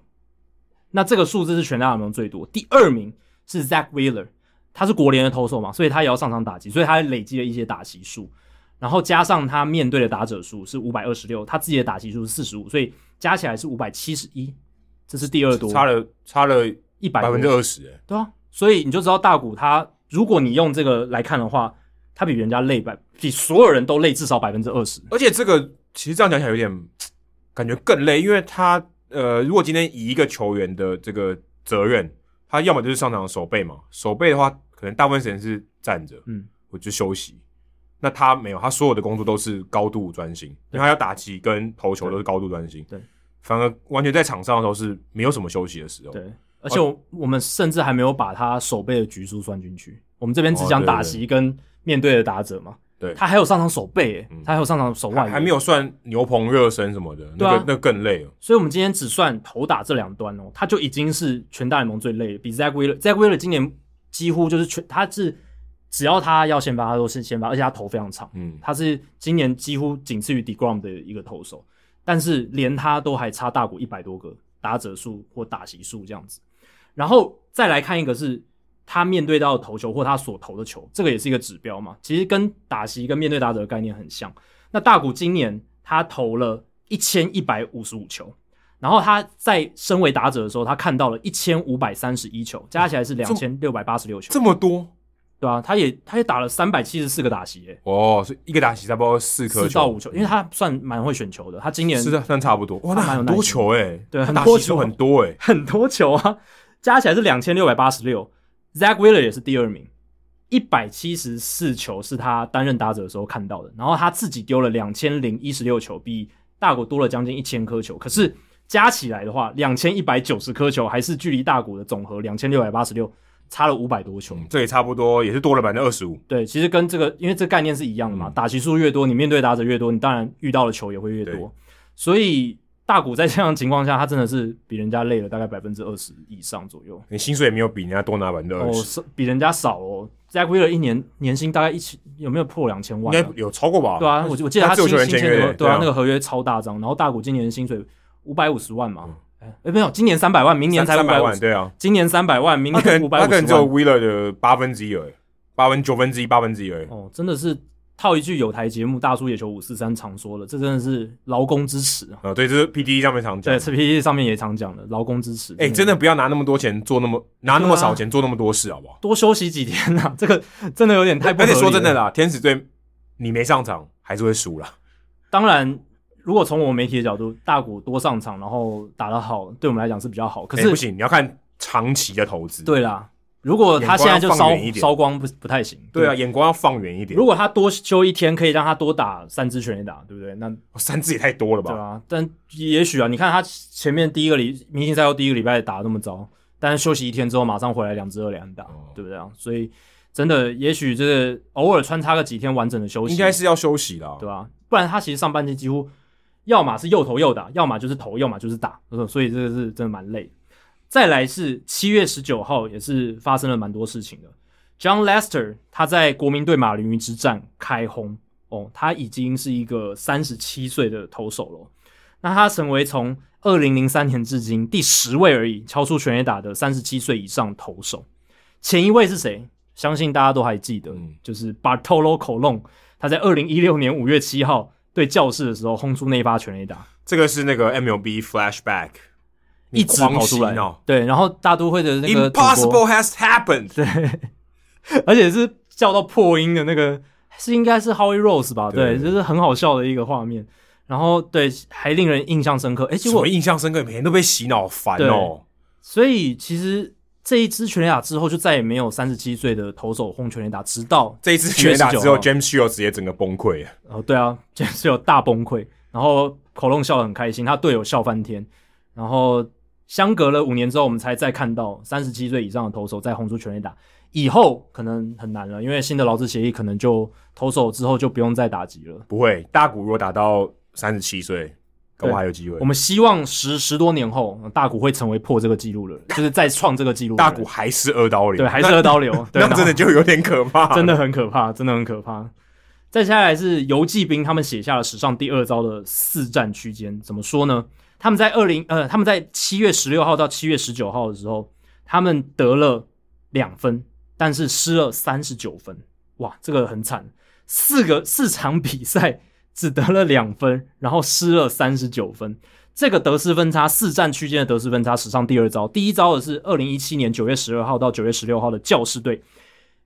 那这个数字是全大联盟最多，第二名是 Zach Wheeler，他是国联的投手嘛，所以他也要上场打击，所以他累积了一些打席数。然后加上他面对的打者数是五百二十六，他自己的打席数是四十五，所以加起来是五百七十一，这是第二多，差了差了一百百分之二十，哎对啊，所以你就知道大谷他，如果你用这个来看的话，他比人家累百，比所有人都累至少百分之二十。而且这个其实这样讲起来有点感觉更累，因为他呃，如果今天以一个球员的这个责任，他要么就是上场守备嘛，守备的话可能大部分时间是站着，嗯，或者休息。那他没有，他所有的工作都是高度专心，因为他要打击跟投球都是高度专心。对，反而完全在场上的时候是没有什么休息的时候。，对，而且我我们甚至还没有把他手背的局数算进去，我们这边只讲哦对打席跟面对的打者嘛，对嗯他还有上场手背、欸，他还有上场手腕还欸，还没有算牛棚热身什么的，那对啊个那更累了。所以我们今天只算投打这两端哦，他就已经是全大联盟最累的，比 Zach Wheeler，Zach Wheeler 今年几乎就是全，他是只要他要先发，他都是先发，而且他投非常长，嗯，他是今年几乎仅次于 Degrom 的一个投手，但是连他都还差大谷一百多个打者数或打席数这样子。然后再来看一个是他面对到的投球或他所投的球，这个也是一个指标嘛。其实跟打席跟面对打者的概念很像。那大谷今年他投了一千一百五十五球。然后他在身为打者的时候，他看到了一千五百三十一球，加起来是两千六百八十六球，这么多对啊，他也他也打了三百七十四个打席、耶。哦，所以一个打席差不多四颗四球，到五球，因为他算蛮会选球的，他今年是的，算差不多。哇，他那蛮有很耐多心球哎，对他很打多席球数很多哎， *laughs* 很多球啊，加起来是两千六百八十六。Zach Wheeler 也是第二名，一百七十四球是他担任打者的时候看到的，然后他自己丢了两千零一十六球，比大谷多了将近一千颗球，可是加起来的话，两千一百九十颗球还是距离大谷的总和两千六百八十六差了五百多球。嗯这也差不多，也是多了百分之二十五。对，其实跟这个，因为这个概念是一样的嗯嘛，打席数越多，你面对打者越多，你当然遇到的球也会越对多。所以大谷在这样的情况下，他真的是比人家累了大概百分之二十以上左右，你薪水也没有比人家多拿百分之哦，二十，是比人家少哦。Zach Wheeler 一年年薪大概一千，有没有破两千应万啊、该有超过吧？对啊，我我记得他自新由球员签新签约的合的对啊对啊，那个合约超大张，然后大谷今年的薪水五百五十万嘛，哎、哎没有，今年三百万，明年嗯三才三五百百五万，十，对啊，今年三百万，明他可年能五百他五可能十只有万， Wheeler 的八分之一而已，八分九分之一八分之一而已。哦，真的是套一句有台节目《大叔野球五四三》常说的，这真的是劳工之耻啊！啊，对，这是 P D 上面常讲对。，CPT 上面也常讲的劳工之耻。哎，真的不要拿那么多钱做那么拿那么对啊少钱做那么多事，好不好？多休息几天呐、这个真的有点太不合而理且了。说真的啦，天使队你没上场还是会输啦。当然，如果从我们媒体的角度，大谷多上场，然后打得好，对我们来讲是比较好。可哎是，不行，你要看长期的投资。对啦，如果眼他光现在就要放烧远一点烧光不不太行。对啊，，眼光要放远一点如。果他多休一天，可以让他多打三支全垒打，对不对？那哦三支也太多了对吧？啊，但也许啊，你看他前面第一个礼明星赛后第一个礼拜打得那么糟，但是休息一天之后马上回来两支二连打，哦对不对啊？所以真的，也许这个偶尔穿插个几天完整的休息，应该是要休息啦。对啊，不然他其实上半季几乎要么是又投又打，要么就是投，要么就是打，呃所以这个是真的蛮累的。再来是七月十九号，也是发生了蛮多事情的。John Lester 他在国民队马林鱼之战开轰哦，他已经是一个三十七岁的投手了。那他成为从二零零三年至今第十位而已敲出全垒打的三十七岁以上投手。前一位是谁？相信大家都还记得，嗯就是 Bartolo Colon。他在二零一六年五月七号对教室的时候轰出那一发全垒打，这个是那个 MLB Flashback，一直跑出来。对，然后大都会的那个主播哦 Impossible has happened。而且是叫到破音的那个，是应该是 Howie Rose 吧？对对，就是很好笑的一个画面。然后对，还令人印象深刻。诶，结什果么印象深刻？每天都被洗脑，烦哦。所以其实这一支全垒打之后，就再也没有三十七岁的投手轰全垒打，直到这一次全垒打之后19 ，James Shields 直接整个崩溃。哦，对啊， *laughs* 就是有大崩溃，然后口龙笑得很开心，他队友笑翻天，然后相隔了五年之后，我们才再看到三十七岁以上的投手在红出全垒打，以后可能很难了，因为新的劳资协议可能就投手之后就不用再打击了。不会，大谷如果打到三十七岁，搞不好对还有机会我。们希望十十多年后，大谷会成为破这个记录的人，就是再创这个记录的大人。谷还是二刀流， *laughs* 对，还是二刀流，那，那对然后真的就有点可怕。真的很可怕，真的很可怕。再下来是游骑兵，他们写下了史上第二招的四战区间。怎么说呢？他们在二零呃，他们在七月十六号到七月十九号的时候，他们得了两分，但是失了三十九分。哇，这个很惨，四个四场比赛只得了两分，然后失了三十九分。这个得失分差，四战区间的得失分差史上第二招。第一招的是二零一七年九月十二号到九月十六号的教士队，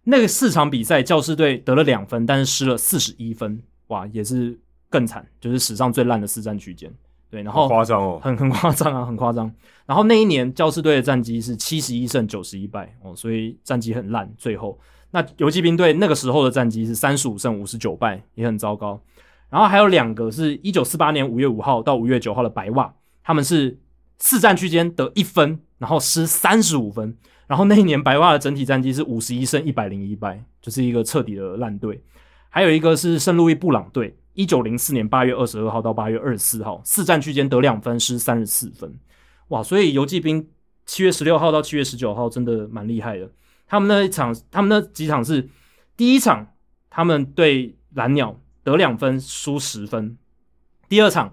那个四场比赛，教士队得了两分，但是失了四十一分，哇，也是更惨，就是史上最烂的四战区间。对，然好后夸张哦。很很夸张啊，很夸张。然后那一年教士队的战绩是七十一胜九十一败哦，所以战绩很烂。最后，那游击兵队那个时候的战绩是三十五胜五十九败，也很糟糕。然后还有两个是一九四八年五月五号到五月九号的白袜，他们是四战区间得一分，然后失三十五分。然后那一年白袜的整体战绩是五十一胜一百零一败，就是一个彻底的烂队。还有一个是圣路易布朗队，一九零四年八月二十二号到八月二十四号，四战区间得两分，失三十四分。哇，所以游击兵七月十六号到七月十九号真的蛮厉害的。他们那一场，他们那几场是第一场，他们对蓝鸟得两分，输十分；第二场，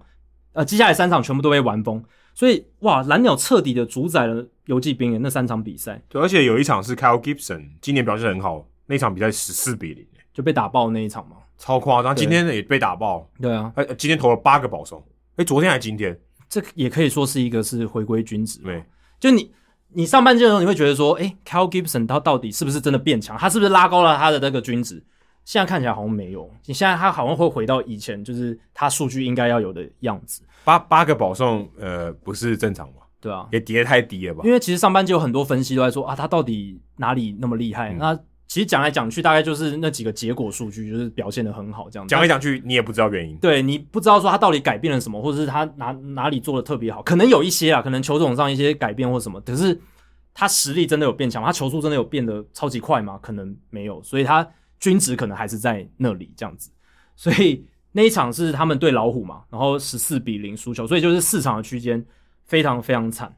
呃，接下来三场全部都被完封。所以哇，蓝鸟彻底的主宰了游击兵的那三场比赛，对，而且有一场是 Kyle Gibson 今年表现很好，那场比赛十四比零，就被打爆那一场嘛。超夸张。对今天也被打爆，对啊，哎，今天投了八个保送，哎，昨天还今天，这个也可以说是一个是回归均值。对，就你你上半季的时候，你会觉得说，诶 k y l e Gibson 他到底是不是真的变强？他是不是拉高了他的那个均值？现在看起来好像没有，你现在他好像会回到以前，就是他数据应该要有的样子，八八个保送，呃，不是正常吧？对啊，也跌得太低了吧？因为其实上半季有很多分析都在说啊，他到底哪里那么厉害？嗯那其实讲来讲去，大概就是那几个结果数据，就是表现的很好这样子。讲来讲去，你也不知道原因。对你不知道说他到底改变了什么，或者是他哪哪里做的特别好，可能有一些啊，可能球种上一些改变或什么，可是他实力真的有变强吗，他球速真的有变得超级快吗？可能没有，所以他均值可能还是在那里这样子。所以那一场是他们对老虎嘛，然后十四比零输球，所以就是四场的区间非常非常惨。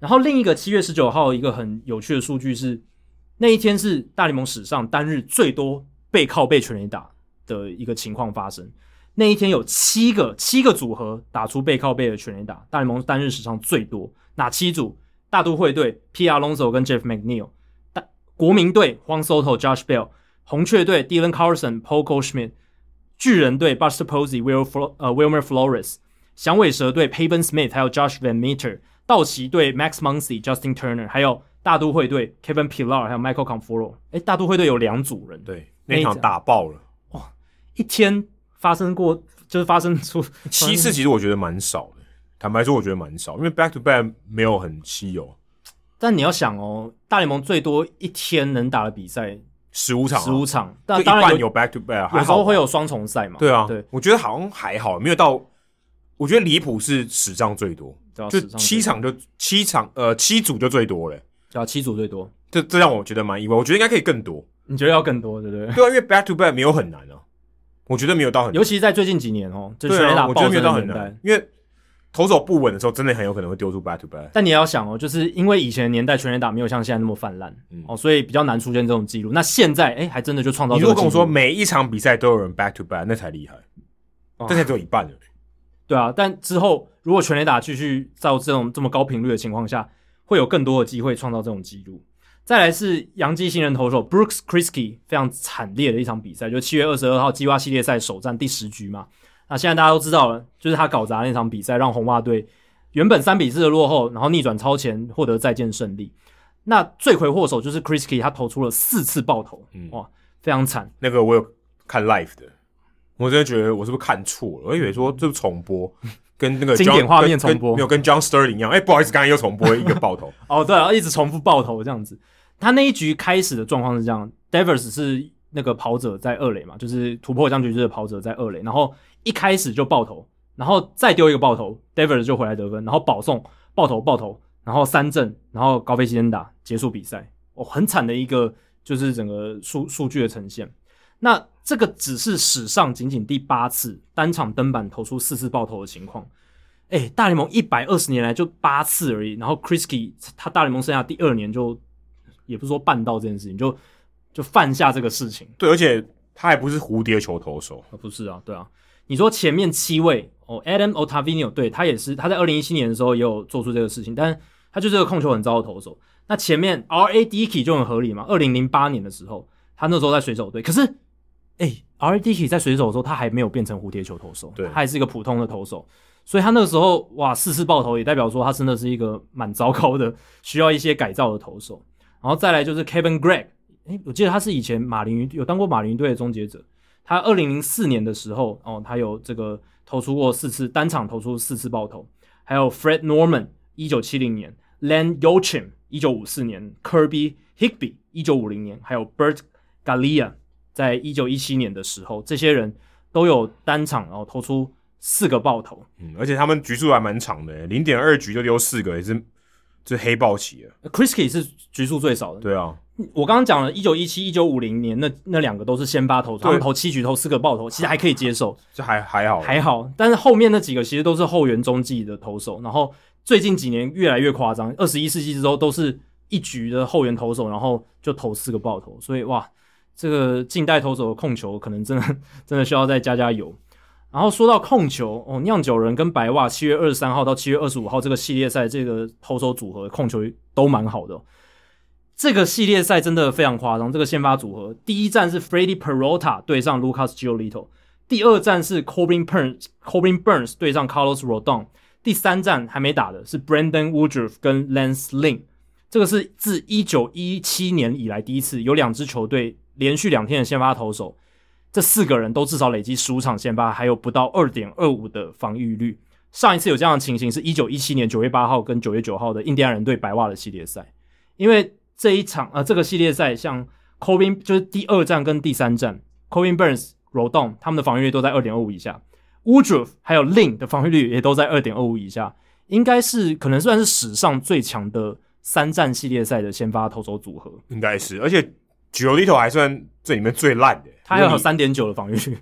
然后另一个七月十九号一个很有趣的数据是，那一天是大联盟史上单日最多背靠背全垒打的一个情况发生。那一天有七个七个组合打出背靠背的全垒打，大联盟单日史上最多。哪七组？大都会队 P. R. Alonso 跟 Jeff McNeil，大国民队荒 Soto、Josh Bell，红雀队 Dylan Carlson、Paul Goldschmidt，巨人队 Buster Posey、Will Flo 呃 Wilmer Flores，响尾蛇队 Paven Smith 还有 Josh Van Meter，道奇队 Max Muncy、Justin Turner，还有大都会队 Kevin Pillar 还有 Michael Conforto。诶，大都会队有两组人，对，那一那场场打爆嗯了一天发生过就是发生出七次，其实我觉得蛮少的。坦白说，我觉得蛮少，因为 back to back 没有很稀有， *laughs* 但你要想哦，大联盟最多一天能打的比赛十五场啊，十五场，就但一当然半有有 back to back，还有时好候吧会有双重赛嘛。对啊，对，我觉得好像还好，没有到。我觉得离谱是史上最多，对啊就史上七场就七场，呃，七组就最多了。最多，对啊，七组最多。这这让我觉得蛮意外，我觉得应该可以更多。你觉得要更多，对不 *laughs* 对？对啊，因为 back to back 没有很难啊，我觉得没有到很难尤。其是在最近几年哦，就全对垒打啊，我觉爆得增没有的到很年代难。，因为投手不稳的时候，真的很有可能会丢出 back to back。但你也要想哦，就是因为以前的年代全垒打没有像现在那么泛滥、嗯哦，所以比较难出现这种记录。那现在哎，还真的就创造你如这个果记跟录。我说每一场比赛都有人 back to back，那才厉害，哦这才只有一半而已。对啊，但之后如果全垒打继续在这种这么高频率的情况下，会有更多的机会创造这种记录。再来是洋基新人投手 Brooks Krisky 非常惨烈的一场比赛，就七月二十二号季蛙系列赛首战第十局嘛。那现在大家都知道了，就是他搞砸那场比赛，让红袜队原本三比四的落后，然后逆转超前获得再见胜利。那罪魁祸首就是 Krisky，他投出了四次爆头，嗯哇，非常惨。那个我有看 live 的，我真的觉得我是不是看错了？我以为说这是重播，跟那个 John, 经典画面重跟播跟没有跟 John Sterling 一样。哎、不好意思，刚才又重播一个爆头， *laughs* 哦，对啊，一直重复爆头这样子。他那一局开始的状况是这样，Devers 是那个跑者在二垒嘛，就是突破僵局制的跑者在二垒，然后一开始就爆头，然后再丢一个爆头，Devers 就回来得分，然后保送爆头爆头，然后三振，然后高飞先打结束比赛，哦，很惨的一个就是整个数数据的呈现。那这个只是史上仅仅第八次单场登板投出四次爆头的情况，哎、大联盟一百二十年来就八次而已。然后 Krisky 他大联盟生涯第二年就，也不是说办到这件事情，就就犯下这个事情。对，而且他还不是蝴蝶球投手，啊，不是啊，对啊，你说前面七位哦，Adam Ottavino，对他也是，他在二零一七年的时候也有做出这个事情，但他就是个控球很糟的投手。那前面 R A Dickey 就很合理嘛，二零零八年的时候，他那时候在水手队，可是哎、r A Dickey 在水手的时候，他还没有变成蝴蝶球投手，对他还是一个普通的投手。所以他那个时候哇，四次爆头也代表说他真的是一个蛮糟糕的，需要一些改造的投手。然后再来就是 Kevin Gregg，诶，我记得他是以前马林鱼有当过马林鱼队的终结者，他二零零四年的时候，哦，他有这个投出过四次单场投出四次爆头，还有 Fred Norman 一九七零年，Len Yochim 一九五四年，Kirby Higby 一九五零年，还有 Bert Gallia 在一九一七年的时候，这些人都有单场哦投出四个爆头，嗯，而且他们局数还蛮长的，零点二局就丢四个，也是这黑豹起了。 Chris Key 是局数最少的。对啊，我刚刚讲了，一九一七、一九五零年那那两个都是先发投手，他们对投七局投四个爆投，其实还可以接受，这还还好，还好。但是后面那几个其实都是后援中继的投手，然后最近几年越来越夸张，二十一世纪之后都是一局的后援投手，然后就投四个爆投，所以哇，这个近代投手的控球可能真的 *laughs* 真的需要再加加油。然后说到控球哦，酿酒人跟白袜七月二十三号到七月二十五号这个系列赛，这个投手组合控球都蛮好的哦、这个系列赛真的非常夸张，这个先发组合，第一站是 Freddy Perota 对上 Lucas Giolito，第二站是 Corbin Burns Corbin Burns 对上 Carlos Rodon，第三站还没打的是 Brandon Woodruff 跟 Lance Lynn，这个是自一九一七年以来第一次有两支球队连续两天的先发投手，这四个人都至少累积十五场先发，还有不到二点二五的防御率。上一次有这样的情形是一九一七年九月八号跟九月九号的印第安人对白袜的系列赛。因为这一场呃这个系列赛，像 Corbin 就是第二战跟第三战，Corbin Burns、Rodon 他们的防御率都在二点二五以下，Woodruff 还有 Lin 的防御率也都在二点二五以下，应该是可能算是史上最强的三战系列赛的先发投手组合。应该是，而且九里头还算这里面最烂的，他还如有果你三点九的防御率，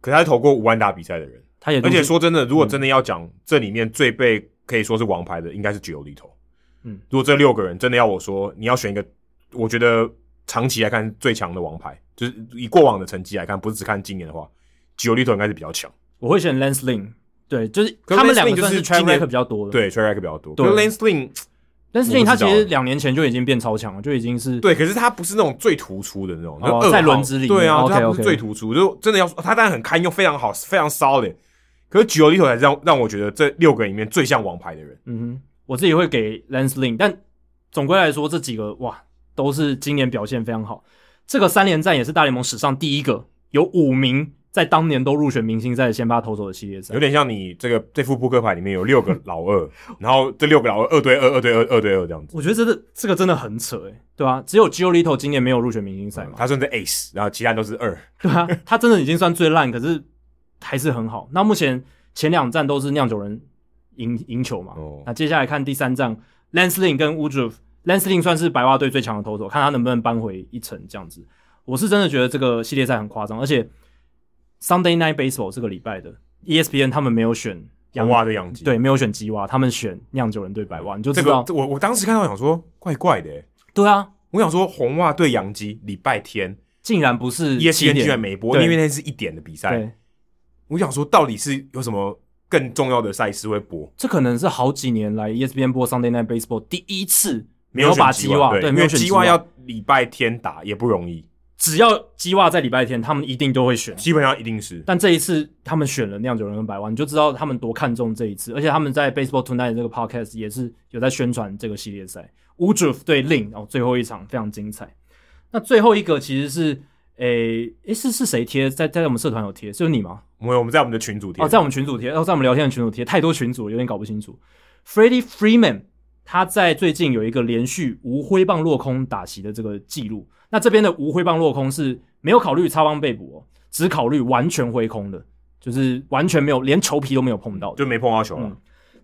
可是他投过五万打比赛的人，他也都而是且说真的，嗯如果真的要讲这里面最被可以说是王牌的，应该是九里头。嗯，如果这六个人真的要我说，你要选一个，我觉得长期来看最强的王牌，就是以过往的成绩来看，不是只看今年的话，九里头应该是比较强。我会选 Lance Lin，对，就是可是他们 Lance 两个 Lin 算就是 track 今年 record 比较多的。对 t r a c k 比较多。对可是 Lance Lin ，Lance 我 Lin 不他知道其实两年前就已经变超强了，就已经 *laughs* 是对，可是他不是那种最突出的那种，就哦二号在轮子里面对啊， OK，他不是 OK 最突出，就真的要说他当然很堪用，非常好，非常 solid。可是九里头才让让我觉得这六个里面最像王牌的人。嗯哼，我自己会给 Lance Lin，但总归来说，这几个哇都是今年表现非常好。这个三连战也是大联盟史上第一个有五名在当年都入选明星赛的先发投手的系列赛有。点像你这个这副扑克牌里面有六个老二，然后这六个老二二对二，二对二，二对二这样子。我觉得这个这个真的很扯诶、欸对吧、只有 Giolito 今年没有入选明星赛嘛，他算是 ace，然后其他人都是二。对啊，他真的已经算最烂，可是还是很好。那目前前两站都是酿酒人赢赢球嘛，哦那接下来看第三站 Lance Lynn 跟 Woodruff。Lance Lynn 算是白袜队最强的投手，看他能不能扳回一城这样子。我是真的觉得这个系列赛很夸张，而且 Sunday Night Baseball 这个礼拜的 E ESPN 他们没有选洋洋蛙对洋基，对，没有选吉蛙，他们选酿酒人对白袜，你就这知道个，这我我当时看到想说怪怪的、欸，对啊，我想说红袜对洋基礼拜天 E 竟然不是7 ESPN 点居然没播，对因为那是一点的比赛。对，我想说到底是有什么更重要的赛事会播？这可能是好几年来 E ESPN 播 Sunday Night Baseball 第一次没没有把选鸡鸡袜，袜，对，因没为有选鸡袜袜要礼拜天打也不容易，只要鸡袜在礼拜天，他们一定就会选。基本上一定是。但这一次他们选了酿酒人跟百万，你就知道他们多看重这一次，而且他们在 Baseball Tonight 这个 podcast 也是有在宣传这个系列赛。u d r u f 对 Lin 哦，最后一场非常精彩。那最后一个其实是诶诶是是谁贴在在我们社团有贴，是你吗？我们我们在我们的群组贴哦，在我们群主贴，哦，在我们聊天的群主贴，太多群主了有点搞不清楚。Freddie Freeman 他在最近有一个连续无挥棒落空打席的这个记录，那这边的无挥棒落空是没有考虑擦棒被捕哦，只考虑完全挥空的，就是完全没有连球皮都没有碰到的。就没碰到球了。嗯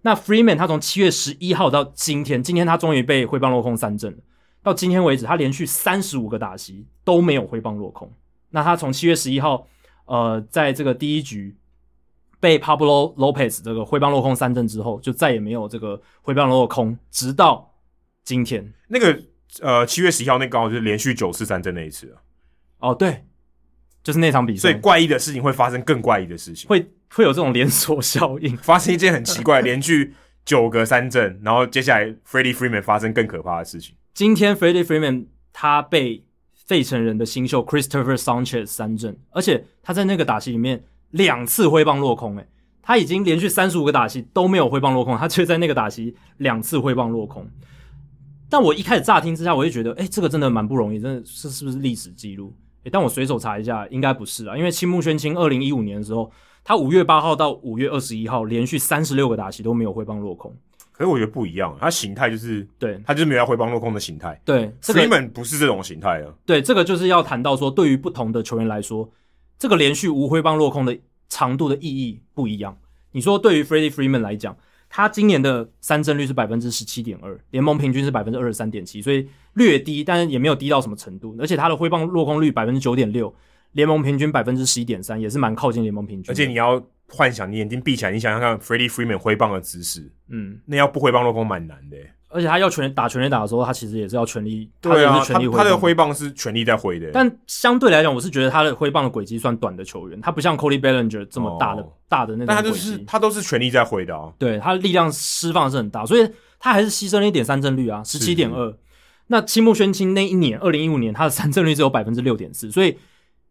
那 Freeman 他从七月十一号到今天，今天他终于被挥棒落空三振了。到今天为止，他连续三十五个打席都没有挥棒落空。那他从七月十一号，呃，在这个第一局被 Pablo Lopez 这个挥棒落空三振之后，就再也没有这个挥棒落空，直到今天。那个呃，七月十一号那个刚好就是连续九次三振那一次啊，哦，对，就是那场比所以赛怪异的事情会发生更怪异的事情，会会有这种连锁效应。发生一件很奇 *laughs* 怪，连续九个三振，然后接下来 Freddie Freeman 发生更可怕的事情，今天 Freddie Freeman 他被费城人的新秀 Christopher Sanchez 三振，而且他在那个打席里面两次挥棒落空、欸，他已经连续三十五个打席都没有挥棒落空，他却在那个打席两次挥棒落空。但我一开始乍听之下，我就觉得，哎、这个真的蛮不容易，真的是是不是历史记录？诶但我随手查一下，应该不是啊，因为青木宣清二零一五年的时候，他五月八号到五月二十一号连续三十六个打席都没有挥棒落空，可是我觉得不一样，它形态就是对它就是没有要挥棒落空的形态、对，这个 Freeman 不是这种形态啊，对，这个就是要谈到说，对于不同的球员来说，这个连续无挥棒落空的长度的意义不一样。你说对于 Freddie Freeman 来讲，他今年的三振率是百分之十七点二，联盟平均是百分之二十三点七，所以略低，但是也没有低到什么程度。而且他的挥棒落空率百分之九点六，联盟平均百分之十一点三，也是蛮靠近联盟平均的。而且你要幻想，你眼睛闭起来，你想想看 Freddie Freeman 挥棒的姿势，嗯，那要不挥棒落空蛮难的欸、而且他要全打全垒打的时候，他其实也是要全力，对他也啊，是全他力挥他的棒挥棒是全力在挥的欸、但相对来讲，我是觉得他的挥棒的轨迹算短的球员，他不像 Cody Bellinger 这么大的、哦大的那但他种就轨是迹，他都是全力在挥的啊。对他的力量释放是很大，所以他还是牺牲了一点三振率啊，十七点二。那青木宣清那一年，二零一五年他的三振率只有百分之六点四，所以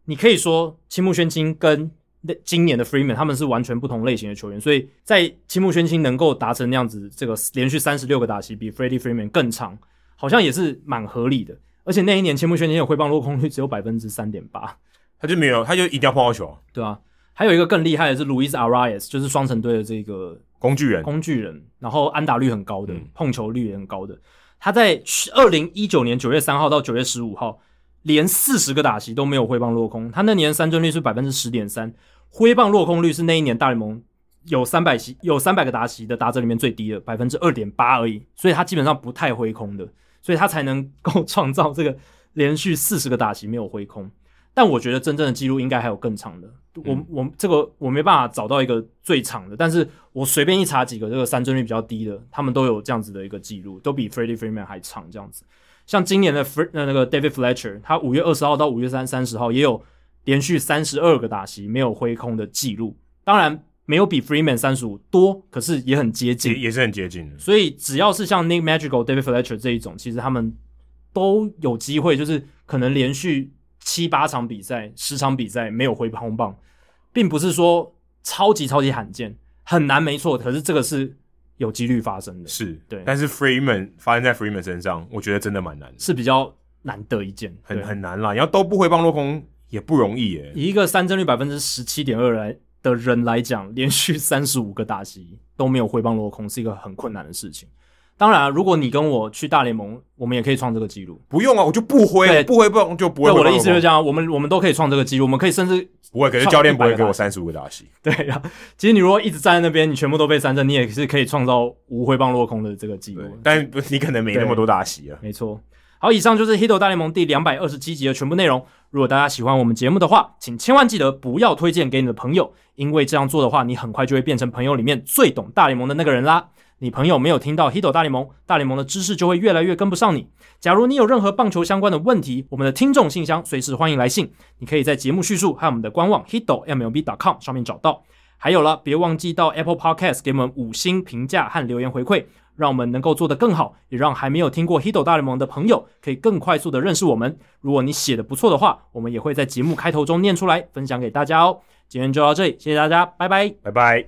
你可以说青木宣清跟那今年的 Freeman 他们是完全不同类型的球员，所以在青木宣清能够达成那样子这个连续三十六个打席比 Freddie Freeman 更长，好像也是蛮合理的。而且那一年青木宣清的挥棒落空率只有百分之三点八，他就没有，他就一定要碰到球，对啊，还有一个更厉害的是 Luis Arias，就是双城队的这个工具人。工具人，然后安打率很高的，嗯碰球率也很高的。他在二零一九年九月三号到九月十五号，连四十个打席都没有挥棒落空。他那年三振率是百分之十点三，挥棒落空率是那一年大联盟有三百席有三百个打席的打者里面最低的百分之二点八而已，所以他基本上不太挥空的，所以他才能够创造这个连续四十个打席没有挥空。 *laughs* 但我觉得真正的记录应该还有更长的，我嗯我这个我没办法找到一个最长的，但是我随便一查几个这个三振率比较低的，他们都有这样子的一个记录，都比 Freddie Freeman 还长这样子。像今年的 Fre 呃那个 David Fletcher，他五月二十号到五月三三十号也有连续三十二个打席没有挥空的记录，当然没有比 Freeman 三十五多，可是也很接也近。也是很接近的，所以只要是像 Nick Magical、David Fletcher 这一种，其实他们都有机会，就是可能连续七八场比赛、十场比赛没有回红棒，并不是说超级超级罕见，很难没错，可是这个是有几率发生的，是对但是 Freeman 发生在 Freeman 身上，我觉得真的蛮难的，是比较难得一见，很对很难啦。你要都不挥棒落空也不容易欸耶、以一个三振率百分之十七点二来的人来讲，连续三十五个打席都没有挥棒落空，是一个很困难的事情。当然啊、如果你跟我去大联盟，我们也可以创这个记录。不用啊，我就不挥，对不挥棒就不会对挥棒落我的空。意思就是这样，我们我们都可以创这个记录，我们可以甚至不会，可是上教练不100会个给我打三十五个打席，对呀、啊。其实你如果一直站在那边，你全部都被三振，你也是可以创造无挥棒落空的这个记录对。，但不你可能没那么多打席啊。没错。好，以上就是《Hito 大联盟》第两百二十七集的全部内容。如果大家喜欢我们节目的话，请千万记得不要推荐给你的朋友，因为这样做的话，你很快就会变成朋友里面最懂大联盟的那个人啦。你朋友没有听到《Hito 大联盟》，大联盟的知识就会越来越跟不上你。假如你有任何棒球相关的问题，我们的听众信箱随时欢迎来信，你可以在节目叙述和我们的官网 hito mlb.com 上面找到。还有了，别忘记到 Apple Podcast 给我们五星评价和留言回馈，让我们能够做得更好，也让还没有听过 Hito 大联盟的朋友可以更快速的认识我们。如果你写的不错的话，我们也会在节目开头中念出来，分享给大家哦。今天就到这里，谢谢大家，拜拜。拜拜。